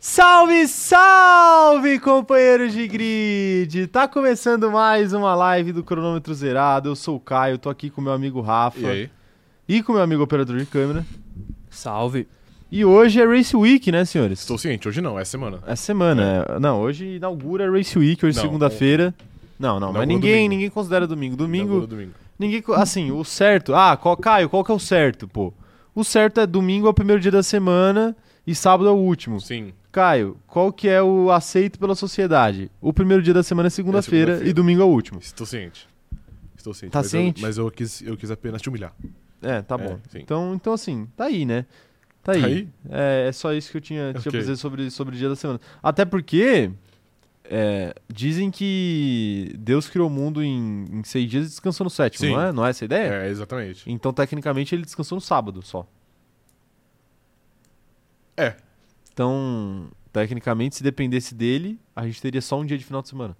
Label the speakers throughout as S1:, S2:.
S1: Salve, salve, companheiros de grid! Tá começando mais uma live do Cronômetro Zerado. Eu sou o Caio, tô aqui com meu amigo Rafa
S2: E aí?
S1: e com meu amigo operador de câmera.
S3: Salve.
S1: E hoje é Race Week, né, senhores?
S2: Estou ciente, hoje não, é semana.
S1: Essa semana, é. não, hoje inaugura a Race Week, hoje
S2: Não, é.
S1: segunda-feira. Não, não,
S2: Inaugura
S1: mas ninguém,
S2: domingo.
S1: ninguém considera domingo.
S2: Inaugura
S1: Domingo,
S2: é domingo.
S1: ninguém, co- assim, o certo, ah, qual, Caio, qual que é o certo, pô? O certo é domingo é o primeiro dia da semana e sábado é o último.
S2: Sim.
S1: Caio, qual que é o aceito pela sociedade? O primeiro dia da semana é segunda-feira
S2: segunda-feira.
S1: e domingo é o último.
S2: Estou ciente. Estou ciente.
S1: Tá
S2: mas
S1: ciente?
S2: Eu, mas eu quis, eu quis apenas te humilhar.
S1: É, tá
S2: É,
S1: bom.
S2: sim.
S1: então, então, assim, tá aí, né? Tá aí.
S2: Tá aí?
S1: É, é só isso que eu tinha, tinha pra
S2: Ok.
S1: dizer sobre, sobre o dia da semana. Até porque é, dizem que Deus criou o mundo em, em seis dias e descansou no sétimo,
S2: Sim.
S1: não é? Não é essa a ideia?
S2: É, exatamente.
S1: Então, tecnicamente, ele descansou no sábado só.
S2: É.
S1: Então, tecnicamente, se dependesse dele, a gente teria só um dia de final de semana.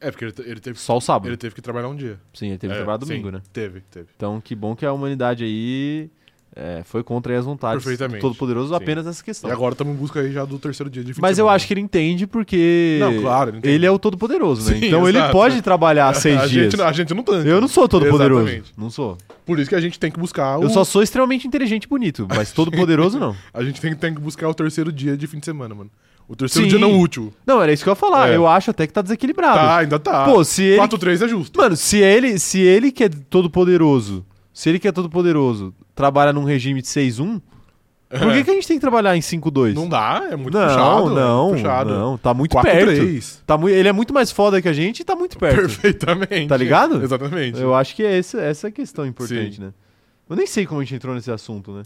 S2: É, porque ele, te- ele teve,
S1: Só o sábado.
S2: ele teve que trabalhar um dia.
S1: Sim, ele teve
S2: é,
S1: que trabalhar
S2: sim,
S1: domingo, né?
S2: Teve, teve.
S1: Então, que bom que a humanidade aí é, foi contra as vontades do
S2: Perfeitamente,
S1: Todo-Poderoso
S2: sim.
S1: apenas nessa questão.
S2: E agora estamos em busca aí já do terceiro dia de fim de
S1: Mas eu
S2: semana.
S1: acho que ele entende porque
S2: Não, claro, ele
S1: ele,
S2: entende.
S1: é o Todo-Poderoso, né?
S2: Sim,
S1: então ele
S2: exato.
S1: pode trabalhar
S2: a
S1: seis dias.
S2: Gente, não- a gente não tanca.
S1: Eu não sou Todo-Poderoso.
S2: Exatamente.
S1: Não sou.
S2: Por isso que a gente tem que buscar o...
S1: Eu só sou extremamente inteligente e bonito, mas Todo-Poderoso não.
S2: A gente tem, tem que buscar o terceiro dia de fim de semana, mano. O terceiro
S1: Sim.
S2: dia não útil.
S1: Não, era isso que eu ia falar.
S2: É.
S1: Eu acho até que tá desequilibrado.
S2: Tá, ainda tá.
S1: Pô, se ele
S2: 4-3 é justo.
S1: Mano, se ele, se ele que é todo poderoso, se ele que é todo poderoso, trabalha num regime de 6-1, por
S2: É.
S1: que, que a gente tem que trabalhar em 5-2?
S2: Não dá, é muito
S1: não,
S2: puxado. é
S1: não,
S2: muito puxado.
S1: não, tá muito perto.
S2: 4-3.
S1: Tá mu- ele é muito mais foda que a gente e tá muito perto.
S2: Perfeitamente.
S1: Tá ligado?
S2: Exatamente.
S1: Eu acho que é essa, essa é a questão importante,
S2: Sim.
S1: né? Eu nem sei como a gente entrou nesse assunto, né?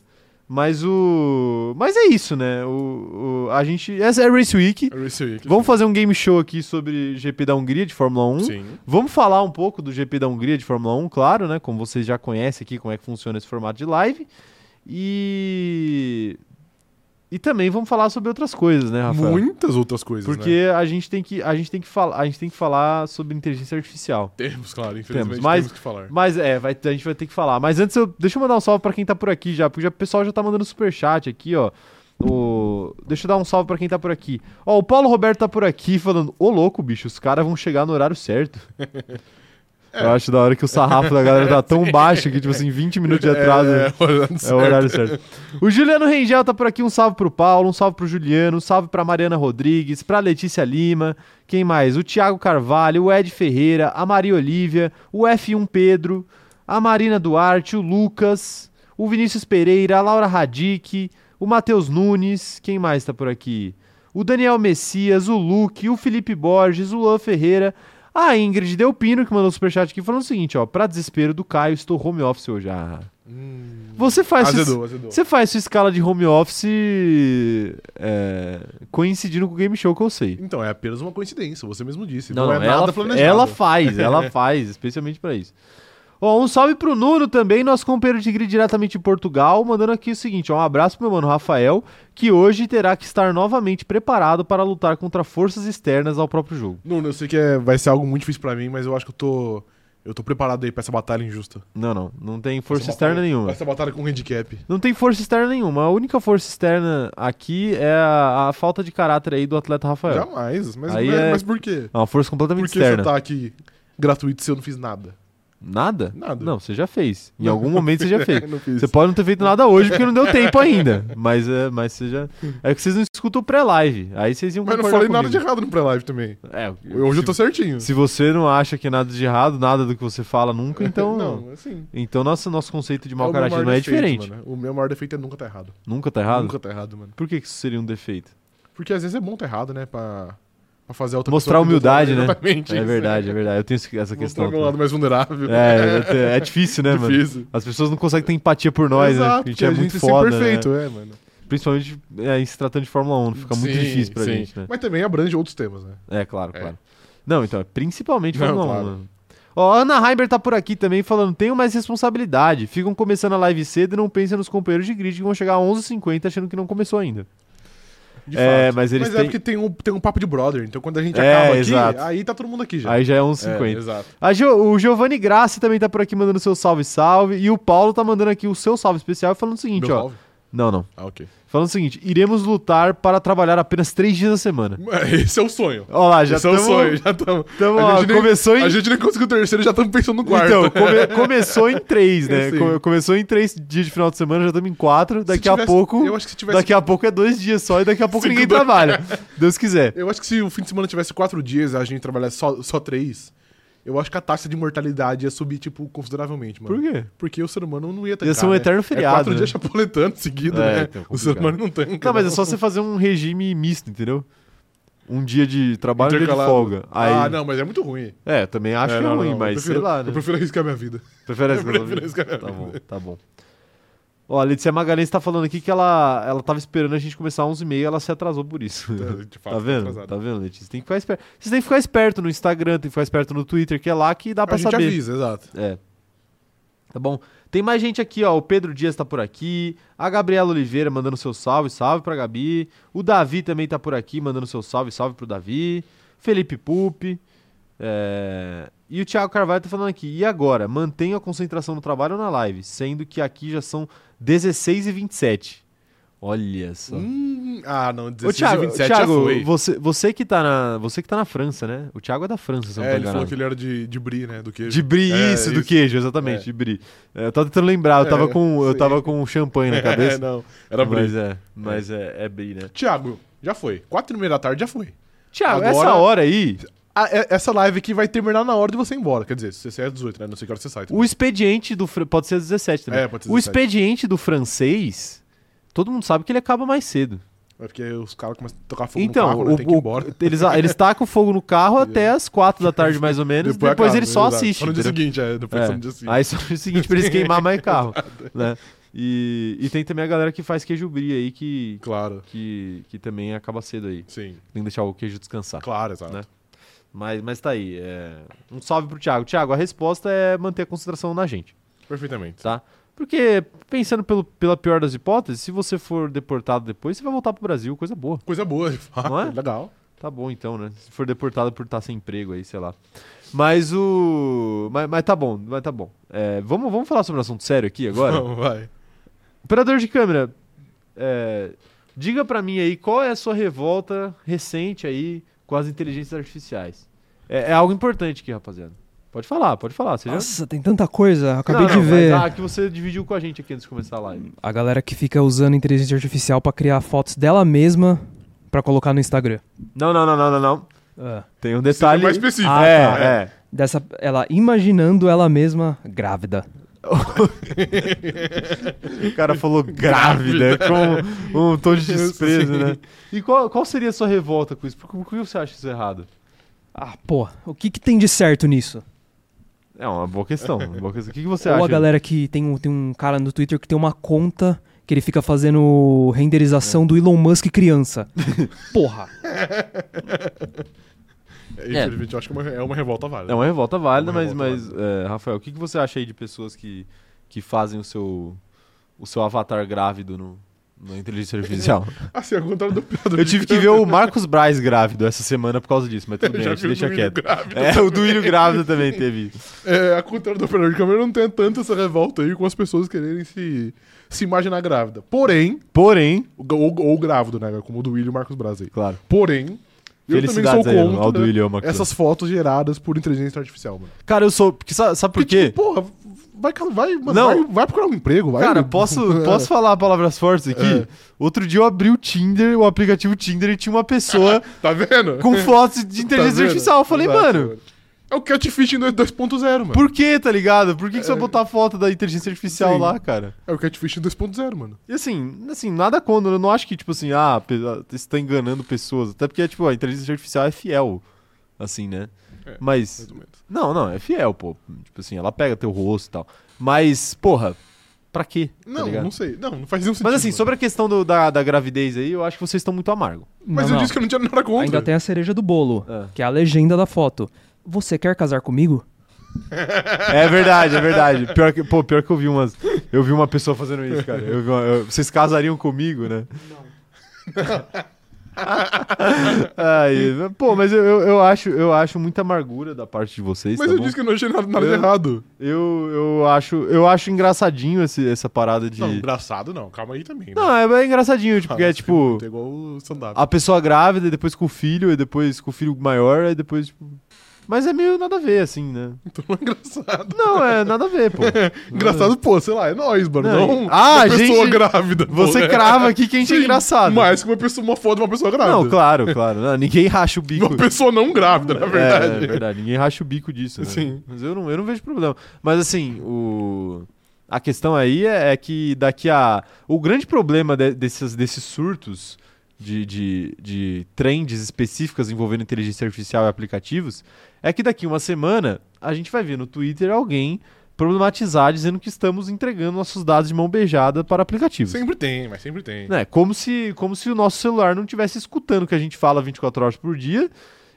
S1: Mas o. Mas é isso, né? O, o- a gente. Essa é a Race Week.
S2: Race Week.
S1: Vamos fazer um game show aqui sobre GP da Hungria de Fórmula 1.
S2: Sim.
S1: Vamos falar um pouco do GP da Hungria de Fórmula 1, claro, né? Como vocês já conhecem aqui, como é que funciona esse formato de live. E. E também vamos falar sobre outras coisas, né, Rafael?
S2: Muitas outras coisas, né?
S1: Porque a gente tem que a gente tem que falar, a gente tem que falar sobre inteligência artificial.
S2: Temos, claro, infelizmente
S1: Temos,
S2: temos,
S1: mas-
S2: que falar.
S1: Mas é, vai- a gente vai ter que falar. Mas antes, eu, deixa eu mandar um salve pra quem tá por aqui já, porque já, o pessoal já tá mandando super chat aqui, ó. O- deixa eu dar um salve pra quem tá por aqui. Ó, o Paulo Roberto tá por aqui falando: Ô louco, bicho, os caras vão chegar no horário certo. Eu acho da hora que o sarrafo da galera tá tão baixo que, tipo assim, 20 minutos de atraso.
S2: É,
S1: É,
S2: é,
S1: o
S2: é,
S1: horário certo. O Juliano Rengel tá por aqui. Um salve pro Paulo, um salve pro Juliano, um salve pra Mariana Rodrigues, pra Letícia Lima. Quem mais? O Thiago Carvalho, o Ed Ferreira, a Maria Olívia, o F1 Pedro, a Marina Duarte, o Lucas, o Vinícius Pereira, a Laura Radic, o Matheus Nunes, quem mais tá por aqui? O Daniel Messias, o Luke, o Felipe Borges, o Luan Ferreira, a Ingrid Delpino, que mandou superchat aqui, falando o seguinte, ó, pra desespero do Caio, estou home office hoje. Ah.
S2: Hum,
S1: Você faz isso-
S2: azedou, azedou.
S1: você faz sua escala de home office é, coincidindo com o game show que eu sei.
S2: Então, é apenas uma coincidência, você mesmo disse.
S1: Não,
S2: Não, é
S1: ela,
S2: nada planejado.
S1: ela faz, ela faz, especialmente pra isso. Ó, um salve pro Nuno também, nosso companheiro de grid diretamente de Portugal, mandando aqui o seguinte, ó, um abraço pro meu mano Rafael, que hoje terá que estar novamente preparado para lutar contra forças externas ao próprio jogo.
S2: Nuno, eu sei que é- vai ser algo muito difícil pra mim, mas eu acho que eu tô... Eu tô preparado aí pra essa batalha injusta.
S1: Não, não, não tem força
S2: Essa
S1: externa
S2: batalha-
S1: nenhuma.
S2: Essa batalha com handicap.
S1: Não tem força externa nenhuma. A única força externa aqui é a, a falta de caráter aí do atleta Rafael.
S2: Jamais, mas,
S1: Aí
S2: mas,
S1: é-
S2: mas por quê?
S1: É uma força
S2: Por
S1: completamente
S2: que
S1: externa.
S2: você tá aqui gratuito se eu não fiz nada?
S1: Nada?
S2: Nada.
S1: Não, você já fez. Em algum momento você já fez.
S2: não fiz.
S1: Você pode não ter feito nada hoje porque não deu tempo ainda. Mas, é, mas você já. É que vocês não escutam o pré-live. Aí vocês iam
S2: Mas eu não
S1: concordar
S2: falei nada de
S1: comigo.
S2: errado no pré-live também.
S1: É,
S2: Eu- Hoje eu tô certinho.
S1: Se você não acha que é nada de errado, nada do que você fala nunca, então.
S2: não, assim...
S1: Então nosso, nosso conceito de
S2: É
S1: mau
S2: o meu
S1: caráter
S2: maior
S1: não é
S2: defeito,
S1: diferente.
S2: mano. O meu maior defeito é nunca tá errado.
S1: Nunca tá errado?
S2: Nunca tá errado, mano.
S1: Por que que isso seria um defeito?
S2: Porque às vezes é bom tá errado, né? Pra, pra fazer a outra
S1: Mostrar
S2: pessoa acreditar.
S1: humildade, né?
S2: Exatamente.
S1: É
S2: isso. né?
S1: verdade, é verdade. Eu tenho esse- essa
S2: Mostrar
S1: questão.
S2: o meu um lado mais vulnerável.
S1: É, é, é difícil, né, mano?
S2: Difícil.
S1: As pessoas não conseguem ter empatia por nós, né?
S2: Exato,
S1: Porque A gente
S2: porque
S1: é muito foda.
S2: é sempre
S1: né?
S2: perfeito, é, mano.
S1: Principalmente é, em se tratando de Fórmula 1, fica muito
S2: Sim,
S1: difícil pra
S2: sim.
S1: gente, né?
S2: Mas também abrange outros temas, né?
S1: É, claro,
S2: É.
S1: claro. Não, então, é principalmente
S2: Não,
S1: Fórmula 1.
S2: claro.
S1: mano. Ó, a Ana Heimer tá por aqui também falando, tenho mais responsabilidade. Ficam começando a live cedo e não pensam nos companheiros de grid que vão chegar a 11h50 achando que não começou ainda.
S2: De
S1: É,
S2: fato.
S1: mas eles
S2: mas é
S1: têm-
S2: porque tem um, tem um papo de brother, então quando a gente
S1: É,
S2: acaba aqui,
S1: exato.
S2: aí tá todo mundo aqui já.
S1: Aí já é
S2: É,
S1: 11h50.
S2: exato.
S1: A Jo- o Giovanni Grassi também tá por aqui mandando seu salve, salve. E o Paulo tá mandando aqui o seu salve especial e falando o seguinte,
S2: Meu
S1: ó.
S2: salve.
S1: Não, não.
S2: Ah, ok.
S1: Falando o seguinte, iremos lutar para trabalhar apenas três dias na semana.
S2: Esse é o sonho.
S1: Olha lá, Ah, já
S2: Esse é o
S1: tamo-
S2: sonho, já estamos.
S1: tamo, ó, começou em-
S2: A gente nem conseguiu o terceiro, já estamos pensando no quarto.
S1: Então, come- começou em três, né?
S2: Sim.
S1: Come- começou em três dias de final de semana, já estamos em quatro.
S2: Se
S1: Daqui a
S2: tivesse-
S1: pouco.
S2: Eu acho que se tivesse.
S1: Daqui a pouco é dois dias só e daqui a pouco
S2: Cinco
S1: ninguém
S2: do-
S1: trabalha. Deus quiser.
S2: Eu acho que se o fim de semana tivesse quatro dias, a gente trabalhasse só, só três, eu acho que a taxa de mortalidade ia subir, tipo, consideravelmente, mano.
S1: Por quê?
S2: Porque o ser humano não ia tancar.
S1: Ia ser um
S2: né?
S1: eterno
S2: É
S1: feriado,
S2: quatro
S1: né?
S2: dias chapoletando seguido,
S1: É,
S2: né?
S1: então,
S2: o ser
S1: complicado.
S2: humano não tanca.
S1: Não, mas é só você fazer um regime misto, entendeu? Um dia de trabalho e um dia de
S2: Intercalado.
S1: folga. Aí...
S2: Ah, não, mas é muito ruim.
S1: É, também acho
S2: É,
S1: que é
S2: não,
S1: ruim,
S2: não, eu
S1: mas
S2: prefiro-
S1: sei lá, né?
S2: Eu prefiro arriscar minha vida.
S1: Prefere essa
S2: eu
S1: nova
S2: prefiro
S1: vida?
S2: arriscar minha
S1: Tá
S2: vida.
S1: bom, tá bom. Ó, a Letícia Magalhães tá falando aqui que ela, ela tava esperando a gente começar às 11h30 ela se atrasou por isso.
S2: Tá, de fato,
S1: Tá vendo?
S2: atrasado.
S1: Tá vendo, Letícia? Tem que ficar esperto. Vocês têm que ficar esperto no Instagram, tem que ficar esperto no Twitter, que é lá que dá pra
S2: a gente
S1: saber.
S2: avisa, exato.
S1: É. Tá bom. Tem mais gente aqui, ó. O Pedro Dias tá por aqui. A Gabriela Oliveira mandando seu salve, salve pra Gabi. O Davi também tá por aqui, mandando seu salve, salve pro Davi. Felipe Pupi. É, E o Thiago Carvalho tá falando aqui. E agora? Mantenho a concentração no trabalho ou na live? Sendo que aqui já são 16 e 27 Olha só.
S2: Hum, ah, não, 16
S1: Ô, Thiago,
S2: e 27 já
S1: Thiago
S2: foi.
S1: você, você, que tá na, você que tá na França, né? O Thiago é da França, se eu não
S2: É,
S1: tô
S2: ele falou
S1: enganado.
S2: que ele era de, de brie, né, do queijo.
S1: De brie,
S2: É,
S1: isso, do
S2: isso.
S1: queijo, exatamente,
S2: É.
S1: de brie. É, eu tava tentando lembrar, eu tava,
S2: É,
S1: com, eu
S2: sim.
S1: tava com um champanhe na
S2: É,
S1: cabeça.
S2: não, era brie.
S1: Mas é, mas é, é brie, né?
S2: Tiago, já foi. Quatro e meia da tarde já foi.
S1: Tiago,
S2: Agora-
S1: essa hora aí,
S2: Ah, é- essa live aqui vai terminar na hora de você ir embora. Quer dizer, se você sair às 18, né? Não sei que hora você sai. também.
S1: o expediente do... fr- Pode ser às 17 também.
S2: É, pode ser
S1: o
S2: 17.
S1: expediente do francês, todo mundo sabe que ele acaba mais cedo.
S2: É porque os caras começam a tocar fogo
S1: então,
S2: no carro, né?
S1: o-
S2: Tem que ir
S1: o-
S2: embora.
S1: eles, eles tacam fogo no carro até as 4 da tarde, mais ou menos, depois,
S2: acaba,
S1: eles só
S2: exato. Só
S1: assistem.
S2: no dia
S1: entendeu?
S2: seguinte, é. Depois só no dia seguinte.
S1: Aí só o seguinte, pra eles queimar mais carro, né? E, e tem também a galera que faz queijo brie aí, que,
S2: Claro,
S1: que, que também acaba cedo aí.
S2: sim.
S1: Tem que deixar o queijo descansar.
S2: Claro, exato.
S1: Né? Mas, mas tá aí. é, Um salve pro Thiago. Thiago, a resposta é manter a concentração na gente,
S2: Perfeitamente.
S1: tá? Porque, pensando pelo, pela pior das hipóteses, se você for deportado depois, você vai voltar pro Brasil, coisa boa.
S2: Coisa boa, de fato.
S1: Não é?
S2: Legal.
S1: Tá bom então, né? Se for deportado por estar sem emprego aí, sei lá. Mas o. Mas, mas tá bom, mas tá bom. É, vamos, vamos falar sobre um assunto sério aqui agora?
S2: Vamos, vai.
S1: Operador de câmera, é, diga pra mim aí qual é a sua revolta recente aí com as inteligências artificiais. É, é algo importante aqui, rapaziada. Pode falar, pode falar. Você já...
S3: Nossa, tem tanta coisa. eu Acabei
S1: Não, não,
S3: de ver.
S1: Mas, ah, que você dividiu com a gente aqui antes de começar a live.
S3: A galera que fica usando inteligência artificial pra criar fotos dela mesma pra colocar no Instagram.
S1: Não, não, não, não, não, não.
S3: Ah,
S1: Tem um
S2: Seja
S1: detalhe.
S2: mais específico.
S3: Ah,
S1: é,
S2: tá,
S1: é.
S3: Dessa, ela imaginando ela mesma grávida.
S1: O cara falou grávida com um tom de desprezo, né? E qual, qual seria a sua revolta com isso? Por, por que você acha isso errado?
S3: Ah, pô, o que, que tem de certo nisso?
S1: É uma boa questão. uma boa questão. O que, que você
S3: Ou
S1: acha?
S3: a galera que tem um, tem um cara no Twitter que tem uma conta que ele fica fazendo
S1: É.
S3: renderização do Elon Musk criança. Porra.
S2: Infelizmente, eu acho que é uma, é uma revolta válida.
S1: É uma revolta válida,
S2: Uma
S1: mas,
S2: revolta
S1: mas é, Rafael, o que, que você acha aí de pessoas que, que fazem o seu, o seu avatar grávido no, na inteligência artificial?
S2: Assim, ao contrário do Pedro.
S1: Eu tive que ver o Marcos Braz grávido essa semana por causa disso, mas tudo bem, a
S2: Já
S1: gente
S2: vi o
S1: deixa
S2: Duílio
S1: quieto.
S2: grávido.
S1: É, o Duílio grávido também teve.
S2: É, a contrário do operador de câmera, eu não tem tanta essa revolta aí com as pessoas quererem se, se imaginar grávida. Porém,
S1: Porém,
S2: ou, ou grávido, né? Como o do William Marcos Braz aí.
S1: claro.
S2: Porém, eu também sou
S1: Felicidades aí ao ao
S2: contra
S1: Duílio e ao Marcos.
S2: essas fotos geradas por inteligência artificial, mano.
S1: Cara, eu sou. Porque, sa- sabe por quê?
S2: Tipo, porra, vai, ca- vai, mano,
S1: Não.
S2: vai, vai procurar um emprego, vai.
S1: Cara, posso,
S2: É.
S1: posso falar palavras fortes aqui?
S2: É.
S1: Outro dia eu abri o Tinder, o aplicativo Tinder, e tinha uma pessoa
S2: Tá vendo?
S1: com fotos de inteligência
S2: Tá vendo?
S1: artificial. Eu falei,
S2: Exato,
S1: mano,
S2: É o catfishing 2.0, mano.
S1: Por que, tá ligado? Por que, que você vai botar foto da inteligência artificial
S2: É. Sim.
S1: lá, cara?
S2: É o catfishing 2.0, mano.
S1: E assim, assim, nada contra. Eu não acho que, tipo assim, ah, pe- ah, você tá enganando pessoas. Até porque, tipo, a inteligência artificial é fiel. Assim, né?
S2: É,
S1: Mas.
S2: Mais ou menos.
S1: Não, não, é fiel, pô. Tipo assim, ela pega teu rosto e tal. Mas, porra, pra quê? Tá
S2: Não,
S1: ligado?
S2: não sei. Não, não faz nenhum sentido.
S1: Mas assim,
S2: mano.
S1: sobre a questão do- da, da gravidez aí, eu acho que vocês estão muito amargo.
S2: Mas eu
S3: Não, não.
S2: disse que eu não tinha nada contra.
S3: Ainda tem a cereja do bolo,
S1: É.
S3: que é a legenda da foto. Você quer casar comigo?
S1: É verdade, é verdade. Pior que, pô, pior que eu vi umas. Eu vi uma pessoa fazendo isso, cara. Eu vi uma- eu- vocês casariam comigo, né? Aí, pô, mas eu, eu, eu acho, eu acho muita amargura da parte de vocês,
S2: Mas
S1: tá
S2: eu
S1: bom?
S2: disse que eu não achei nada, nada de
S1: É.
S2: errado.
S1: Eu, eu, acho, eu acho engraçadinho esse- essa parada de...
S2: Não, engraçado não. Calma aí também. né?
S1: Não, é, é engraçadinho, tipo,
S2: Ah,
S1: porque é
S2: esse
S1: tipo...
S2: filme É igual o stand-up.
S1: A pessoa grávida, e depois com o filho, e depois com o filho maior, e depois, tipo... Mas é meio nada a ver, assim, né?
S2: Então não é engraçado.
S1: Não, é nada a ver, pô.
S2: Engraçado, pô, sei lá, é nós, mano.
S1: Não,
S2: Não,
S1: ah,
S2: uma pessoa
S1: gente,
S2: grávida. pô,
S1: Você
S2: né?
S1: crava aqui que a gente é
S2: Sim,
S1: engraçado.
S2: Mais que uma pessoa, uma foto de uma pessoa grávida.
S1: Não, claro, claro. Não, ninguém racha o bico.
S2: Uma pessoa não grávida, na
S1: É,
S2: verdade.
S1: É, verdade, ninguém racha o bico disso, né?
S2: Sim.
S1: Mas eu não, eu não vejo problema. Mas assim, o... a questão aí é, é que daqui a. O grande problema de- desses, desses surtos de, de, de trends específicas envolvendo inteligência artificial e aplicativos é que daqui uma semana a gente vai ver no Twitter alguém problematizar dizendo que estamos entregando nossos dados de mão beijada para aplicativos.
S2: Sempre tem, mas sempre tem.
S1: Né? Como, se, como se o nosso celular não estivesse escutando o que a gente fala 24 horas por dia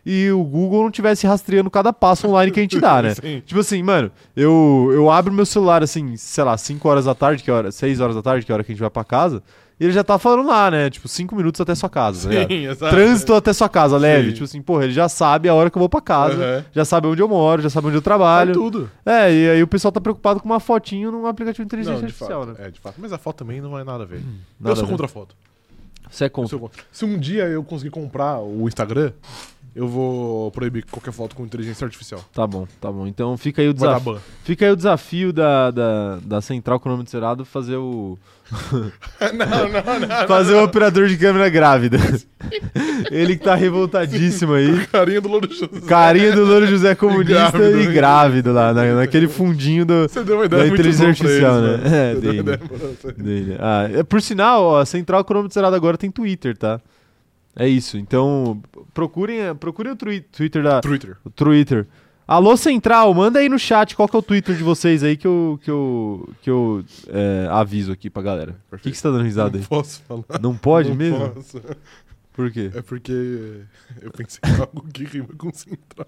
S1: e o Google não estivesse rastreando cada passo online que a gente dá, né?
S2: Sim.
S1: Tipo assim, mano, eu, eu abro meu celular assim, sei lá, 5 horas da tarde, que é hora, 6 horas da tarde, que é a hora que a gente vai pra casa, e ele já tá falando lá, né? Tipo, 5 minutos até sua casa, né?
S2: Sim, exato.
S1: Trânsito até sua casa, leve.
S2: Sim.
S1: Tipo assim, porra, ele já sabe a hora que eu vou pra casa,
S2: Aham.
S1: já sabe onde eu moro, já sabe onde eu
S2: Faz
S1: trabalho.
S2: tudo.
S1: É, e aí o pessoal tá preocupado com uma fotinho num aplicativo de inteligência
S2: Não, de
S1: artificial,
S2: fato.
S1: né? Hum,
S2: É, de fato. Mas a foto também não é nada a ver.
S1: nada
S2: eu sou
S1: a ver.
S2: contra a foto.
S1: Você é
S2: Eu sou contra. Se um dia eu conseguir comprar o Instagram, eu vou proibir qualquer foto com inteligência artificial.
S1: Tá bom, tá bom. Então fica aí o
S2: Vai dar
S1: desafio.
S2: ban.
S1: Fica aí o desafio da, da, da Central Cronômetro Zerado fazer o.
S2: não, não, não.
S1: Fazer o operador de câmera grávida. Ele que tá revoltadíssimo aí.
S2: Carinha do Louro José.
S1: Carinha do Louro José comunista
S2: grávido,
S1: e
S2: né?
S1: grávido lá, na, naquele fundinho do.
S2: Você deu uma ideia
S1: Da
S2: muito
S1: inteligência
S2: boa pra eles,
S1: artificial, né? É,
S2: Você deu uma
S1: dei, né?
S2: ideia boa pra eles.
S1: Dele. Ah, é, por sinal, ó, a Central Cronômetro Zerado agora tem Twitter, tá? É isso. Então, procurem, procurem o trui- Twitter da.
S2: Twitter.
S1: O Twitter. Alô, Central, manda aí no chat qual que é o Twitter de vocês aí que eu, que eu, que eu é, aviso aqui pra galera. O que, que você tá dando risada aí?
S2: Não posso falar.
S1: Não pode
S2: Não
S1: mesmo?
S2: posso.
S1: Por quê?
S2: É porque eu pensei em algo que rima com central.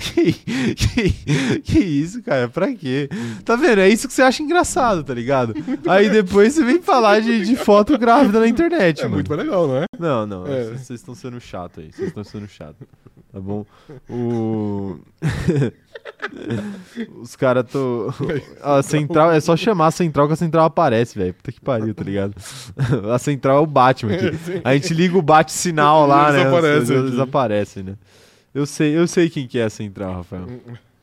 S1: que, que- que isso, cara? Pra quê? Tá vendo? É isso que você acha engraçado, tá ligado? Aí depois você vem falar de, de foto grávida na internet,
S2: É
S1: mano.
S2: muito mais legal, não é?
S1: Não, não.
S2: É.
S1: Vocês vocês estão sendo chato aí. Vocês estão sendo chato. Tá bom? O. Os caras tão. A central. É só chamar a central que a central aparece, velho. Puta que pariu, tá ligado? A central é o Batman aqui. A gente liga o bate-sinal lá,
S2: Eles
S1: né?
S2: aparecem
S1: Eles, eles
S2: aqui.
S1: aparecem, né? Eu sei, eu sei quem que é a central, Rafael.
S2: Hum.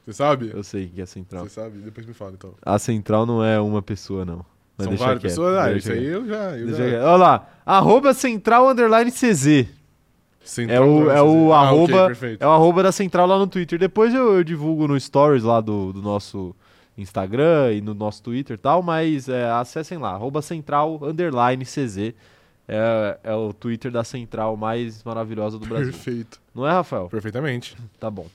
S2: Você sabe?
S1: Eu sei quem que é a central.
S2: Você sabe? Depois me fala, então.
S1: A central não é uma pessoa, não. Mas
S2: São
S1: deixa
S2: várias
S1: quieto,
S2: pessoas. Ah,
S1: deixa
S2: isso aí
S1: quieto.
S2: eu já... Eu
S1: Deixa
S2: já...
S1: quieto. Olha lá. Arroba central underline CZ.
S2: Central
S1: É o,
S2: Dragons,
S1: é o
S2: né? Ah, ok,
S1: arroba,
S2: perfeito.
S1: é o arroba da central lá no Twitter. Depois eu, eu divulgo no stories lá do, do nosso Instagram e no nosso Twitter e tal, mas é, acessem lá, arroba central underline CZ. É, é o Twitter da central mais maravilhosa do Brasil.
S2: Perfeito.
S1: Não é, Rafael?
S2: Perfeitamente.
S1: Tá bom.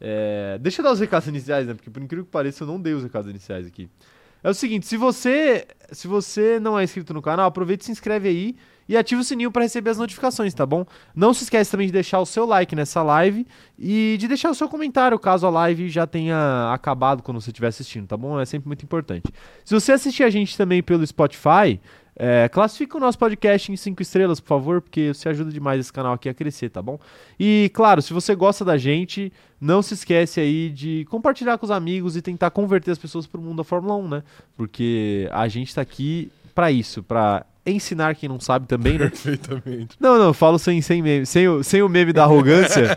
S1: É, deixa eu dar os recados iniciais, né? Porque por incrível que pareça, eu não dei os recados iniciais aqui. É o seguinte, se você, se você não é inscrito no canal, aproveita e se inscreve aí e ativa o sininho pra receber as notificações, tá bom? Não se esquece também de deixar o seu like nessa live e de deixar o seu comentário caso a live já tenha acabado quando você estiver assistindo, tá bom? É sempre muito importante. Se você assistir a gente também pelo Spotify, é, classifica o nosso podcast em 5 estrelas, por favor, porque você ajuda demais esse canal aqui a crescer, tá bom? E claro, se você gosta da gente, não se esquece aí de compartilhar com os amigos e tentar converter as pessoas pro mundo da Fórmula 1, né? Porque a gente tá aqui pra isso, pra ensinar quem não sabe também, né?
S2: Perfeitamente.
S1: Não, não, eu falo sem, sem meme, sem, o- sem o meme da arrogância.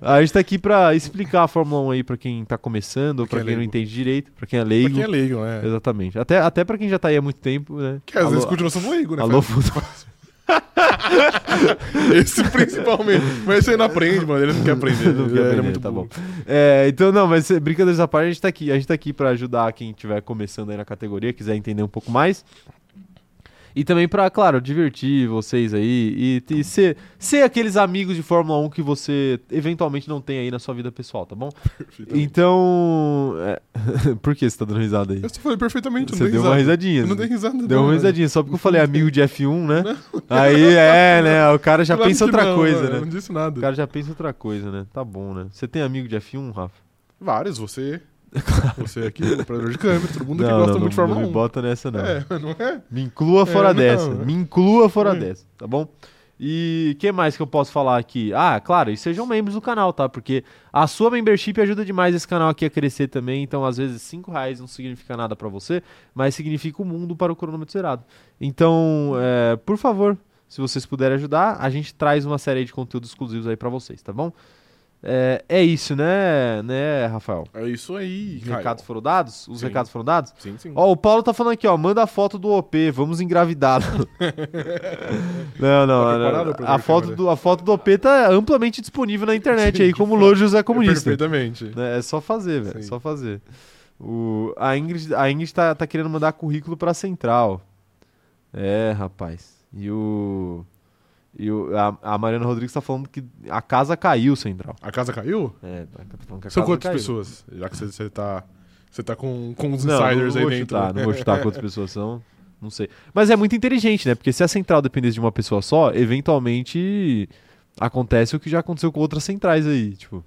S1: A gente tá aqui pra explicar a Fórmula 1 aí pra quem tá começando, ou pra
S2: Pra quem é
S1: quem, não
S2: leigo.
S1: entende direito, pra quem é
S2: Pra
S1: leigo.
S2: quem é leigo, né?
S1: Exatamente. Até, até pra quem já tá aí há muito tempo, né?
S2: Que às
S1: Alô-
S2: vezes continua sendo leigo, né?
S1: Alô,
S2: Fred?
S1: futebol.
S2: Esse principalmente. Mas esse aí não aprende, mano. Ele não quer aprender.
S1: Não quer
S2: Ele
S1: aprender,
S2: é muito
S1: tá
S2: burro.
S1: bom. É, então, não, mas eh, brincadeiras à parte, a gente tá aqui. A gente tá aqui pra ajudar quem estiver começando aí na categoria, quiser entender um pouco mais. E também pra, claro, divertir vocês aí e, e ser, ser aqueles amigos de Fórmula 1 que você eventualmente não tem aí na sua vida pessoal, tá bom?
S2: Perfeitamente.
S1: Então. é, por que você tá dando risada aí?
S2: Eu só falei perfeitamente. eu
S1: Você
S2: não dei
S1: deu uma
S2: risada.
S1: risadinha.
S2: Eu não
S1: né?
S2: dei risada.
S1: Deu
S2: não,
S1: uma
S2: velho.
S1: risadinha, só porque eu falei amigo de F1, né? Aí é, né? O cara já
S2: Claro
S1: pensa
S2: que
S1: outra
S2: não,
S1: coisa,
S2: mano,
S1: né?
S2: Eu não disse
S1: O
S2: nada.
S1: cara já pensa outra coisa, né? Tá bom, né? Você tem amigo de F1, Rafa?
S2: Vários, você. Você aqui, o operador de câmera, todo mundo
S1: não,
S2: Um que gosta
S1: não,
S2: muito
S1: não,
S2: de Fórmula
S1: não
S2: 1.
S1: me bota nessa, não.
S2: É, não é?
S1: Me inclua fora
S2: É, não.
S1: dessa. Me inclua fora
S2: É.
S1: dessa, tá bom? E que mais que eu posso falar aqui? Ah, claro, e sejam membros do canal, tá? Porque a sua membership ajuda demais esse canal aqui a crescer também. Então, às vezes, 5 reais não significa nada pra você, mas significa o mundo para o cronômetro zerado. Então, é, por favor, se vocês puderem ajudar, a gente traz uma série de conteúdos exclusivos aí pra vocês, tá bom? É, é isso, né, né, Rafael?
S2: É isso aí,
S1: Os
S2: Caio.
S1: recados foram dados? Os
S2: Sim.
S1: recados foram dados?
S2: Sim, sim.
S1: Ó, o Paulo tá falando aqui, ó, manda a foto do OP, vamos engravidá-lo. não,
S2: Tá
S1: não,
S2: preparado
S1: não.
S2: pra ver
S1: A
S2: a
S1: foto,
S2: câmera?
S1: do, a foto do OP tá amplamente disponível na internet aí,
S2: Sim,
S1: como
S2: de
S1: Lojo José Comunista.
S2: Perfeitamente.
S1: né? É só fazer, velho, é
S2: Sim.
S1: só fazer. O, a Ingrid, a Ingrid tá, tá querendo mandar currículo pra Central. É, rapaz. E o... E o, a, a Mariana Rodrigues tá falando que a casa caiu, Central.
S2: A casa caiu?
S1: É, tá falando que a
S2: São
S1: casa
S2: quantas
S1: caiu.
S2: pessoas? Já que você, você tá. Você tá com, com os
S1: Não,
S2: insiders
S1: não vou
S2: aí dentro. né?
S1: Chutar, não vou chutar quantas pessoas são, não sei. Mas é muito inteligente, né? Porque se a central dependesse de uma pessoa só, eventualmente acontece o que já aconteceu com outras centrais aí, tipo.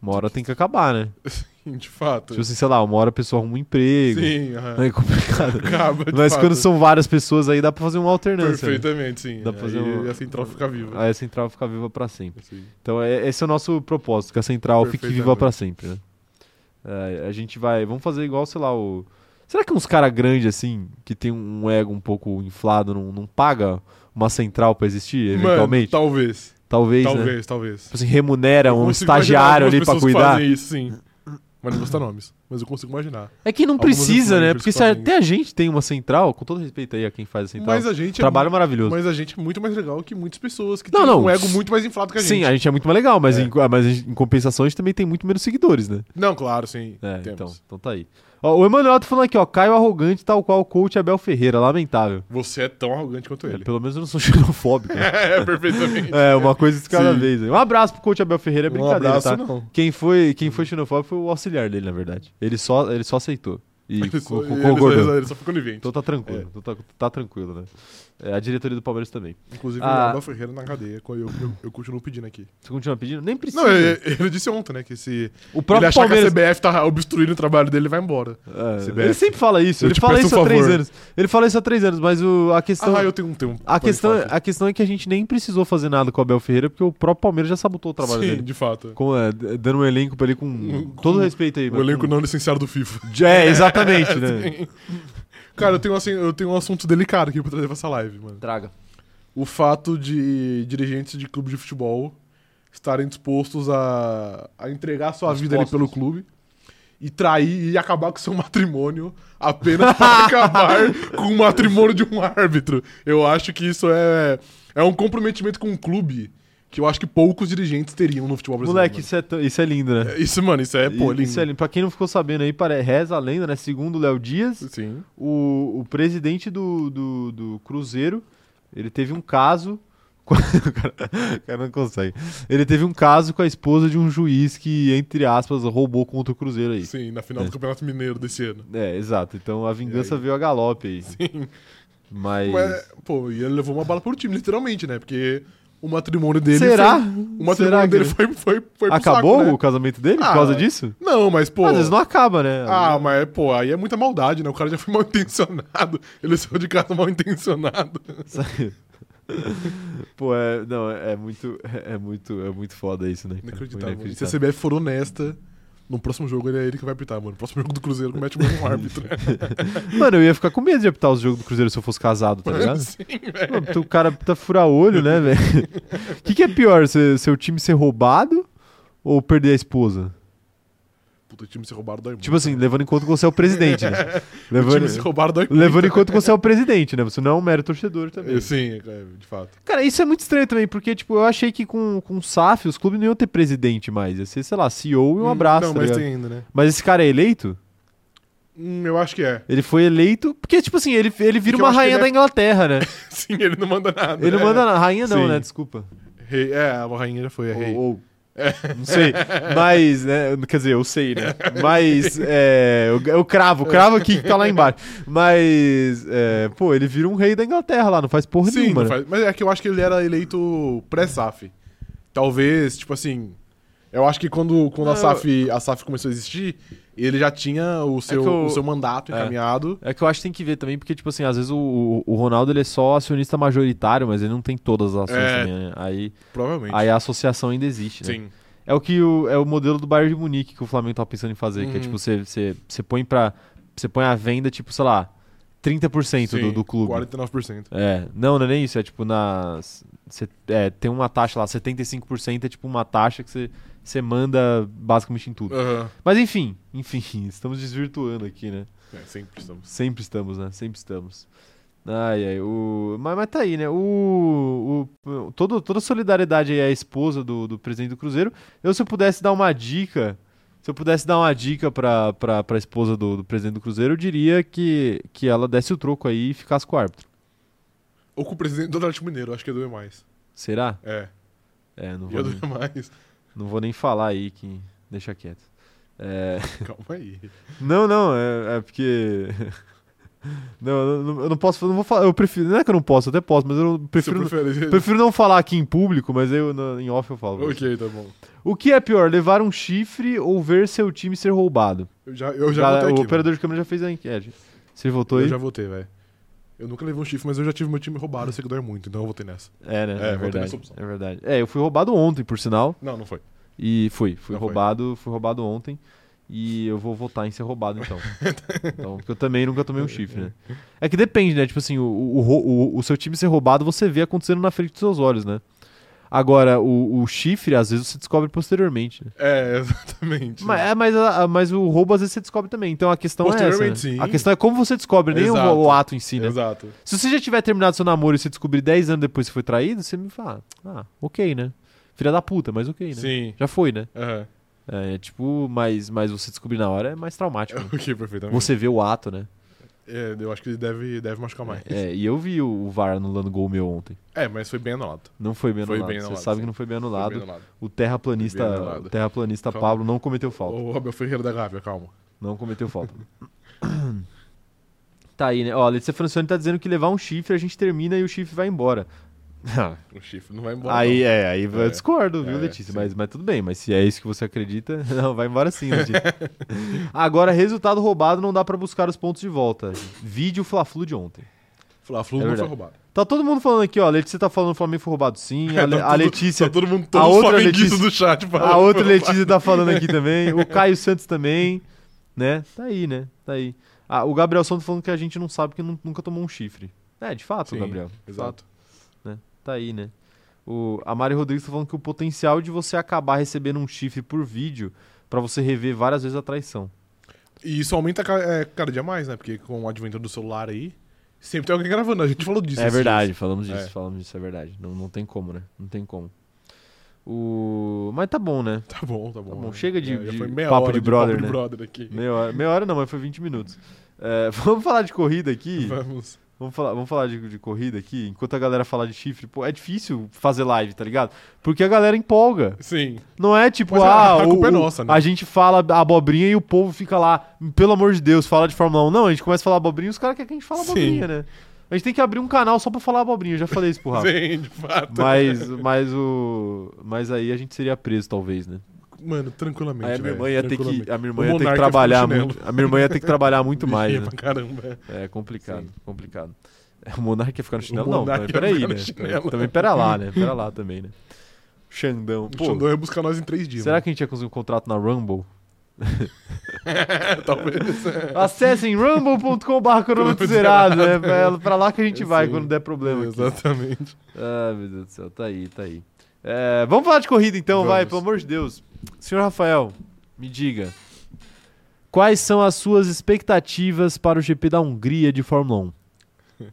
S1: Uma hora tem que acabar, né?
S2: De fato.
S1: Tipo assim, sei lá, uma hora a pessoa arruma um emprego.
S2: Sim, aham.
S1: É complicado.
S2: acaba. de
S1: Mas
S2: fato.
S1: quando são várias pessoas aí, dá pra fazer uma alternância. né?
S2: Perfeitamente, sim.
S1: Dá pra fazer
S2: Aí
S1: um-
S2: a central fica viva.
S1: Aí a central fica viva pra sempre.
S2: Assim.
S1: Então é, esse é o nosso propósito, que a central fique viva
S2: Perfeitamente.
S1: pra sempre, né? É, a gente vai, vamos fazer igual, sei lá, o Será que uns cara grande assim, que tem um ego um pouco inflado, não, não paga uma central pra existir
S2: Mano,
S1: eventualmente?
S2: talvez.
S1: talvez, né?
S2: Talvez, talvez.
S1: Tipo assim, remunera
S2: Eu
S1: um
S2: consigo imaginar
S1: estagiário ali
S2: algumas
S1: pra
S2: pessoas
S1: cuidar.
S2: Fazem isso, sim. Mas não vou citar nomes. Mas eu consigo imaginar.
S1: É que não
S2: Algumas
S1: precisa, né?
S2: influencers
S1: Porque se
S2: fazem
S1: até a gente tem uma central, com todo respeito aí a quem faz a central,
S2: mas a gente
S1: Então, trabalho
S2: é,
S1: maravilhoso.
S2: Mas a gente é muito mais legal que muitas pessoas que
S1: Não,
S2: têm
S1: não.
S2: um ego muito mais inflado que a gente.
S1: Sim, a gente é muito mais legal, mas,
S2: É.
S1: em, mas em compensação a gente também tem muito menos seguidores, né?
S2: Não, claro, sim.
S1: É,
S2: temos.
S1: então, então tá aí. Ó, o Emanuel tá falando aqui, ó. Caio arrogante, tal qual o coach Abel Ferreira. Lamentável.
S2: Você é tão arrogante quanto
S1: É,
S2: ele.
S1: pelo menos eu não sou xenofóbico. né?
S2: É, perfeitamente.
S1: é, uma coisa de cada
S2: Sim.
S1: vez. né? Um abraço pro coach Abel Ferreira, é
S2: um
S1: brincadeira,
S2: abraço,
S1: tá?
S2: não.
S1: Quem foi, quem foi xenofóbico foi o auxiliar dele, na verdade. Ele só, ele só aceitou. E
S2: Ele só, É.
S1: co- co-
S2: ele-
S1: concordou.
S2: ele só ficou nivente.
S1: Então tá tranquilo, então tá, tá tranquilo, né? É, a diretoria do Palmeiras também.
S2: Inclusive,
S1: Ah.
S2: o Abel Ferreira na cadeia. Eu, eu, eu continuo pedindo aqui.
S1: Você continua pedindo? Nem precisa.
S2: Não, ele, ele disse ontem, né? Que se
S1: o
S2: ele
S1: próprio
S2: achar
S1: Palmeiras.
S2: que a CBF tá obstruindo o trabalho dele, ele vai embora.
S1: É,
S2: CBF.
S1: ele sempre fala isso,
S2: Eu
S1: ele
S2: te
S1: fala
S2: peço
S1: isso
S2: um
S1: há três
S2: favor.
S1: anos. Ele fala isso há três anos, mas o, a questão.
S2: ah, eu tenho um tempo.
S1: Então, A questão, a questão é que a gente nem precisou fazer nada com o Abel Ferreira, porque o próprio Palmeiras já sabotou o trabalho
S2: Sim,
S1: dele.
S2: de fato.
S1: Com, é, d- dando um elenco pra ele com
S2: Um-
S1: todo
S2: com-
S1: respeito aí.
S2: O elenco
S1: com...
S2: não licenciado do FIFA.
S1: É, exatamente, né?
S2: Cara, eu tenho, assim, eu tenho um assunto delicado aqui pra trazer pra essa live, mano.
S1: Traga.
S2: O fato de dirigentes de clube de futebol estarem dispostos a, a entregar sua vida ali
S1: Dispostos.
S2: pelo clube e trair e acabar com seu matrimônio apenas para acabar com o matrimônio de um árbitro. Eu acho que isso é, é um comprometimento com o clube que eu acho que poucos dirigentes teriam no futebol brasileiro.
S1: Moleque,
S2: mano.
S1: isso é, tão- isso é lindo, né?
S2: É, isso, mano, isso é pô,
S1: I- Isso é
S2: lindo.
S1: lindo. Pra quem não ficou sabendo aí, pare... reza a lenda, né? Segundo o Léo Dias,
S2: Sim.
S1: o, o presidente do, do, do Cruzeiro, ele teve um caso. com- o, cara, o cara não consegue. Ele teve um caso com a esposa de um juiz que, entre aspas, roubou contra o Cruzeiro aí.
S2: Sim, na final do Campeonato Mineiro desse ano.
S1: É, exato. Então a vingança veio a galope aí. Sim. Mas.
S2: Mas, pô, e ele levou uma bala pro time, literalmente, né? Porque o matrimônio dele.
S1: Será?
S2: Foi, o matrimônio
S1: Será que-
S2: dele foi, foi, foi pro
S1: Acabou
S2: saco,
S1: o
S2: né?
S1: casamento dele por
S2: Ah,
S1: causa disso?
S2: Não, mas, pô.
S1: Às vezes não acaba, né?
S2: Ah, mas, pô, aí é muita maldade, né? O cara já foi mal intencionado. Ele saiu de casa mal intencionado.
S1: É Pô, é, não, é muito, é muito, é muito foda isso, né? cara?
S2: Inacreditável.
S1: Muito
S2: Se a CBF for honesta, no próximo jogo ele é ele que vai apitar, mano. No próximo jogo do Cruzeiro comete o mesmo árbitro. né?
S1: Mano, eu ia ficar com medo de apitar os jogos do Cruzeiro se eu fosse casado, tá ligado?
S2: Sim,
S1: Mano, tu- o cara tá furar olho, né, velho? O que, que é pior, se- seu time ser roubado ou perder a esposa?
S2: Puta, o time se roubaram dói muito.
S1: Tipo assim, levando em conta que você é o presidente, né?
S2: o
S1: Levando,
S2: time se roubaram dói muito.
S1: levando em conta que você é o presidente, né? Você não é um mero torcedor também.
S2: Sim, é, de fato.
S1: Cara, isso é muito estranho também, porque, tipo, eu achei que com, com o SAF os clubes não iam ter presidente mais. Ia ser, sei lá, CEO e um abraço,
S2: Hum, Não,
S1: tá
S2: mas
S1: ligado?
S2: tem ainda, né?
S1: Mas esse cara é eleito?
S2: Hum, eu acho que é.
S1: Ele foi eleito. Porque, tipo assim, ele, ele vira
S2: Porque eu
S1: uma
S2: acho que
S1: rainha
S2: ele é-
S1: da Inglaterra, né?
S2: Sim, ele não manda nada.
S1: Ele não
S2: É.
S1: manda nada. Rainha não,
S2: Sim.
S1: né? Desculpa.
S2: Rei, é, a rainha já foi, é rei.
S1: Ou, ou- Não sei. Mas, né? Quer dizer, eu sei, né? Mas. É, eu, eu cravo, cravo aqui que tá lá embaixo. Mas. é, pô, ele vira um rei da Inglaterra lá, não faz porra
S2: Sim,
S1: nenhuma.
S2: não
S1: né?
S2: faz- mas é que eu acho que ele era eleito pré-SAF. Talvez, tipo assim. Eu É acho que quando, quando
S1: Ah,
S2: a, SAF, a SAF começou a existir, ele já tinha o seu,
S1: que o-
S2: o seu mandato
S1: É.
S2: encaminhado.
S1: É que eu acho que tem que ver também, porque, tipo assim, às vezes o, o- o Ronaldo ele é só acionista majoritário, mas ele não tem todas as ações
S2: É.
S1: também, né? Aí,
S2: Provavelmente.
S1: aí a associação ainda existe, né?
S2: Sim.
S1: É o que o, é o modelo do Bayern de Munique que o Flamengo tá pensando em fazer, que é
S2: Uhum.
S1: tipo, você, você, você põe para Você põe à venda, tipo, sei lá, 30% do,
S2: sim,
S1: do clube.
S2: 49%.
S1: É, não, não é nem isso, é tipo na. cê- é, tem uma taxa lá, 75% é tipo uma taxa que você, você manda basicamente em tudo.
S2: Aham.
S1: Mas enfim, enfim, estamos desvirtuando aqui, né?
S2: É, sempre estamos.
S1: Sempre estamos, né? Sempre estamos. Ai, ai, o... mas, mas tá aí, né? O, o, todo, toda solidariedade aí à esposa do, do presidente do Cruzeiro. Eu, se eu pudesse dar uma dica, se eu pudesse dar uma dica pra, pra, pra esposa do, do presidente do Cruzeiro, eu diria que, que ela desse o troco aí e ficasse com o árbitro.
S2: Ou com o presidente do Atlético Mineiro, acho que ia doer mais.
S1: Será?
S2: É,
S1: É, não
S2: ia
S1: vou,
S2: doer mais.
S1: não vou nem falar aí que. Deixa quieto. É.
S2: Calma aí.
S1: Não, não, é, é porque. Não, eu não, eu não posso. Eu não vou falar. Eu prefiro. Não é que eu não posso, eu até posso, mas eu não- prefiro.
S2: Você prefere...
S1: Prefiro não falar aqui em público, mas eu na- em off eu falo.
S2: Ok, tá bom.
S1: O que é pior, levar um chifre ou ver seu time ser roubado?
S2: Eu já, eu já
S1: Galera,
S2: votei
S1: o
S2: aqui. né?
S1: operador de câmera já fez a enquete. Você votou
S2: mano.
S1: aí?
S2: Eu já votei, velho. Eu nunca levei um chifre, mas eu já tive meu time roubado, eu sei que dói muito, então eu votei nessa.
S1: É, né?
S2: É,
S1: É,
S2: votei
S1: verdade.
S2: nessa opção.
S1: É verdade. É, eu fui roubado ontem, por sinal.
S2: Não, não foi.
S1: E fui. Fui
S2: Não foi.
S1: roubado, fui roubado ontem. E eu vou votar em ser roubado, então. então. Porque eu também nunca tomei um chifre, né? É que depende, né? Tipo assim, o, o, ro- o, o seu time ser roubado, você vê acontecendo na frente dos seus olhos, né? Agora, o, o chifre, às vezes, você descobre posteriormente, né?
S2: É, exatamente.
S1: Mas, é, mas, a- a- mas o roubo às vezes você descobre também. Então a questão é essa. Né?
S2: Posteriormente, sim.
S1: A questão é como você descobre, nem o,
S2: Exato.
S1: o ato em si, né?
S2: Exato.
S1: Se você já tiver terminado seu namoro e você descobrir 10 anos depois que foi traído, você me fala, ah, ok, né? Filha da puta, mas ok, né?
S2: Sim.
S1: Já foi, né?
S2: Aham.
S1: É, é tipo, mas, mas você descobrir na hora é mais traumático. né?
S2: Ok, perfeitamente.
S1: Você vê o ato, né?
S2: É, eu acho que ele deve, deve machucar mais.
S1: É, e eu vi o o VAR anulando gol meu ontem.
S2: É, mas foi bem anulado.
S1: Não foi bem
S2: Foi
S1: anulado.
S2: bem
S1: você
S2: anulado,
S1: sabe
S2: sim.
S1: que não foi bem
S2: Foi
S1: anulado.
S2: bem anulado.
S1: O terraplanista,
S2: Foi um bem anulado.
S1: O terraplanista
S2: Calma.
S1: Pablo não cometeu falta.
S2: O Abel Ferreira da Gávea, calma.
S1: Não cometeu falta. tá aí, né? Ó, a Letícia Francione tá dizendo que levar um chifre, a gente termina e o chifre vai embora.
S2: O Um chifre não vai embora.
S1: aí, é, aí eu
S2: É.
S1: discordo, viu,
S2: É,
S1: Letícia?
S2: sim.
S1: Mas, mas tudo bem, mas se é isso que você acredita, não, vai embora sim, Letícia. Agora, resultado roubado não dá pra buscar os pontos de volta. Vídeo Fla-Flu de ontem.
S2: Fla Flu
S1: É
S2: não foi
S1: verdade.
S2: roubado.
S1: Tá todo mundo falando aqui, ó, a Letícia tá falando que o Flamengo foi roubado sim, a, Le-
S2: Tá
S1: a
S2: tudo-
S1: Letícia...
S2: Tá todo mundo
S1: a
S2: todo
S1: outra
S2: flamenguista
S1: Letícia-
S2: do chat tipo, falando.
S1: A outra
S2: Fla-Flu.
S1: Letícia tá falando aqui também. O Caio Santos também. Né? Tá aí, né? Tá aí. Ah, o Gabriel Santos falando que a gente não sabe que nu- nunca tomou um chifre. É, de fato,
S2: Sim,
S1: Gabriel. De fato,
S2: Exato.
S1: Tá aí, né? O, a Mari Rodrigues tá falando que o potencial de você acabar recebendo um chifre por vídeo pra você rever várias vezes a traição.
S2: E isso aumenta ca- é, cada dia mais, né? Porque com o advento do celular aí, sempre tem alguém gravando. A gente falou disso.
S1: é
S2: esses
S1: verdade, falamos disso,
S2: É.
S1: falamos disso, é verdade. Não, não tem como, né? Não tem como. O... Mas tá bom, né?
S2: dias. Tá bom, tá bom.
S1: bom, chega de-
S2: É, já
S1: de
S2: foi meia
S1: papo
S2: hora
S1: de brother,
S2: papo de
S1: né?
S2: brother aqui.
S1: Meia hora, meia hora não, mas foi 20 minutos. É, vamos falar de corrida aqui.
S2: Vamos.
S1: Vamos falar, vamos falar de, de corrida aqui, enquanto a galera fala de chifre, pô, é difícil fazer live, tá ligado? Porque a galera empolga.
S2: Sim.
S1: Não é tipo,
S2: Mas a-
S1: ah,
S2: a culpa
S1: o-
S2: é
S1: o-
S2: nossa, né?
S1: a gente fala abobrinha e o povo fica lá, pelo amor de Deus, fala de Fórmula 1. Não, a gente começa a falar abobrinha e os caras querem que a gente fale
S2: Sim.
S1: abobrinha, né? A gente tem que abrir um canal só pra falar abobrinha, eu já falei isso pro Rafa.
S2: Sim, de fato.
S1: Mas, mas o. Mas aí a gente seria preso, talvez, né?
S2: Mano, tranquilamente.
S1: Aí a minha
S2: velho,
S1: irmã ia ter que.
S2: tranquilamente.
S1: A minha irmã
S2: O
S1: ia ter que
S2: monarca
S1: trabalhar
S2: fica no
S1: muito. A minha irmã ia ter que trabalhar muito mais,
S2: Ia
S1: né?
S2: pra caramba.
S1: É complicado,
S2: Sim.
S1: complicado. É, O Monark ia ficar no
S2: O
S1: chinelo? Não,
S2: Monark
S1: mas
S2: ia
S1: peraí,
S2: ficar
S1: né?
S2: no chinelo.
S1: Também pera lá, né? Pera lá também, né? Xandão.
S2: O
S1: Pô,
S2: Xandão é ia buscar nós em três dias.
S1: será que a gente ia conseguir um contrato na Rumble?
S2: que É, talvez?
S1: Acessem rumble.com.br cronômetro zerado, né? É pra lá que a gente vai quando der problema aqui.
S2: Exatamente.
S1: Ah, meu Deus do céu, tá aí, tá aí. É, vamos falar de corrida então, vai,
S2: Vamos.
S1: pelo amor de Deus. Senhor Rafael, me diga. Quais são as suas expectativas para o GP da Hungria de Fórmula 1?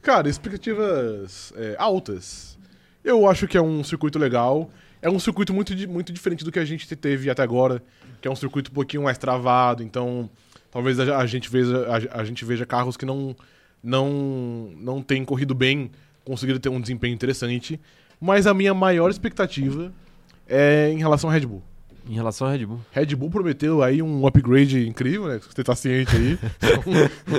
S2: Cara, expectativas é, altas. Eu acho que é um circuito legal. É um circuito muito, di- muito diferente do que a gente teve até agora, que é um circuito um pouquinho mais travado, então talvez a, a gente, veja, a, a gente veja carros que não, não, não têm corrido bem, conseguiram ter um desempenho interessante. Mas a minha maior expectativa é em relação à Red Bull.
S1: Em relação à Red Bull.
S2: Red Bull prometeu aí um upgrade incrível, né? Você tá ciente aí. Sou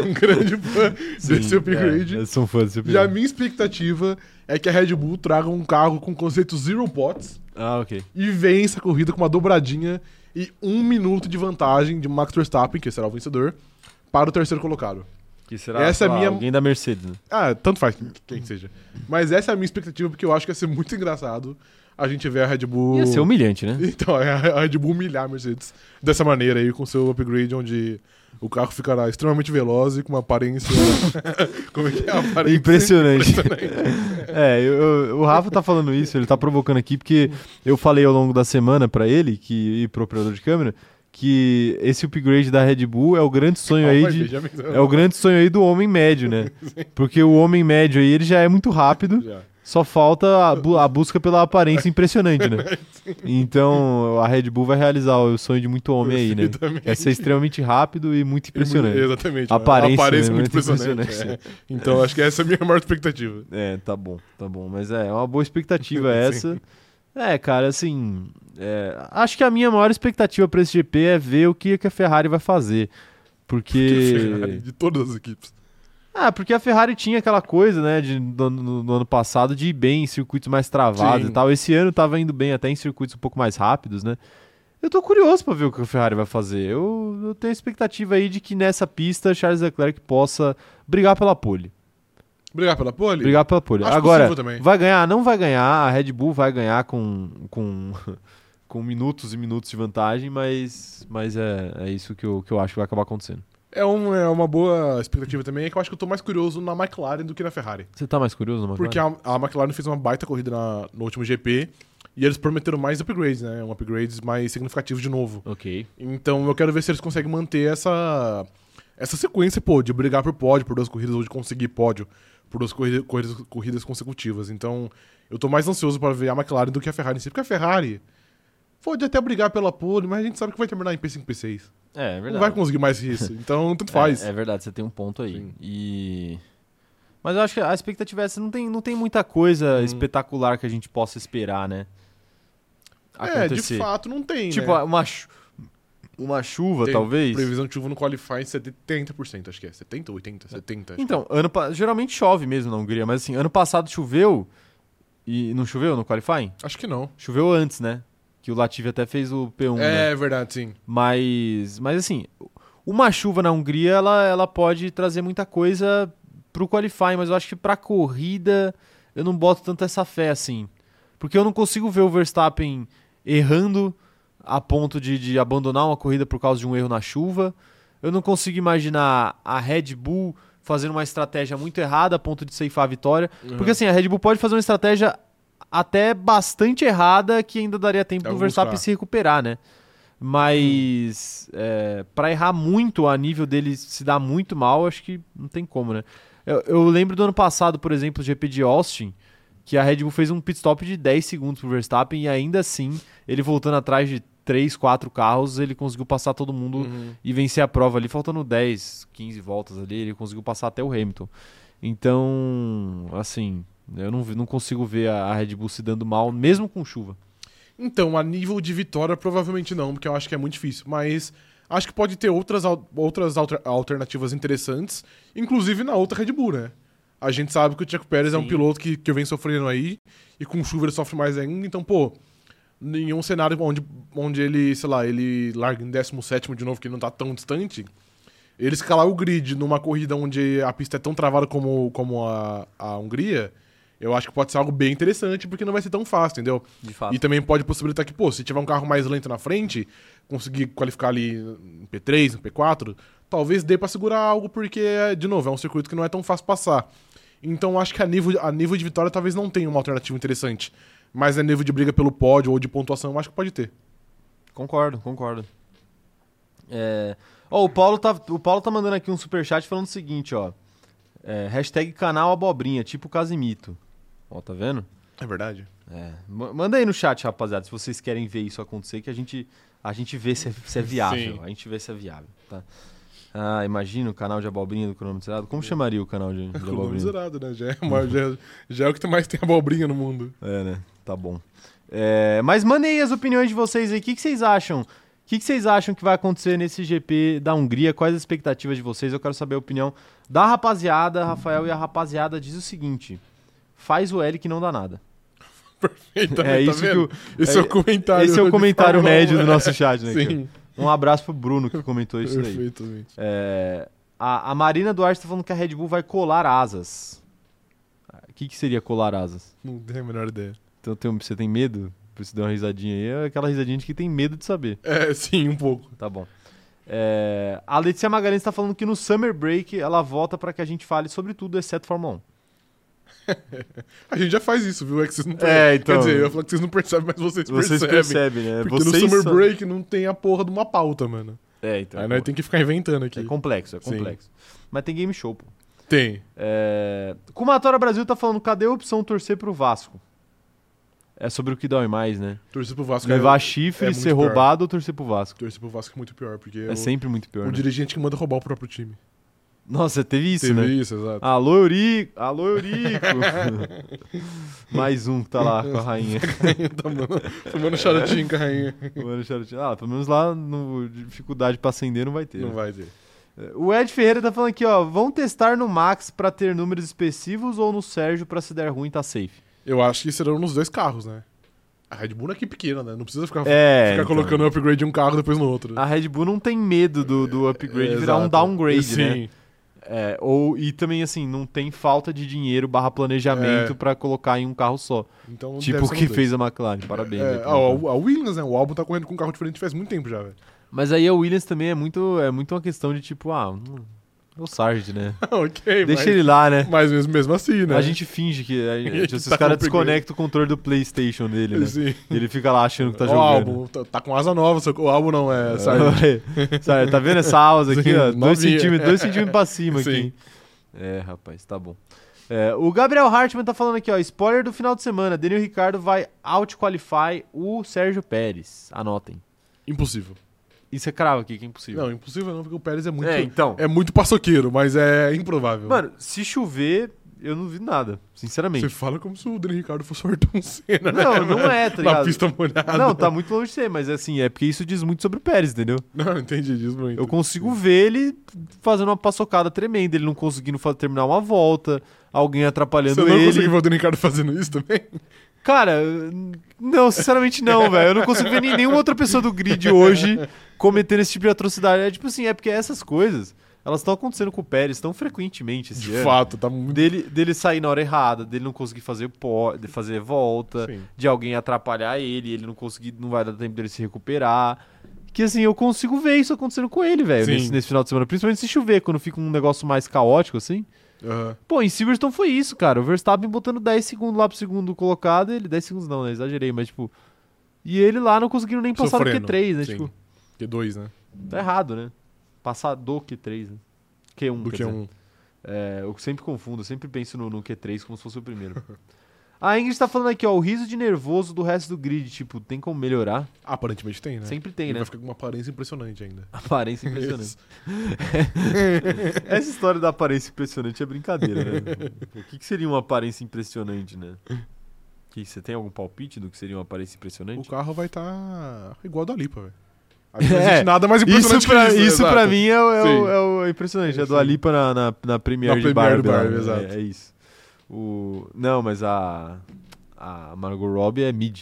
S2: um, um grande fã desse
S1: Sim,
S2: upgrade.
S1: é, eu sou um fã desse
S2: E a
S1: upgrade.
S2: minha expectativa é que a Red Bull traga um carro com conceito Zero Pots
S1: Ah, ok.
S2: e vença a corrida com uma dobradinha e um minuto de vantagem de Max Verstappen, que será o vencedor, para o terceiro colocado.
S1: Que será
S2: Essa é
S1: sei lá,
S2: minha-
S1: alguém da Mercedes. né?
S2: Ah, tanto faz quem- quem seja. Mas essa é a minha expectativa, porque eu acho que ia ser muito engraçado a gente ver a Red Bull.
S1: Ia ser humilhante, né?
S2: Então, é a Red Bull humilhar a Mercedes dessa maneira aí, com seu upgrade, onde o carro ficará extremamente veloz e com uma aparência. Como é que é a aparência?
S1: Impressionante. é, eu- eu- o Rafa tá falando isso, ele tá provocando aqui, porque eu falei ao longo da semana pra ele, que, e pro operador de câmera, que esse upgrade da Red Bull é o grande sonho
S2: Calma
S1: aí
S2: aí,
S1: de.
S2: Benjamin.
S1: É o grande sonho aí do homem médio, né? Porque o homem médio aí, ele já é muito rápido,
S2: Já.
S1: só falta a, bu- a busca pela aparência impressionante, né? Então, a Red Bull vai realizar o sonho de muito homem aí, né?
S2: Perfeitamente.
S1: É ser extremamente rápido e muito impressionante.
S2: Exatamente.
S1: Aparência,
S2: aparência é
S1: né?
S2: muito
S1: Muito
S2: impressionante.
S1: impressionante.
S2: é. Então, acho que essa é a minha maior expectativa.
S1: É, tá bom, tá bom. Mas é, é uma boa expectativa essa. É, cara, assim. é, acho que a minha maior expectativa pra esse GP é ver o que, que a Ferrari vai fazer. Porque.
S2: De todas as equipes.
S1: Ah, porque a Ferrari tinha aquela coisa, né, de, do- no, no ano passado de ir bem em circuitos mais travados
S2: Sim.
S1: e tal. Esse ano tava indo bem até em circuitos um pouco mais rápidos, né? Eu tô curioso pra ver o que a Ferrari vai fazer. Eu, eu tenho expectativa aí de que nessa pista Charles Leclerc possa brigar pela pole.
S2: Obrigado pela pole.
S1: Brigar pela pole.
S2: Acho
S1: Agora,
S2: possível também.
S1: vai ganhar, não vai ganhar. A Red Bull vai ganhar com, com, com minutos e minutos de vantagem, mas, mas é, é isso que eu, que eu acho que vai acabar acontecendo.
S2: É, um, é uma boa expectativa também, é que eu acho que eu tô mais curioso na McLaren do que na Ferrari.
S1: Você tá mais curioso, Marco?
S2: Porque a, a McLaren fez uma baita corrida na- no último GP e eles prometeram mais upgrades, né? Um upgrades mais significativo de novo.
S1: Ok.
S2: Então eu quero ver se eles conseguem manter essa, essa sequência, pô, de brigar por pódio, por duas corridas, ou de conseguir pódio por duas corrida- corridas, corridas consecutivas. Então eu tô mais ansioso para ver a McLaren do que a Ferrari em si, porque a Ferrari pode até brigar pela pole, mas a gente sabe que vai terminar em P5, P6.
S1: É, é verdade.
S2: Não vai conseguir mais que isso. Então tanto faz.
S1: É, é verdade, você tem um ponto aí.
S2: Sim.
S1: E. Mas eu acho que a expectativa é essa, não tem, não tem muita coisa espetacular que a gente possa esperar, né?
S2: É,
S1: Acontecer.
S2: de fato não tem,
S1: tipo,
S2: né?
S1: uma, chu- uma chuva,
S2: Tem
S1: talvez.
S2: Previsão de chuva no Qualify em 70%, acho que é. 70, 80, 70. acho é.
S1: Então, ano pa- geralmente chove mesmo na Hungria, mas assim, ano passado choveu e não choveu no qualifying?
S2: que- Acho que não.
S1: Choveu antes, né? Que o Latifi até fez o P1, né?
S2: É, verdade, sim.
S1: Mas, mas assim, uma chuva na Hungria, ela, ela pode trazer muita coisa pro qualifying, mas eu acho que pra corrida eu não boto tanto essa fé assim. Porque eu não consigo ver o Verstappen errando a ponto de, de abandonar uma corrida por causa de um erro na chuva. Eu não consigo imaginar a Red Bull fazendo uma estratégia muito errada a ponto de ceifar a vitória. Porque assim, a Red Bull pode fazer uma estratégia até bastante errada que ainda daria tempo do
S2: Alguns
S1: Verstappen
S2: lá.
S1: se recuperar, né? Mas é, para errar muito a nível dele se dar muito mal, acho que não tem como, né? Eu, eu lembro do ano passado, por exemplo, o GP de Austin, que a Red Bull fez um pit stop de 10 segundos pro Verstappen e ainda assim, ele voltando atrás de 3, 4 carros, ele conseguiu passar todo mundo
S2: Uhum.
S1: e vencer a prova ali, faltando 10, 15 voltas ali, ele conseguiu passar até o Hamilton. Então, assim, eu não, vi- não consigo ver a, a Red Bull se dando mal, mesmo com chuva.
S2: Então, a nível de vitória, provavelmente não, porque eu acho que é muito difícil. Mas acho que pode ter outras, al- outras alter- alternativas interessantes, inclusive na outra Red Bull, né? A gente sabe que o Checo Pérez é um
S1: Sim.
S2: piloto que, que vem sofrendo aí, e com chuva ele sofre mais ainda, então, pô, nenhum cenário onde, onde ele, sei lá, ele larga em 17 de novo, que não tá tão distante. Ele escalar o grid numa corrida onde a pista é tão travada como, como a, a Hungria, eu acho que pode ser algo bem interessante, porque não vai ser tão fácil, entendeu?
S1: De fato.
S2: E também pode possibilitar que, pô, se tiver um carro mais lento na frente, conseguir qualificar ali em P3, em P4, talvez dê pra segurar algo, porque, de novo, é um circuito que não é tão fácil passar. Então acho que a nível, a nível de vitória talvez não tenha uma alternativa interessante. Mas a nível de briga pelo pódio ou de pontuação, eu acho que pode ter.
S1: Concordo, concordo. É, ó, o, Paulo tá, o Paulo tá mandando aqui um superchat falando o seguinte, ó. É, hashtag canal abobrinha, tipo Casimito. Ó, tá vendo?
S2: É verdade.
S1: É, ma- manda aí no chat, rapaziada, se vocês querem ver isso acontecer, que a gente, a gente vê se é, se é viável.
S2: Sim.
S1: A gente vê se é viável, tá? Ah, imagina o canal de abobrinha do cronômetro zerado. Como chamaria o canal de, de
S2: Coluna
S1: abobrinha?
S2: miserável, né? Já é, o maior- já- já é o que mais tem abobrinha no mundo.
S1: É, né? Tá bom. É, mas mandem aí as opiniões de vocês aí. O que, que vocês acham? O que, que vocês acham que vai acontecer nesse GP da Hungria? Quais as expectativas de vocês? Eu quero saber a opinião da rapaziada, Rafael. E a rapaziada diz o seguinte: faz o L que não dá nada.
S2: Perfeitamente,
S1: É isso
S2: tá vendo?
S1: que
S2: Esse é, o comentário.
S1: Esse é o
S2: de
S1: comentário
S2: Fórmula
S1: médio
S2: 1,
S1: do
S2: é.
S1: nosso chat, né? cara?
S2: Sim,
S1: Um abraço pro Bruno que comentou isso daí.
S2: perfeitamente.
S1: É, a, a Marina Duarte tá falando que a Red Bull vai colar asas. Ah, O que, que seria colar asas?
S2: Não tem a menor ideia.
S1: Então tem- você tem medo? Por isso deu uma risadinha aí. É aquela risadinha de que tem medo de saber.
S2: É, sim, um pouco.
S1: Tá bom. É, a Letícia Magalhães tá falando que no Summer Break ela volta pra que a gente fale sobre tudo, exceto Fórmula 1.
S2: A gente já faz isso, viu? É que vocês não
S1: É, então.
S2: Quer dizer, eu ia falar que vocês não percebem, mas vocês, percebem.
S1: né?
S2: Porque no Summer Break não tem a porra de uma pauta, mano.
S1: É, então.
S2: Aí nós temos que ficar inventando aqui.
S1: É complexo, é
S2: Sim.
S1: complexo. Mas tem game show, pô.
S2: Tem.
S1: É... Kumatora Brasil tá falando, cadê a opção torcer pro Vasco? É sobre o que dói mais, né?
S2: Torcer pro Vasco
S1: Levar
S2: é...
S1: chifre,
S2: é muito
S1: ser
S2: pior.
S1: roubado ou torcer pro Vasco?
S2: Torcer pro Vasco é muito pior, porque
S1: É
S2: o,
S1: sempre muito pior.
S2: o
S1: né?
S2: dirigente que manda roubar o próprio time.
S1: Nossa, teve isso,
S2: Teve
S1: né?
S2: isso, exato.
S1: Alô, Eurico! Alô, Eurico! Mais um que tá lá com a rainha.
S2: tá mano, tomando charadinho com a rainha.
S1: O Ana Charutinho. Ah, pelo menos lá no, dificuldade pra acender não vai ter.
S2: Não
S1: né?
S2: vai ter.
S1: É, O Ed Ferreira tá falando aqui, ó. Vão testar no Max pra ter números expressivos ou no Sérgio pra se der ruim tá safe?
S2: Eu acho que serão nos dois carros, né? A Red Bull é aqui pequena, né? Não precisa ficar,
S1: É,
S2: ficar
S1: então.
S2: colocando o upgrade de um carro depois no outro. né?
S1: A Red Bull não tem medo do, do upgrade
S2: É,
S1: virar um
S2: exato.
S1: downgrade, né?
S2: Sim.
S1: É, ou, e também, assim, não tem falta de dinheiro barra planejamento
S2: É.
S1: pra colocar em um carro só.
S2: Então,
S1: tipo
S2: deve
S1: o
S2: ser
S1: que
S2: nos dois.
S1: fez a McLaren. Parabéns.
S2: É,
S1: né,
S2: a, a Williams, né? O álbum tá correndo com um carro diferente faz muito tempo já, velho.
S1: Mas aí a Williams também é muito, é muito uma questão de tipo, ah, hum, é o Sarge, né?
S2: ok,
S1: Deixa
S2: mas,
S1: ele lá, né?
S2: mas mesmo, mesmo assim, né?
S1: A gente finge que. A gente,
S2: gente
S1: os
S2: tá
S1: caras
S2: com o
S1: desconectam o controle do PlayStation dele, né?
S2: Sim.
S1: Ele fica lá achando que tá
S2: Ó,
S1: jogando.
S2: o álbum, tá, tá com asa nova, só que o álbum não é, sabe?
S1: É. Sabe, tá vendo essa alça aqui,
S2: Sim,
S1: ó? Dois
S2: novinha.
S1: centímetros, dois centímetros pra cima
S2: Sim.
S1: aqui. hein? É, rapaz, tá bom. É, o Gabriel Hartmann tá falando aqui, ó. Spoiler do final de semana. Daniel Ricardo vai out-qualify o Sérgio Pérez. Anotem.
S2: Impossível.
S1: Isso é cravo aqui, que é impossível.
S2: Não, impossível não, porque o Pérez é muito,
S1: É,
S2: é,
S1: então.
S2: muito paçoqueiro, mas é improvável.
S1: Mano, se chover, eu não vi nada,
S2: você
S1: sinceramente.
S2: fala como se o Daniel Ricardo fosse o Ayrton Senna, né?
S1: Não, não
S2: mano?
S1: é, tá
S2: Na
S1: ligado?
S2: pista molhada.
S1: Não, tá muito longe de ser, mas assim, é porque isso diz muito sobre o Pérez, entendeu?
S2: Não, entendi disso muito.
S1: Eu consigo ver ele fazendo uma paçocada tremenda, ele não conseguindo fa- terminar uma volta, alguém
S2: Você
S1: atrapalhando
S2: não
S1: ele.
S2: consegue ver o Daniel Ricardo fazendo isso também?
S1: Cara, não, sinceramente não, velho. Eu não consigo ver nem- nenhuma outra pessoa do grid hoje cometendo esse tipo de atrocidade. É tipo assim, é porque essas coisas, elas estão acontecendo com o Pérez tão frequentemente esse
S2: De
S1: ano.
S2: fato, tá muito...
S1: Dele, dele sair na hora errada, dele não conseguir fazer pó, de fazer volta,
S2: Sim.
S1: de alguém atrapalhar ele, ele não conseguir, não vai dar tempo dele se recuperar. Que assim, eu consigo ver isso acontecendo com ele, velho,
S2: Sim.
S1: nesse, nesse final de semana. Principalmente se chover, quando fica um negócio mais caótico, assim.
S2: Aham.
S1: Pô, em Silverstone foi isso, cara. O Verstappen botando 10 segundos lá pro segundo colocado, ele 10 segundos não, né? Exagerei, mas tipo. E ele lá não conseguindo nem passar
S2: Sofrendo.
S1: do Q3, né?
S2: Sim.
S1: Tipo,
S2: Q2, né?
S1: tá errado, né? Passar do Q3, né? Q1,
S2: Do
S1: quer dizer.
S2: Q1.
S1: É, eu sempre confundo, eu sempre penso no, no Q3 como se fosse o primeiro. A Ingrid tá falando aqui, ó, o riso de nervoso do resto do grid, tipo, tem como melhorar?
S2: Aparentemente tem, né?
S1: Sempre tem,
S2: Ele
S1: né?
S2: vai ficar com uma aparência impressionante ainda.
S1: Aparência impressionante. Essa história da aparência impressionante é brincadeira, né? O que, que seria uma aparência impressionante, né? Que, você tem algum palpite do que seria uma aparência
S2: O
S1: impressionante?
S2: carro vai tá igual da Lipa, velho. Acho que Não
S1: É.
S2: existe nada mais impressionante
S1: Isso pra,
S2: que isso.
S1: isso
S2: né? exato.
S1: pra mim é, o- é o,
S2: Sim.
S1: é o impressionante. É do
S2: Sim.
S1: Alipa na, na, na Premiere
S2: Na
S1: de Barbie.
S2: Premiere de
S1: lá,
S2: Barbie,
S1: né?
S2: exato.
S1: É, é isso. O... Não, mas a, a Margot Robbie é mid.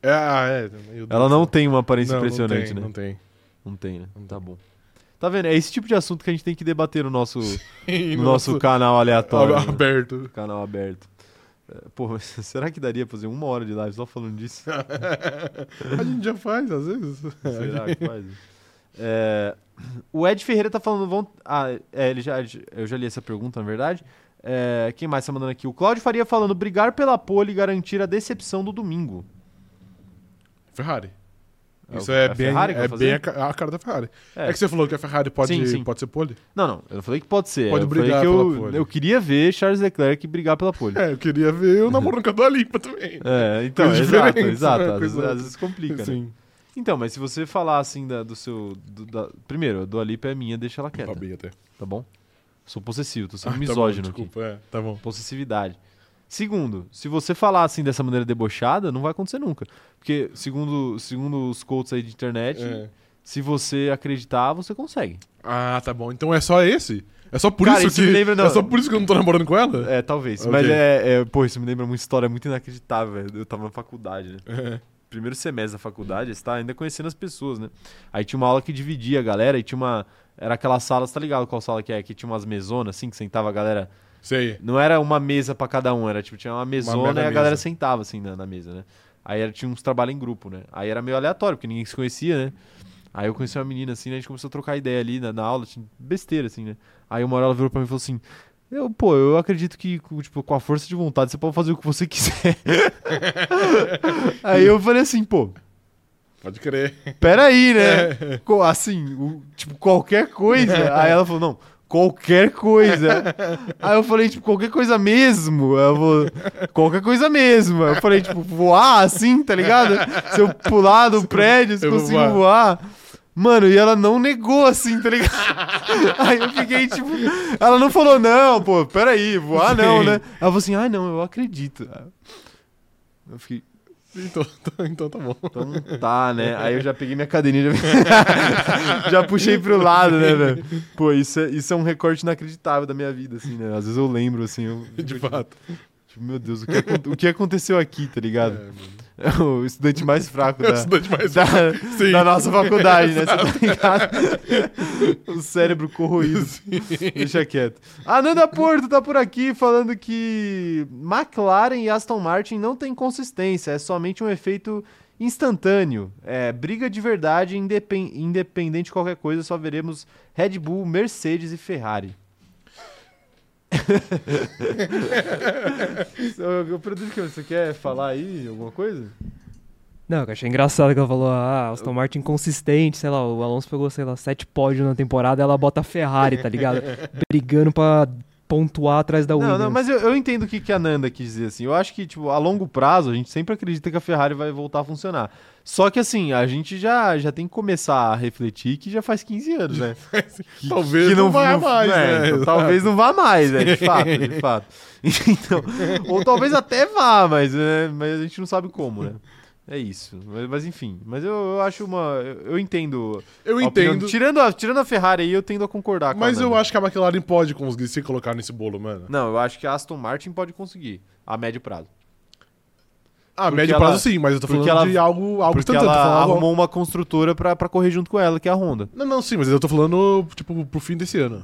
S2: É, ah, é. meu Deus.
S1: Ela não tem uma aparência
S2: Não, não
S1: impressionante,
S2: tem,
S1: né?
S2: Não tem.
S1: Não tem, né?
S2: Não
S1: Tá bom. Tá vendo? É esse tipo de assunto que a gente tem que debater no nosso,
S2: E
S1: no nosso canal aleatório.
S2: ab-
S1: né?
S2: aberto.
S1: Canal aberto. É, Pô, mas será que daria pra fazer uma hora de live só falando disso?
S2: a gente já faz, às vezes.
S1: Será que faz? É, o Ed Ferreira tá falando. Vão, ah, é, ele já, eu já li essa pergunta, na verdade. É, quem mais tá mandando aqui? O Cláudio Faria falando: brigar pela pole e garantir a decepção do domingo.
S2: Ferrari. Isso
S1: o-
S2: é,
S1: a
S2: bem,
S1: Ferrari que
S2: é
S1: vai
S2: bem
S1: fazer?
S2: a, ca- a cara da Ferrari.
S1: É.
S2: É. que você falou que a Ferrari pode,
S1: Sim, sim.
S2: pode ser pole?
S1: Não, não, eu não falei que pode ser.
S2: Pode
S1: eu falei
S2: brigar
S1: que
S2: pela
S1: eu,
S2: pole.
S1: eu queria ver Charles Leclerc brigar pela pole.
S2: É, eu queria ver o namorando com a Dua Lipa também.
S1: É, então,
S2: Coisas
S1: exato,
S2: diferentes,
S1: exato.
S2: né?
S1: Às,
S2: Coisas-
S1: às vezes complica, né?
S2: Sim.
S1: Então, mas se você falar assim da- do seu. do- da- primeiro, a Dua Lipa é minha, deixa ela quieta.
S2: Babei até.
S1: Tá bom? Sou possessivo, tô
S2: Ah, tá
S1: sendo
S2: bom,
S1: misógino aqui.
S2: Desculpa, é, tá bom.
S1: Possessividade. Segundo, se você falar assim dessa maneira debochada, não vai acontecer nunca. Porque, segundo, segundo os quotes aí de internet,
S2: É.
S1: Se você acreditar, você consegue.
S2: Ah, tá bom. Então é só esse? É só por
S1: Cara,
S2: isso
S1: isso
S2: que.
S1: me lembra da-
S2: É só por isso que eu não tô namorando com ela?
S1: É, talvez.
S2: Ok.
S1: Mas é, é- Pô, isso me lembra uma história muito inacreditável, velho. Eu tava na faculdade, né?
S2: É.
S1: Primeiro semestre da faculdade, você tá ainda conhecendo as pessoas, né? Aí tinha uma aula que dividia a galera e tinha uma. Era aquela sala, você tá ligado qual sala que é? Que tinha umas mesonas, assim, que sentava a galera.
S2: Sei.
S1: Não era uma mesa pra cada um, era tipo, tinha uma mesona e
S2: mega
S1: a galera
S2: mesa.
S1: sentava, assim, na, na mesa, né? Aí era, tinha uns trabalhos em grupo, né? Aí era meio aleatório, porque ninguém se conhecia, né? Aí eu conheci uma menina, assim, né? a gente começou a trocar ideia ali na, na aula, tipo, besteira, assim, né? Aí uma hora ela virou pra mim e falou assim. Eu, pô, eu acredito que, com- tipo, com a força de vontade, você pode fazer o que você quiser. Aí eu falei assim, pô,
S2: Pode crer.
S1: peraí, né?
S2: É.
S1: Co- Assim, o- tipo, qualquer coisa. Aí ela falou, não, qualquer coisa. Aí eu falei, tipo, qualquer coisa mesmo. Ela falou, qualquer coisa mesmo. Eu falei, tipo, voar assim, tá ligado? Se eu pular do prédio, se
S2: eu
S1: eu
S2: vou
S1: consigo
S2: voar.
S1: voar. Mano, e ela não negou assim, tá ligado? Aí eu fiquei tipo. Ela não falou, não, pô, peraí, voar não,
S2: Sim.
S1: né? Ela falou assim, ah, não, eu acredito. Eu fiquei,
S2: Então, então- então tá bom.
S1: então tá, né? Aí eu já peguei minha cadeirinha, já, já puxei pro lado, né, velho? Pô, isso é, isso é um recorte inacreditável da minha vida, assim, né? Às vezes eu lembro, assim, eu,
S2: De fato.
S1: tipo, meu Deus, o que, acon- o que aconteceu aqui, tá ligado?
S2: É, mano.
S1: É o estudante mais fraco
S2: É o
S1: da,
S2: estudante mais.
S1: da,
S2: Sim.
S1: da nossa faculdade, né? Você tá ligado? o cérebro corroído. Deixa quieto. A Nanda Porto tá por aqui falando que McLaren e Aston Martin não têm consistência, é somente um efeito instantâneo. É briga de verdade, indepen- independente de qualquer coisa, só veremos Red Bull, Mercedes e Ferrari. Ô, ô, Produto que você quer falar aí alguma coisa?
S3: Não, eu achei engraçado que ela falou, ah, Aston Martin inconsistente, sei lá, o Alonso pegou, sei lá, sete pódios na temporada, ela bota a Ferrari, tá ligado? Brigando pra pontuar atrás da
S1: Não,
S3: Williams.
S1: não, mas eu, eu entendo o que, que a Nanda quis dizer, assim. Eu acho que, tipo, a longo prazo, a gente sempre acredita que a Ferrari vai voltar a funcionar. Só que, assim, a gente já, já tem que começar a refletir que já faz 15 anos, né? Que-
S2: Talvez não vá mais, né?
S1: então,
S2: Exato.
S1: talvez não vá mais, né? De fato, de fato. Então, ou talvez até vá, mas, né, mas a gente não sabe como, né? É isso. Mas, mas, enfim, mas eu, eu acho uma... Eu, eu entendo.
S2: Eu
S1: a opinião-
S2: entendo.
S1: Tirando a, tirando a Ferrari aí, eu tendo a concordar com a
S2: Mas eu
S1: Nanda.
S2: acho que a McLaren pode conseguir se colocar nesse bolo, mano.
S1: Não, eu acho que a Aston Martin pode conseguir, a médio prazo.
S2: Ah,
S1: Porque
S2: médio
S1: ela-
S2: prazo sim, mas eu tô
S1: porque
S2: falando
S1: ela-
S2: de algo, algo
S1: Porque
S2: instantâneo.
S1: ela
S2: tô falando algo-
S1: arrumou uma construtora pra, pra correr junto com ela, que é a Honda.
S2: Não, não, sim, mas eu tô falando, tipo, pro fim desse ano.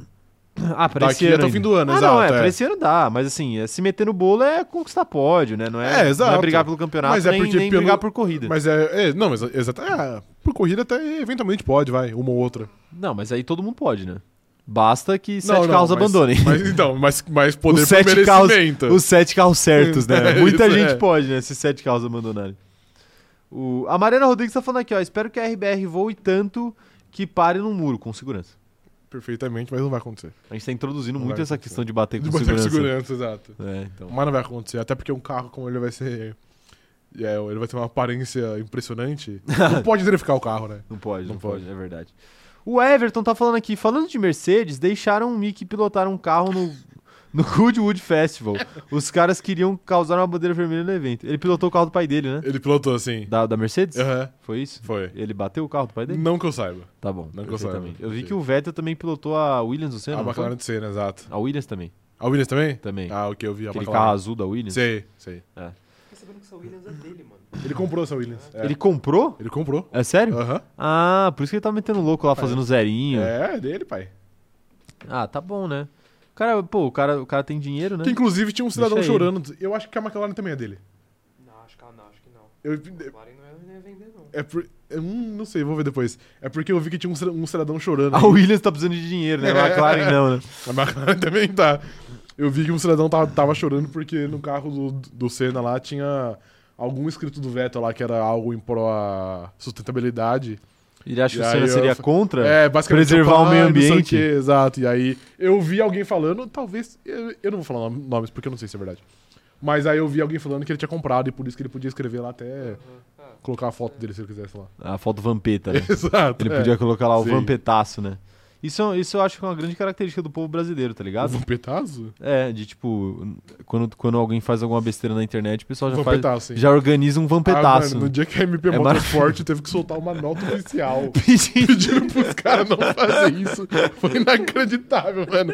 S1: Ah, pra
S2: Daqui até o fim do ano,
S1: ah,
S2: exato.
S1: não, é,
S2: é.
S1: pra esse ano dá, mas assim, é, se meter no bolo é conquistar pódio, né? Não é,
S2: É,
S1: Não
S2: exato.
S1: é brigar pelo campeonato,
S2: Mas é
S1: nem,
S2: porque
S1: nem
S2: pelo-
S1: brigar por corrida.
S2: Mas é, é, Não, mas exato. É, por corrida até eventualmente pode, vai, uma ou outra.
S1: Não, mas aí todo mundo pode, né? Basta que sete
S2: não, não,
S1: carros
S2: mas-
S1: abandonem.
S2: Mas então, mas, mas poder
S1: os,
S2: por
S1: sete carros,
S2: merecimento.
S1: os sete carros certos, né?
S2: É,
S1: Muita
S2: isso
S1: gente
S2: é.
S1: pode, né? Esses sete carros abandonarem. O... A Mariana Rodrigues tá falando aqui, ó. Espero que a RBR voe tanto que pare num muro, com segurança.
S2: Perfeitamente, mas não vai acontecer.
S1: A gente tá introduzindo
S2: Não
S1: muito
S2: vai
S1: essa
S2: acontecer.
S1: questão de bater com
S2: De bater com
S1: segurança.
S2: segurança, exato.
S1: É, então.
S2: Mas não vai acontecer, até porque um carro como ele vai ser. é, ele vai ter uma aparência impressionante. não pode danificar o carro, né?
S1: Não pode, não,
S2: Não
S1: pode.
S2: pode.
S1: é verdade. O Everton tá falando aqui, falando de Mercedes, deixaram o Mickey pilotar um carro no, no Goodwood Festival. Os caras queriam causar uma bandeira vermelha no evento. Ele pilotou o carro do pai dele, né?
S2: Ele pilotou assim.
S1: Da, da Mercedes?
S2: Aham,
S1: Foi isso?
S2: foi.
S1: Ele bateu o carro do pai dele?
S2: Não que eu saiba.
S1: Tá bom,
S2: Não que eu saiba.
S1: perfeitamente. Eu vi
S2: Sim.
S1: que o Vettel também pilotou a Williams, não sei,
S2: A
S1: não foi?
S2: McLaren de Senna, exato.
S1: A Williams também,
S2: A Williams também?
S1: também.
S2: Ah, ok, eu vi a
S1: Aquele carro
S2: McLaren.
S1: azul da Williams.
S2: Sei, sei.
S3: sabendo que essa Williams é dele, mano.
S2: Ele comprou essa Williams. É.
S1: Ele comprou?
S2: Ele comprou.
S1: É sério?
S2: Aham.
S1: Ah, por isso que ele tá metendo louco lá, fazendo zerinho.
S2: É, é dele, pai.
S1: Ah, tá bom, né? O cara, pô, o cara, o cara tem dinheiro, né?
S2: Que inclusive tinha um cidadão
S1: Deixa ele.
S2: chorando. Eu acho que a McLaren também é dele.
S3: Não, acho que não, acho que não.
S2: Eu,
S3: McLaren não ia vender, não.
S2: é por, eu não não sei, vou ver depois. É porque eu vi que tinha um, cida- um cidadão chorando.
S1: A Williams tá precisando de dinheiro,
S2: É.
S1: né? A McLaren não, né?
S2: A McLaren também tá. Eu vi que um cidadão tava, tava chorando porque no carro do, do Senna lá tinha algum escrito do Vettel lá que era algo em pró à sustentabilidade.
S1: Ele acha que
S2: E
S1: o
S2: aí
S1: Senna
S2: eu
S1: seria
S2: fa-
S1: contra?
S2: É, basicamente.
S1: Preservar
S2: eu
S1: o meio
S2: "Ah, não sei
S1: ambiente."
S2: quê, exato. E aí eu vi alguém falando, talvez. Eu, eu não vou falar nome- nomes porque eu não sei se é verdade. Mas aí eu vi alguém falando que ele tinha comprado e por isso que ele podia escrever lá até colocar a foto dele se ele quisesse lá.
S1: A foto Vampeta, né?
S2: Exato.
S1: Ele
S2: é.
S1: podia colocar lá o
S2: Sim.
S1: Vampetaço, né? Isso, isso eu acho que é uma grande característica do povo brasileiro, tá
S2: Uhum. Um
S1: ligado?
S2: Vampetazo?
S1: É, de tipo, quando, quando alguém faz alguma besteira na internet, o pessoal já faz.
S2: Vampetazo, sim.
S1: Já organiza um
S2: Ah,
S1: vampetaço.
S2: mano, no dia que a MP
S1: É
S2: Motorsport teve que soltar uma nota oficial
S1: Pedindo-
S2: pedindo pros caras não fazerem isso, foi inacreditável, mano.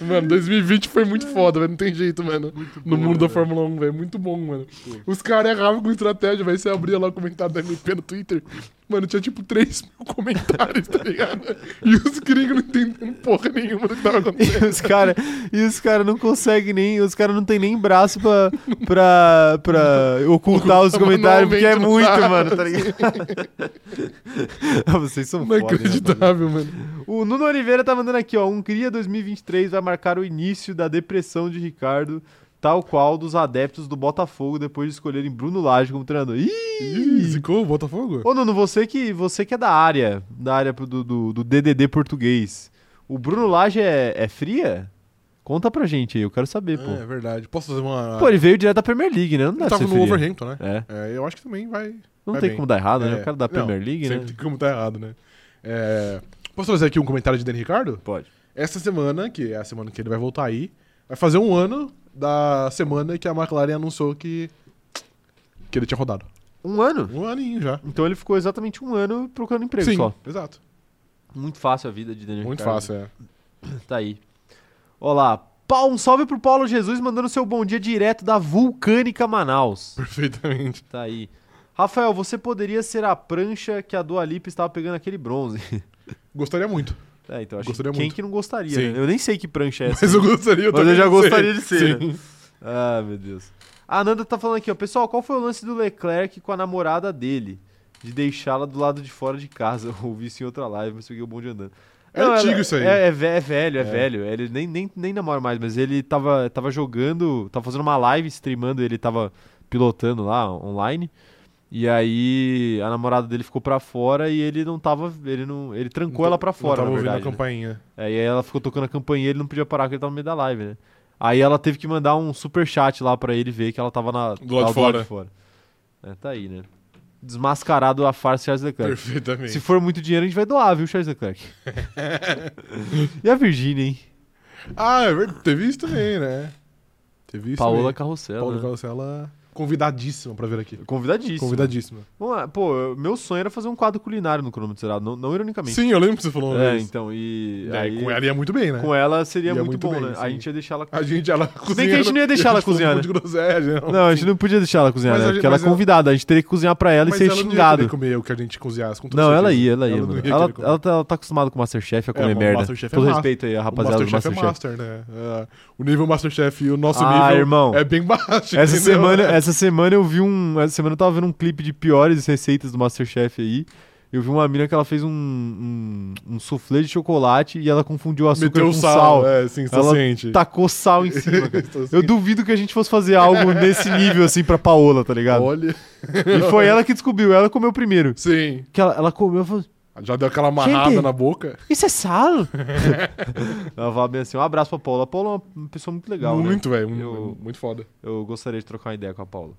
S2: Mano, 2020 foi muito foda, velho. Não tem jeito, mano. no mundo da Fórmula 1, velho. Muito bom, mano. Os caras erravam com estratégia, velho. Você abria lá o comentário da MP no Twitter. Mano, tinha tipo 3 mil comentários, tá ligado? E os gringos não entendendo porra nenhuma do que tava
S1: E
S2: acontecendo.
S1: os caras cara não conseguem nem. Os caras não tem nem braço pra, pra, pra ocultar os comentários, porque é muito,
S2: Manualmente,
S1: mano, tá ligado? Ah, Vocês são
S2: Não é
S1: foda, né, mano?
S2: acreditável, mano.
S1: O Nuno Oliveira tá mandando aqui, ó. Hungria 2023 vai marcar o início da depressão de Ricardo, tal qual dos adeptos do Botafogo depois de escolherem Bruno Lage como treinador.
S2: Ih,
S1: Ih!
S2: zicou o Botafogo?
S1: Ô, Nuno, você que, você que é da área, da área pro- do, do, do DDD português, o Bruno Lage é, é fria? Conta pra gente aí, eu quero saber, pô.
S2: É, é verdade. Posso fazer uma.
S1: Pô, ele veio direto da Premier League, né? Não
S2: Ele
S1: deve
S2: tava
S1: ser
S2: no
S1: fria.
S2: Wolverhampton, né?
S1: É,
S2: É, eu acho que também vai.
S1: não
S2: Vai
S1: tem
S2: bem.
S1: como dar errado, né?
S2: É.
S1: O cara da
S2: Não,
S1: Premier League,
S2: sempre
S1: né?
S2: tem como tá errado, né? É, Posso trazer aqui um comentário de Dani Ricardo?
S1: Pode.
S2: Essa semana, que é a semana que ele vai voltar aí, vai fazer um ano da semana que a McLaren anunciou que. que ele tinha rodado.
S1: Um ano?
S2: Um aninho já.
S1: Então ele ficou exatamente um ano procurando emprego
S2: Sim,
S1: só.
S2: exato.
S1: Muito fácil a vida de Daniel
S2: Muito
S1: Ricciardo.
S2: fácil, é.
S1: Tá aí. Olá. Pa- Um salve pro Paulo Jesus mandando seu bom dia direto da Vulcânica Manaus.
S2: Perfeitamente.
S1: Tá aí. Rafael, você poderia ser a prancha que a Dua Lipa estava pegando aquele bronze.
S2: Gostaria muito.
S1: É, então acho
S2: Gostaria
S1: que quem
S2: muito.
S1: que não gostaria,
S2: Sim.
S1: né? Eu nem sei que prancha é essa.
S2: Mas eu gostaria
S1: Mas eu já
S2: também de
S1: gostaria de ser.
S2: Sim.
S1: né? Ah, meu Deus. A Ananda tá falando aqui, ó. Pessoal, qual foi o lance do Leclerc com a namorada dele? De deixá-la do lado de fora de casa. Eu Ouvi isso em outra live, mas peguei o bonde andando.
S2: É antigo isso aí.
S1: É, é ve- é velho, é,
S2: É.
S1: velho. Ele nem, nem, nem namora mais, mas ele tava, tava jogando, tava fazendo uma live, streamando, ele tava pilotando lá online. E aí a namorada dele ficou pra fora e ele não tava. Ele não. Ele trancou ela pra
S2: Eu
S1: fora,
S2: tava
S1: na
S2: ouvindo
S1: verdade.
S2: a
S1: né?
S2: campainha.
S1: Aí ela ficou tocando a campainha e ele não podia parar porque ele tava no meio da live, né? Aí ela teve que mandar um super chat lá pra ele ver que ela tava na,
S2: Do lado de
S1: tava
S2: fora.
S1: É, tá aí, né? Desmascarado a farsa Charles Leclerc.
S2: Perfeitamente.
S1: É. Se for muito dinheiro, a gente vai doar, viu, Charles Leclerc? e a Virgínia, hein?
S2: Ah, é verdade. Teve isso também, né? Teve isso
S1: Paola
S2: também.
S1: Carrossela.
S2: Paola
S1: né?
S2: Carosella, convidadíssima pra vir aqui.
S1: Convidadíssimo.
S2: Convidadíssima.
S1: Vamos lá. Pô, eu- meu sonho era fazer um quadro culinário no cronômetro zerado, não, não ironicamente.
S2: Sim, eu lembro que você falou uma
S1: É,
S2: vez.
S1: então, e.
S2: É,
S1: aí,
S2: com ela ia muito bem, né?
S1: com ela seria
S2: Ia
S1: muito,
S2: muito
S1: bom,
S2: bem,
S1: né? A
S2: sim.
S1: gente ia deixar ela.
S2: A gente, ela
S1: bem que a gente não ia deixar ela cozinhar, né?
S2: De groselha,
S1: Não, a gente não podia deixar ela cozinhar,
S2: Mas
S1: né?
S2: a gente-
S1: Porque ela é
S2: mas ela-
S1: convidada, a gente teria que cozinhar pra ela e ser
S2: não ia
S1: xingado.
S2: querer comer o que a gente cozinhasse com toda
S1: Não, ela
S2: certeza.
S1: ia, ela ia,
S2: não
S1: mano.
S2: ia
S1: Ela,
S2: querer comer.
S1: ela tá, ela tá acostumada com o Masterchef a comer
S2: o
S1: merda.
S2: Masterchef é
S1: Todo
S2: ma-
S1: respeito aí, a
S2: O
S1: rapaziada do
S2: Masterchef é
S1: Masterchef.
S2: master, né? É, o nível Masterchef e o nosso
S1: Ah,
S2: nível
S1: irmão.
S2: é bem baixo.
S1: Essa
S2: entendeu? É.
S1: semana, é essa semana eu vi um. Essa semana eu tava vendo um clipe de piores receitas do Masterchef aí. Eu vi uma mina que ela fez um, um, um soufflé de chocolate e ela confundiu açúcar
S2: Meteu
S1: com
S2: o sal,
S1: sal.
S2: é, sim,
S1: Ela
S2: suficiente.
S1: Tacou sal em cima, cara. Eu
S2: Suficiente.
S1: duvido que a gente fosse fazer algo nesse nível assim pra Paola, tá ligado?
S2: Olha.
S1: E foi ela que descobriu, ela comeu primeiro.
S2: Sim.
S1: Que ela, ela comeu e falou.
S2: Já deu aquela amarrada
S1: Gente.
S2: na boca.
S1: Isso é sal? Ela fala bem assim, um abraço pra Paula. A Paula é uma pessoa muito legal, né?
S2: muito, velho. um-
S1: Eu-
S2: Muito foda.
S1: Eu gostaria de trocar uma ideia com a Paula.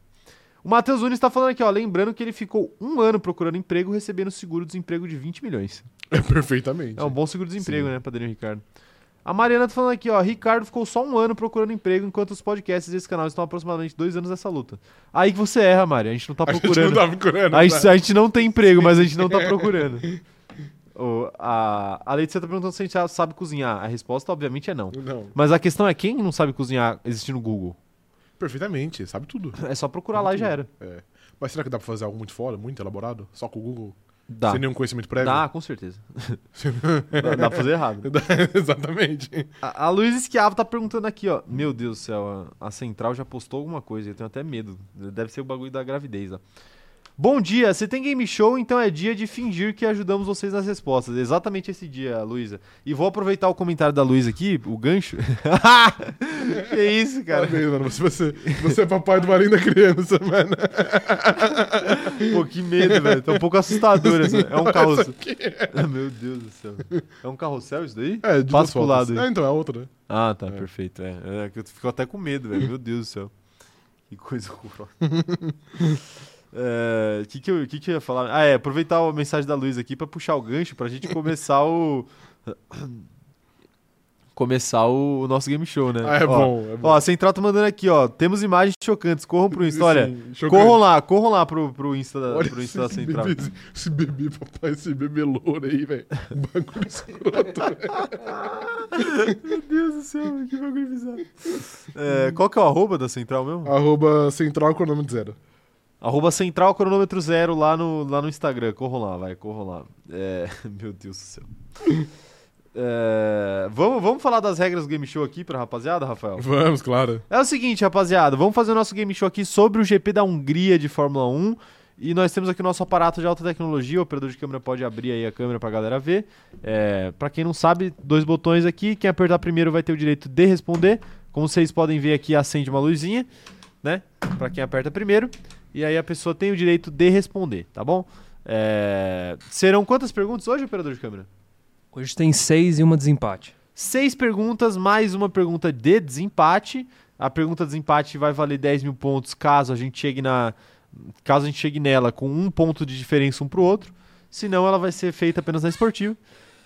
S1: O Matheus Nunes tá falando aqui, ó, lembrando que ele ficou um ano procurando emprego, recebendo seguro-desemprego de 20 milhões.
S2: É perfeitamente.
S1: É um bom seguro-desemprego, né, pra Daniel Ricardo. A Mariana tá falando aqui, ó, Ricardo ficou só um ano procurando emprego, enquanto os podcasts desse canal estão aproximadamente dois anos nessa luta. Aí que você erra, Mari, a gente não tá
S2: a gente não
S1: procurando.
S2: tá procurando.
S1: A
S2: tá?
S1: gente, a gente não tem emprego, mas a gente não tá procurando. Ô, a, a Letícia tá perguntando se a gente sabe cozinhar. A resposta, obviamente, é não.
S2: Não,
S1: Mas a questão é quem não sabe cozinhar existe no Google?
S2: perfeitamente. Sabe tudo.
S1: É só procurar lá e já era.
S2: É. Mas será que dá pra fazer algo muito fora, muito elaborado? Só com o Google?
S1: Dá.
S2: Sem nenhum conhecimento prévio?
S1: Dá, com certeza. dá, dá pra fazer errado.
S2: Dá, Exatamente.
S1: A, a Luiz Esquiavo tá perguntando aqui, ó. Meu Deus do céu, a, a Central já postou alguma coisa, eu tenho até medo. Deve ser o bagulho da gravidez, ó. Bom dia, você tem game show, então é dia de fingir que ajudamos vocês nas respostas. Exatamente esse dia, Luísa. E vou aproveitar o comentário da Luísa aqui, o gancho. que isso, cara.
S2: Parabéns, mano. Você, você, você é papai de uma linda criança, mano.
S1: Pô, que medo, velho. Tá um pouco assustador essa. É um carrossel. Meu Deus do céu. É um carrossel isso daí?
S2: É,
S1: Passa
S2: de duas
S1: pro
S2: fotos.
S1: lado aí.
S2: É, então, é outra, né?
S1: Ah, tá,
S2: É.
S1: perfeito. É, é que eu fico até com medo, velho. Meu Deus do céu. Que coisa horrorosa. É, que que eu, que que eu ia falar? Ah, é, aproveitar a mensagem da Luiz aqui pra puxar o gancho pra gente começar o, começar o, o nosso game show, né?
S2: Ah, é
S1: Ó,
S2: bom, é bom.
S1: Ó, a Central tá mandando aqui, ó. Temos imagens chocantes, corram pro Insta. Olha,
S2: Sim, chocante.
S1: corram lá, corram lá pro, pro Insta, da-
S2: Olha
S1: pro Insta da
S2: esse
S1: Central.
S2: Bebê, esse bebê, papai, esse bebê louro aí, velho. Bagulho escroto.
S1: Meu Deus do céu, que bagulho bizarro. É, qual que é o arroba da Central mesmo?
S2: Arroba central cronômetro zero.
S1: Arroba Central Cronômetro Zero lá no, lá no Instagram. Corram lá, vai, corram lá. É, meu Deus do céu. É, vamos, vamos falar das regras do game show aqui pra rapaziada, Rafael?
S2: Vamos, claro.
S1: É o seguinte, rapaziada, vamos fazer o nosso game show aqui sobre o GP da Hungria de Fórmula 1. E nós temos aqui o nosso aparato de alta tecnologia, o operador de câmera pode abrir aí a câmera pra galera ver. É, para quem não sabe, dois botões aqui, quem apertar primeiro vai ter o direito de responder. Como vocês podem ver aqui, acende uma luzinha, né? Pra quem aperta primeiro. E aí a pessoa tem o direito de responder, tá bom? É, serão quantas perguntas hoje, operador de câmera?
S3: Hoje tem seis e uma desempate.
S1: Seis perguntas, mais uma pergunta de desempate. A pergunta de desempate vai valer 10 mil pontos caso a gente chegue na. Caso a gente chegue nela com um ponto de diferença um pro outro. Senão ela vai ser feita apenas na esportiva.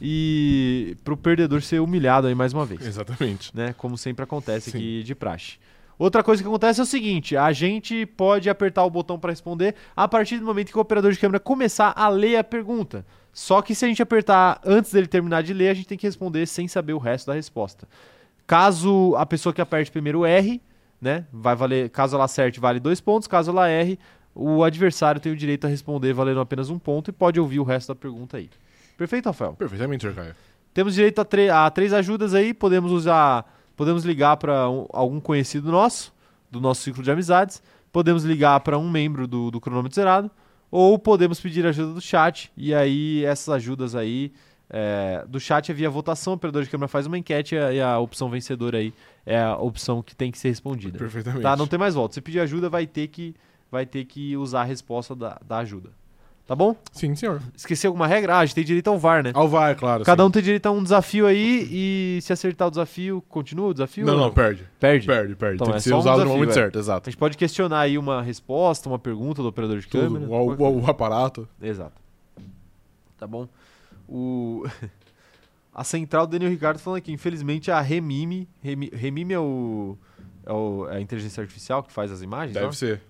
S1: E pro perdedor ser humilhado aí mais uma vez
S2: Exatamente.
S1: né? Como sempre acontece
S2: Sim.
S1: aqui de praxe. Outra coisa que acontece é o seguinte: a gente pode apertar o botão para responder a partir do momento que o operador de câmera começar a ler a pergunta. Só que se a gente apertar antes dele terminar de ler, a gente tem que responder sem saber o resto da resposta. Caso a pessoa que aperte primeiro erre, né? Vai valer, caso ela acerte, vale dois pontos. Caso ela erre, o adversário tem o direito a responder valendo apenas um ponto e pode ouvir o resto da pergunta aí. Perfeito, Rafael?
S2: Perfeitamente, Jorgaio.
S1: Temos direito a, tre- a três ajudas aí, podemos usar, podemos ligar para algum conhecido nosso, do nosso ciclo de amizades, podemos ligar para um membro do, do cronômetro zerado, ou podemos pedir ajuda do chat, e aí essas ajudas aí é, do chat é via votação, o operador de câmera faz uma enquete e a, e a opção vencedora aí é a opção que tem que ser respondida.
S2: Perfeitamente.
S1: Tá, não tem mais volta. Se pedir ajuda, vai ter que, vai ter que usar a resposta da, da ajuda. Tá bom?
S2: Sim, senhor.
S1: Esqueci alguma regra? Ah, a gente tem direito ao VAR, né?
S2: Alvar, é claro.
S1: Cada
S2: sim.
S1: um tem direito a um desafio aí e se acertar o desafio, continua o desafio?
S2: Não,
S1: ou
S2: não, perde.
S1: Perde.
S2: Perde, perde.
S1: Então,
S2: Tem
S1: é
S2: que ser
S1: só um
S2: usado no
S1: desafio,
S2: momento
S1: é.
S2: certo,
S1: A
S2: exato.
S1: gente pode questionar aí uma resposta, uma pergunta do operador de câmera.
S2: Tudo. O, o- o aparato.
S1: Exato. Tá bom? O... A central do Daniel Ricardo falando aqui, infelizmente a Remime. Remi- Remime é o. É, o- é a inteligência artificial que faz as imagens? ó?
S2: Deve ser.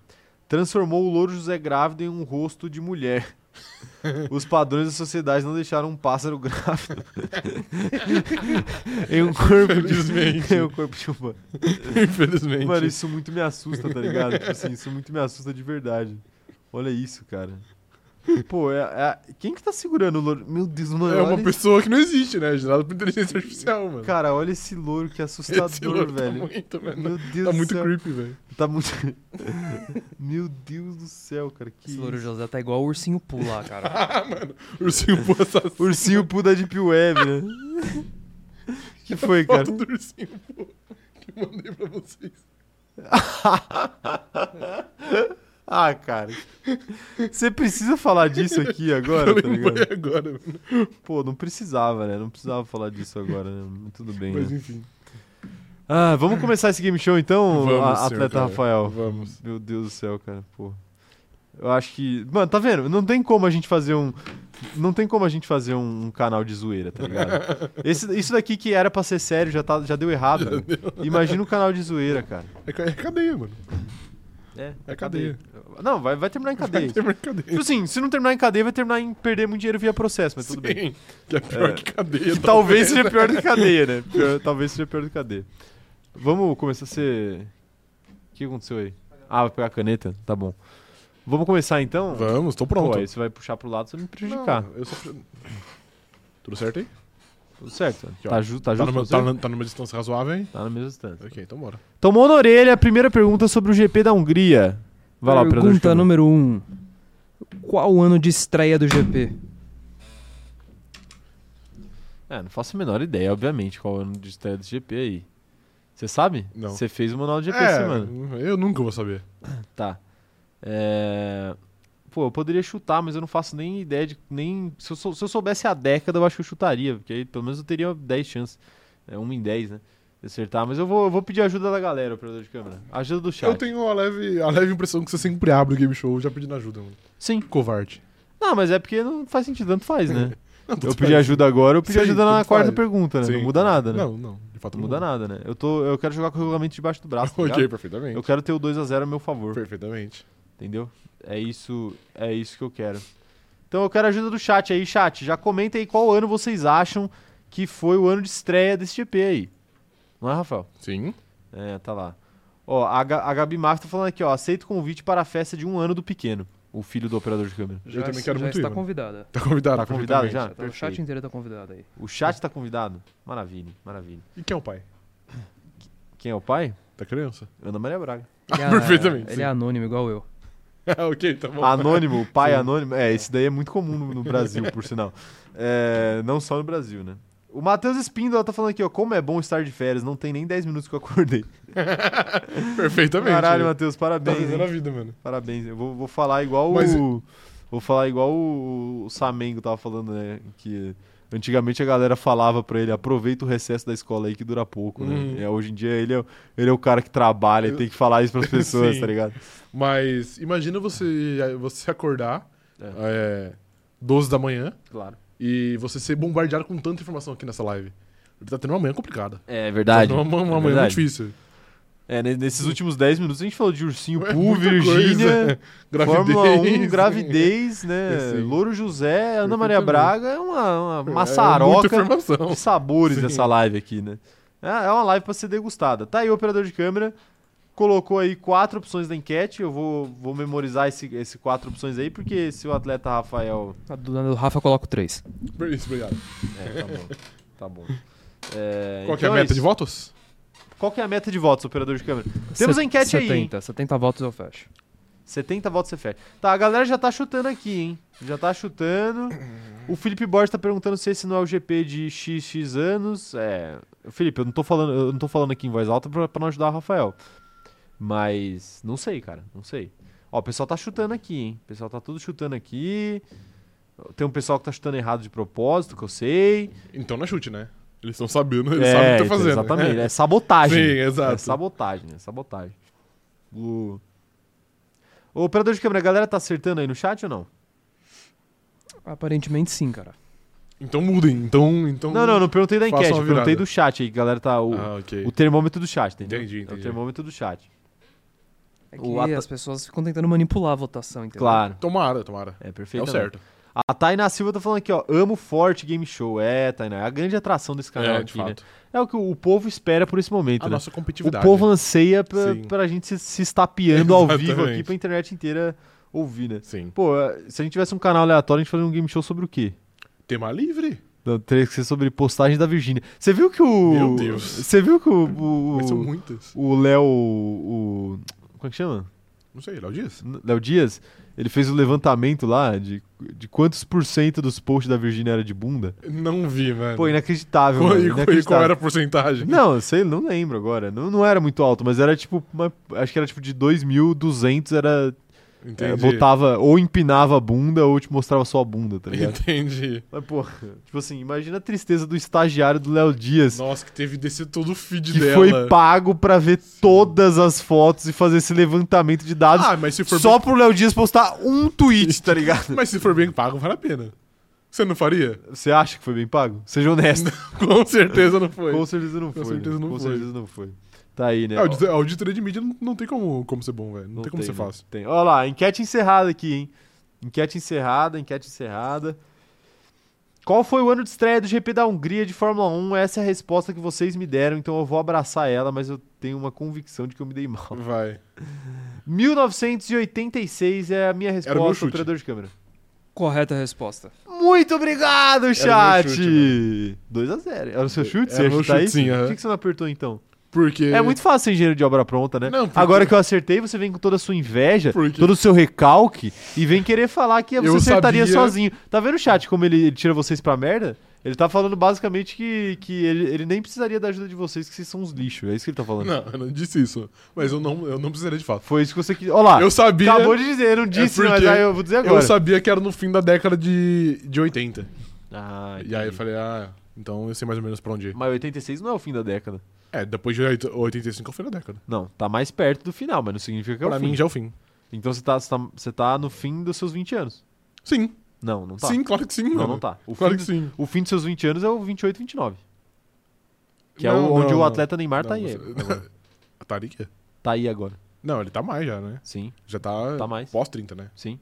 S1: Transformou o louro José grávido em um rosto de mulher. Os padrões da sociedade não deixaram um pássaro grávido em um corpo
S2: Felizmente.
S1: de em um corpo de humano.
S2: Infelizmente.
S1: Mano, isso muito me assusta, tá ligado? Tipo assim, isso muito me assusta de verdade. Olha isso, cara. Pô, é, é- quem que tá segurando o louro? Meu Deus, mano.
S2: É
S1: olha
S2: uma
S1: esse-
S2: pessoa que não existe, né? Gerada por inteligência artificial, mano.
S1: Cara, olha esse louro que assustador,
S2: Esse louro
S1: velho.
S2: Tá muito, mano.
S1: Meu Deus
S2: Tá
S1: do
S2: muito
S1: céu.
S2: creepy, velho.
S1: Tá muito. Meu Deus do céu, cara. Que
S3: Esse louro José tá igual o ursinho Poo lá, cara.
S2: Ah, mano. Ursinho Poo assassino.
S1: Ursinho Poo da Deep Web, né? que foi, cara?
S2: Foto do ursinho Poo que eu mandei pra vocês.
S1: ah, cara. Você precisa falar disso aqui agora,
S2: eu
S1: tá ligado?
S2: lembrei agora, mano.
S1: Pô, não precisava, né? Não precisava falar disso agora, né? Mas Tudo bem,
S2: Mas
S1: né?
S2: enfim.
S1: Ah, vamos começar esse game show então,
S2: Vamos,
S1: a-
S2: senhor
S1: atleta
S2: Caio.
S1: Rafael?
S2: Vamos.
S1: Meu Deus do céu, cara, pô. Eu acho que. Mano, tá vendo? Não tem como a gente fazer um. Não tem como a gente fazer um, um canal de zoeira, tá ligado? Esse- isso daqui que era pra ser sério já, tá, já deu errado. né? Imagina um canal de zoeira, cara.
S2: É, ca- é cadeia, mano.
S1: É,
S2: É cadeia.
S1: Não, vai, vai terminar em cadeia.
S2: É cadeia.
S1: Tipo assim, se não terminar em cadeia, vai terminar em perder muito dinheiro via processo, mas tudo bem.
S2: Sim, Que é pior
S1: É.
S2: que cadeia.
S1: Que talvez seja pior do que cadeia, né? Pior- talvez seja pior do que cadeia. Vamos começar a ser. O que aconteceu aí? Ah, vai pegar a caneta? Tá bom. Vamos começar então?
S2: Vamos, tô
S1: Pronto.
S2: pronto.
S1: Pô, aí você vai puxar pro lado, você vai me prejudicar.
S2: Não, eu sou... Tudo certo
S1: Tá
S2: aí?
S1: Tudo certo.
S2: ó.
S1: Tá, ju tá
S2: Tá
S1: justo?
S2: numa,
S1: Tá,
S2: tá, numa- tá numa distância razoável, hein?
S1: tá na mesma distância.
S2: Ok, então bora.
S1: Tomou na orelha a primeira pergunta sobre o GP da Hungria. Vai lá, operador. de
S3: Pergunta
S1: câmera.
S3: número Um. Qual o ano de estreia do GP?
S1: É, não faço a menor ideia, obviamente, qual é o ano de estreia do GP aí. Você sabe?
S2: Não.
S1: Você fez o manual de GP essa
S2: É,
S1: semana.
S2: eu nunca vou saber.
S1: Tá. É... Pô, eu poderia chutar, mas eu não faço nem ideia de. Nem... Se, eu sou- se eu soubesse a década, eu acho que eu chutaria, porque aí pelo menos eu teria 10 chances. É, 1 em 10, né? De acertar. Mas eu vou, eu vou pedir ajuda da galera, operador de câmera. Ajuda do chat.
S2: Eu tenho a leve, a leve impressão que você sempre abre o game show já pedindo ajuda, mano.
S1: Sim.
S2: Covarde.
S1: Ah, Não, mas é porque não faz sentido, tanto faz, né? Eu pedi ajuda agora, eu pedi
S2: Sim,
S1: ajuda na
S2: tanto
S1: quarta
S2: faz.
S1: pergunta, né?
S2: Sim.
S1: Não muda nada, né? Não,
S2: Não, não. De fato,
S1: muda nada, né? Eu, tô, eu quero jogar com o regulamento debaixo do braço. tá
S2: Ok,
S1: ligado?
S2: perfeitamente.
S1: Eu quero ter o 2x0 a meu favor.
S2: Perfeitamente.
S1: Entendeu? É isso, é isso que eu quero. Então eu quero a ajuda do chat aí, chat. Já comenta aí qual ano vocês acham que foi o ano de estreia desse GP aí. Não é, Rafael?
S2: Sim.
S1: É, tá lá. Ó, a, Ga- a Gabi Mafra tá falando aqui, ó. Aceito o convite para a festa de um ano do pequeno. O filho do operador de câmera.
S2: Eu também quero
S3: já
S2: muito
S3: está
S2: ir, mano.
S3: convidada.
S2: Tá convidado,
S1: Tá convidado
S2: perfeitamente.
S1: já?
S3: Já tá- o chat
S1: Perfeito.
S3: inteiro tá convidado aí.
S1: O chat tá convidado? Maravilha, maravilha.
S2: E quem é o pai?
S1: Quem é o pai?
S2: Da criança?
S1: Ana Maria Braga.
S3: Ele é-
S2: perfeitamente,
S3: Ele
S2: sim.
S3: é anônimo, igual eu.
S2: ok, tá bom.
S1: Anônimo, o pai anônimo. É, esse daí é muito comum no, no Brasil, por sinal. É, não só no Brasil, né? O Matheus Espíndola tá falando aqui, ó. Como é bom estar de férias, não tem nem 10 minutos que eu acordei.
S2: perfeitamente.
S1: Caralho,
S2: mano.
S1: Matheus,
S2: Tá
S1: parabéns.
S2: vivendo a
S1: hein?
S2: vida, mano.
S1: Parabéns. Eu vou, vou falar igual
S2: Mas-
S1: o. Vou falar igual o, o Samengo tava falando, né? Que antigamente a galera falava pra ele, aproveita o recesso da escola aí que dura pouco, né?
S2: Uhum.
S1: É, hoje em dia ele é, o- ele é o cara que trabalha e tem que falar isso pras pessoas,
S2: Sim.
S1: tá ligado?
S2: Mas imagina você, eh, você acordar é, 12 da manhã
S1: Claro.
S2: e você ser bombardeado com tanta informação aqui nessa live. Tá tendo uma manhã complicada.
S1: É verdade.
S2: Tá tendo uma, uma
S1: É
S2: manhã muito
S1: verdade.
S2: difícil.
S1: É, ne- nesses últimos 10 minutos a gente falou de ursinho
S2: É
S1: Poo,
S2: muita
S1: Virgínia,
S2: É coisa. Gravidez.
S1: Fórmula 1, gravidez, né?
S2: Assim.
S1: Louro José, Ana Maria
S2: Perfeitamente.
S1: Braga, é uma, uma
S2: É, é
S1: maçaroca
S2: muita informação.
S1: de sabores
S2: Sim.
S1: dessa live aqui, né? É é uma live pra ser degustada. Tá aí o operador de câmera, colocou aí quatro opções da enquete. Eu vou, vou memorizar esses esse quatro opções aí, porque se o atleta Rafael
S3: A Tá do, do Rafa eu coloco três.
S2: Isso, obrigado.
S1: É, tá bom. Tá bom. É,
S2: Qual que é
S1: então
S2: a meta
S1: isso.
S2: de votos?
S1: Qual que é a meta de votos, operador de câmera? Temos a enquete aí, hein?
S3: 70, 70 votos eu fecho.
S1: 70 votos você fecha. Tá, a galera já tá chutando aqui, hein? Já tá chutando. O Felipe Borges tá perguntando se esse não é o GP de XX anos. É. Felipe, eu não tô falando, eu não tô falando aqui em voz alta pra, pra não ajudar o Rafael. Mas. Não sei, cara. Não sei. Ó, o pessoal tá chutando aqui, hein? O pessoal tá tudo chutando aqui. Tem um pessoal que tá chutando errado de propósito, que eu sei.
S2: Então não é chute, né? Eles estão sabendo, eles
S1: é,
S2: sabem o que
S1: então,
S2: estão fazendo. né?
S1: Exatamente. É sabotagem.
S2: Sim, exato.
S1: É sabotagem, é sabotagem. O... o operador de câmera, a galera tá acertando aí no chat ou não?
S3: Aparentemente sim, cara.
S2: Então mudem, então... então...
S1: Não, não, não perguntei da
S2: Faça
S1: enquete,
S2: uma
S1: eu perguntei
S2: virada.
S1: do chat aí, que a galera tá. O,
S2: Ah, ok.
S1: o termômetro do chat, entendeu?
S2: Entendi,
S1: É o
S2: entendi.
S1: termômetro do chat.
S3: É
S1: O
S3: que
S1: ata-
S3: as pessoas ficam tentando manipular a votação, entendeu?
S1: Claro.
S2: Tomara, tomara.
S1: É
S2: É
S1: perfeito.
S2: o certo.
S1: A Tainá Silva tá falando aqui, ó. Amo forte game show. É, Tainá. É a grande atração desse canal
S2: É, de
S1: aqui, né?
S2: fato.
S1: É o que o povo espera por esse momento,
S2: A
S1: né?
S2: nossa
S1: O
S2: competitividade.
S1: povo anseia pra,
S2: Sim.
S1: pra gente se, se estapeando ao vivo aqui
S2: Exatamente.
S1: pra internet inteira ouvir, né?
S2: Sim.
S1: Pô, eh, se a gente tivesse um canal aleatório, a gente fazia um game show sobre o quê?
S2: Tema livre.
S1: Não, teria que ser sobre postagem da Virgínia. Você viu que o.
S2: Meu Deus.
S1: Você viu que o. o-
S2: Mas são muitas.
S1: O Léo. O. Como é que chama?
S2: Não sei, Léo Dias?
S1: N- Léo Dias? Ele fez o levantamento lá de, de quantos por cento dos posts da Virgínia era de bunda.
S2: Não vi, velho.
S1: Pô, inacreditável,
S2: Qual-
S1: mano,
S2: e- e
S1: né? inacreditável.
S2: qual era a porcentagem?
S1: Não, sei, não lembro agora. Não, não era muito alto, mas era tipo. uma- acho que era tipo de 2.200, era.
S2: Entendi.
S1: É, botava, ou empinava a bunda, ou te mostrava só a bunda, tá ligado?
S2: Entendi.
S1: Mas, pô, tipo assim, imagina a tristeza do estagiário do Léo Dias,
S2: Nossa, que teve descer todo o feed
S1: que
S2: dela.
S1: foi pago pra ver todas as fotos e fazer esse levantamento de dados
S2: Ah, mas se for
S1: só pro Léo Dias postar um tweet, tá ligado?
S2: bem... Mas se for bem pago, vale a pena. Você não faria?
S1: Você acha que foi bem pago? Seja honesto.
S2: Com certeza não foi. É,
S1: Com certeza não
S2: Com
S1: foi.
S2: certeza
S1: né?
S2: não
S1: Com
S2: foi.
S1: certeza não foi. Tá aí, né?
S2: É, audi- a auditoria de mídia não, não tem como, como ser bom, velho. Não,
S1: Ó,
S2: tem como ser
S1: né?
S2: fácil.
S1: Tem. Olha lá, enquete encerrada aqui, hein? Enquete encerrada, enquete encerrada. Qual foi o ano de estreia do GP da Hungria de Fórmula 1? Essa é a resposta que vocês me deram, então eu vou abraçar ela, mas eu tenho uma convicção de que eu me dei mal.
S2: Vai.
S1: 1986 é a minha
S2: Era o meu
S1: resposta,
S2: chute.
S1: operador de câmera.
S3: Correta a resposta.
S1: Muito obrigado, chat!
S2: né?
S1: 2x0. Era o seu chute? Você
S2: Era
S1: ia
S2: É, meu
S1: chutar
S2: chute,
S1: isso?
S2: sim, aham.
S1: Por que que você não apertou então?
S2: Porque...
S1: É muito fácil ser engenheiro de obra pronta, né?
S2: Não, porque-
S1: Agora que eu acertei, você vem com toda a sua inveja,
S2: Por quê?
S1: todo o seu recalque e vem querer falar que você
S2: Eu
S1: acertaria
S2: sabia.
S1: sozinho. Tá vendo o chat como ele, ele tira vocês pra merda? Ele tá falando basicamente que, que ele, ele nem precisaria da ajuda de vocês, que vocês são uns lixos. É isso que ele tá falando.
S2: Não, eu não disse isso. Mas eu não, eu não precisaria de fato.
S1: Foi isso que você quis. Olha lá.
S2: Eu sabia...
S1: Ah,
S2: É
S1: Acabou de dizer, eu não disse, mas
S2: porque
S1: aí eu vou dizer agora.
S2: Eu sabia que era no fim da década de, de 80.
S1: Ah,
S2: E aí eu
S1: entendi.
S2: falei, ah, então eu sei mais ou menos pra onde ir.
S1: Mas 86 não é o fim da década.
S2: É, depois de 8- 85 é o fim da década.
S1: Não, tá mais perto do final, mas não significa que é
S2: pra
S1: o fim.
S2: mim já é o fim.
S1: Então você tá, você tá, você tá no fim dos seus 20 anos.
S2: Sim.
S1: Não, não tá.
S2: Sim, claro que sim,
S1: não,
S2: mano.
S1: não tá. O
S2: Claro
S1: fim,
S2: que
S1: do-
S2: sim.
S1: o fim dos seus 20 anos é o 28, 29. Que é
S2: Não,
S1: o- onde
S2: não,
S1: o
S2: não.
S1: atleta Neymar tá
S2: Não,
S1: aí.
S2: você-
S1: agora.
S2: Tá ali que-
S1: Tá aí agora.
S2: Não, ele tá mais já, né?
S1: Sim,
S2: Já tá,
S1: Tá mais.
S2: pós 30, né?
S1: sim.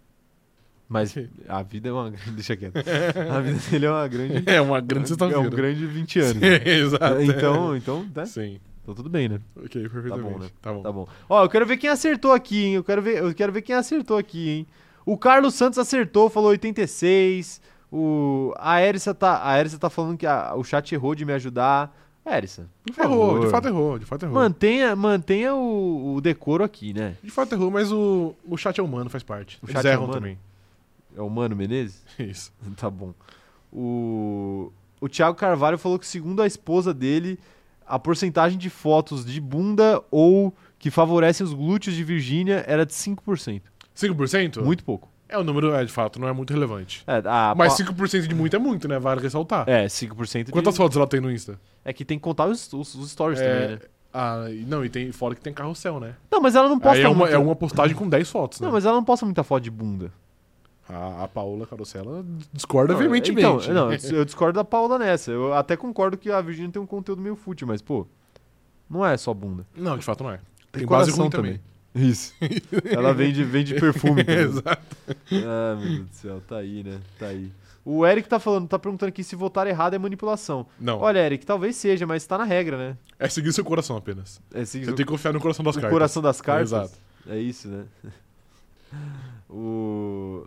S1: Mas
S2: Ok.
S1: a vida é uma. Deixa quieto. A vida dele é uma grande.
S2: É uma grande sexta-feira.
S1: É um grande 20 anos.
S2: Exato. É.
S1: Então, então, né?
S2: Sim.
S1: Então tudo bem, né?
S2: Ok, perfeitamente.
S1: bom, né?
S2: Tá bom.
S1: Tá bom. Ó, eu quero ver quem acertou aqui, hein? Eu quero ver, eu quero ver quem acertou aqui, hein? O Carlos Santos acertou, falou 86. O a Erissa tá, a Erissa tá falando que a- o chat errou de me ajudar. Erissa, por favor.
S2: Errou, de fato errou, de fato errou.
S1: Mantenha, mantenha o, o decoro aqui, né?
S2: De fato errou, mas o, o chat é humano, faz parte.
S1: O
S2: Eles
S1: chat é
S2: erram
S1: humano?
S2: também.
S1: É o Mano Menezes?
S2: Isso.
S1: tá bom. O o Thiago Carvalho falou que segundo a esposa dele, a porcentagem de fotos de bunda ou que favorecem os glúteos de Virgínia era de 5%.
S2: 5%?
S1: Muito pouco.
S2: É o número, é, de fato, não é muito relevante.
S1: É, a,
S2: Mas
S1: pa-
S2: 5% de muito é muito, né? Vale ressaltar.
S1: É, 5% de...
S2: Quantas fotos ela tem no Insta?
S1: É que tem que contar os, os- os stories
S2: É.
S1: também, né?
S2: Ah, e- não, e tem fora que tem carrossel, né?
S1: Não, mas ela não posta
S2: Aí é uma,
S1: muita...
S2: é uma postagem com 10 fotos, né?
S1: Não, mas ela não posta muita foto de bunda.
S2: a, a Paola Carosella discorda
S1: Não,
S2: veementemente.
S1: Então, não, eu discordo da Paula nessa. Eu até concordo que a Virginia tem um conteúdo meio fútil, mas, pô, não é só bunda.
S2: Não, de fato não é. Tem, base
S1: coração
S2: ruim também.
S1: Isso. assim ela vende, vende perfume também.
S2: Exato.
S1: Ah, meu Deus do céu, tá aí, né? Tá aí. O Eric tá falando, tá perguntando aqui se votar errado é manipulação.
S2: Não,
S1: Olha, Eric, talvez seja, mas tá na regra, né?
S2: é seguir seu coração apenas.
S1: É, se-
S2: Você tem que confiar no coração das
S1: o
S2: cartas.
S1: coração das cartas.
S2: Exato.
S1: É isso, né? o...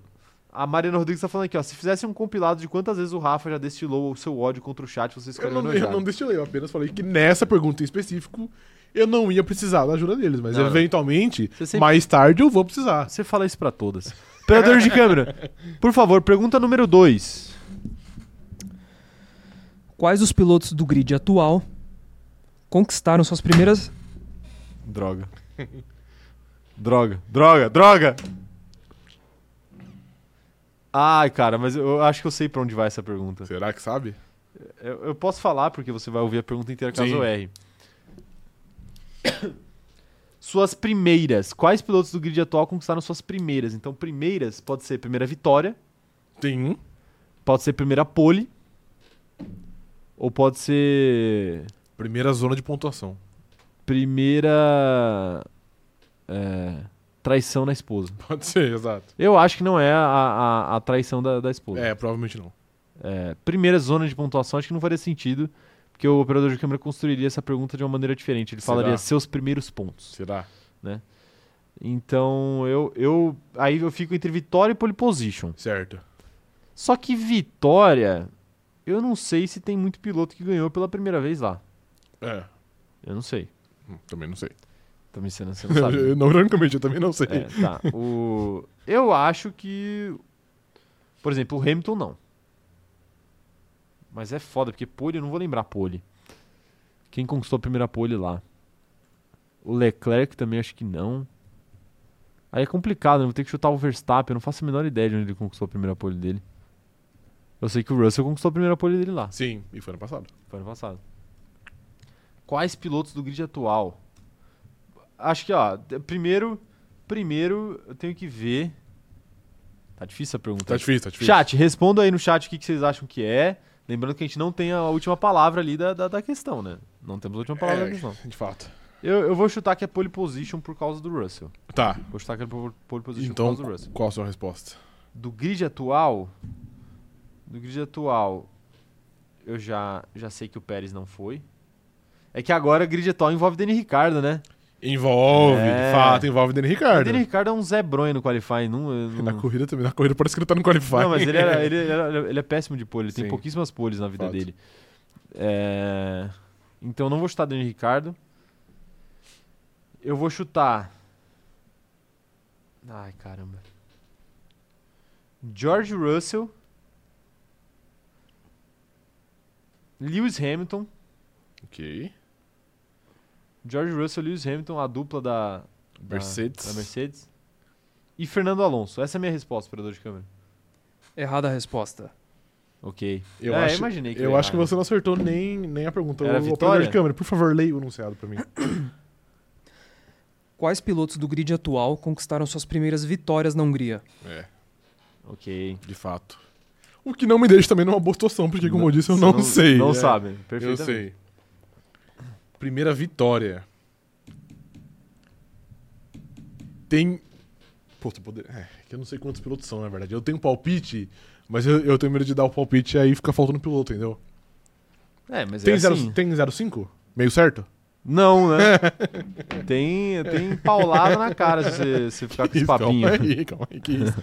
S1: A Mariana Rodrigues tá falando aqui, ó. Se fizesse um compilado de quantas vezes o Rafa já destilou o seu ódio contra o chat, vocês
S2: Eu
S1: ficariam
S2: não, eu
S1: enojados.
S2: não destilei, eu apenas falei que nessa pergunta em específico eu não ia precisar da ajuda deles, mas
S1: Não, não.
S2: eventualmente,
S1: Você sempre-
S2: mais tarde eu vou precisar.
S1: Você fala isso pra todas. Operador de câmera, por favor, pergunta número 2.
S3: Quais os pilotos do grid atual conquistaram suas primeiras.
S1: Droga. droga, droga, droga! Ai, cara, mas eu acho que eu sei pra onde vai essa pergunta.
S2: Será que sabe?
S1: Eu, eu posso falar, porque você vai ouvir a pergunta inteira caso
S2: Sim.
S1: eu erre. Suas primeiras. Quais pilotos do grid atual conquistaram suas primeiras? Então, primeiras pode ser primeira vitória,
S2: Tem um.
S1: pode ser primeira pole, ou pode ser
S2: Primeira zona de pontuação.
S1: primeira é, traição na esposa.
S2: Pode ser, exato.
S1: Eu acho que não é a, a- a traição da, da esposa.
S2: É, provavelmente não.
S1: É, primeira zona de pontuação, acho que não faria sentido, porque o operador de câmera construiria essa pergunta de uma maneira diferente. Ele
S2: Será?
S1: falaria seus primeiros pontos.
S2: Será?
S1: Então eu, eu aí eu fico entre vitória e pole position.
S2: Certo.
S1: Só que vitória, eu não sei se tem muito piloto que ganhou pela primeira vez lá.
S2: É.
S1: Eu não sei.
S2: Hum, Também não sei.
S1: Também você não, você não sabe. né?
S2: Eu- não, ironicamente, eu também não sei.
S1: É, tá. O, eu acho que. Por exemplo, o Hamilton não. Mas é foda, porque pole eu não vou lembrar pole. Quem conquistou a primeira pole lá? O Leclerc também acho que não. Aí é complicado, né? Vou ter que chutar o Verstappen. Eu não faço a menor ideia de onde ele conquistou a primeira pole dele. Eu sei que o Russell conquistou a primeira pole dele lá.
S2: Sim, e foi ano passado.
S1: Foi ano passado. Quais pilotos do grid atual? Acho que, ó, d- primeiro, primeiro eu tenho que ver. Tá difícil a pergunta.
S2: Tá difícil, tá difícil.
S1: chat, respondam aí no chat o que, que vocês acham que é. Lembrando que a gente não tem a última palavra ali da, da, da questão, né? Não temos a última palavra da questão.
S2: É, de fato.
S1: Eu, eu vou chutar que é pole position por causa do Russell.
S2: Tá.
S1: Vou chutar que é pole pole position
S2: Então,
S1: por causa do Russell.
S2: qual a sua resposta?
S1: Do grid atual. Do grid atual, eu já, já sei que o Pérez não foi. É que agora o grid atual envolve Dani Ricardo, né?
S2: Envolve,
S1: É.
S2: de fato, envolve Dani
S1: O
S2: Ricardo.
S1: Dani Ricardo é um Zé Bronha no Qualify. Não, eu não...
S2: Na corrida também, na corrida parece que ele tá no qualify.
S1: Não, mas ele, era- ele era- ele é péssimo de pole, ele tem
S2: Sim.
S1: pouquíssimas poles na vida
S2: Fato.
S1: dele. É, Então eu não vou chutar Daniel Ricardo. Eu vou chutar. Ai, caramba. George Russell. Lewis Hamilton.
S2: Ok.
S1: George Russell Lewis Hamilton, a dupla da, da-
S2: Mercedes.
S1: da Mercedes. E Fernando Alonso. Essa é a minha resposta, operador de câmera.
S3: Errada a resposta.
S1: Ok.
S2: Eu
S1: É,
S2: acho,
S1: imaginei que
S2: eu
S1: ia
S2: acho que
S1: errar, né?
S2: você não acertou nem, nem a pergunta.
S1: Era
S2: Ô,
S1: vitória?
S2: operador de câmera, por favor, leia o enunciado pra mim.
S3: Quais pilotos do grid atual conquistaram suas primeiras vitórias na Hungria?
S2: É.
S1: né? Ok.
S2: de fato. O que não me deixa também numa boa situação, porque, como eu disse, eu não, sei.
S1: Não
S2: É,
S1: sabem.
S2: Eu
S1: Perfeitamente.
S2: sei. Primeira vitória. Tem. Puta, poder... é, que eu não sei quantos pilotos são, na verdade. Eu tenho palpite, mas eu, eu tenho medo de dar o palpite e aí fica faltando piloto, entendeu?
S1: É, mas
S2: Tem,
S1: é
S2: zero,
S1: assim.
S2: tem 05? Meio certo?
S1: Não, né? tem, tem paulada na cara se você se ficar com esse
S2: Isso,
S1: papinho.
S2: Calma Então, aí, calma aí, que isso.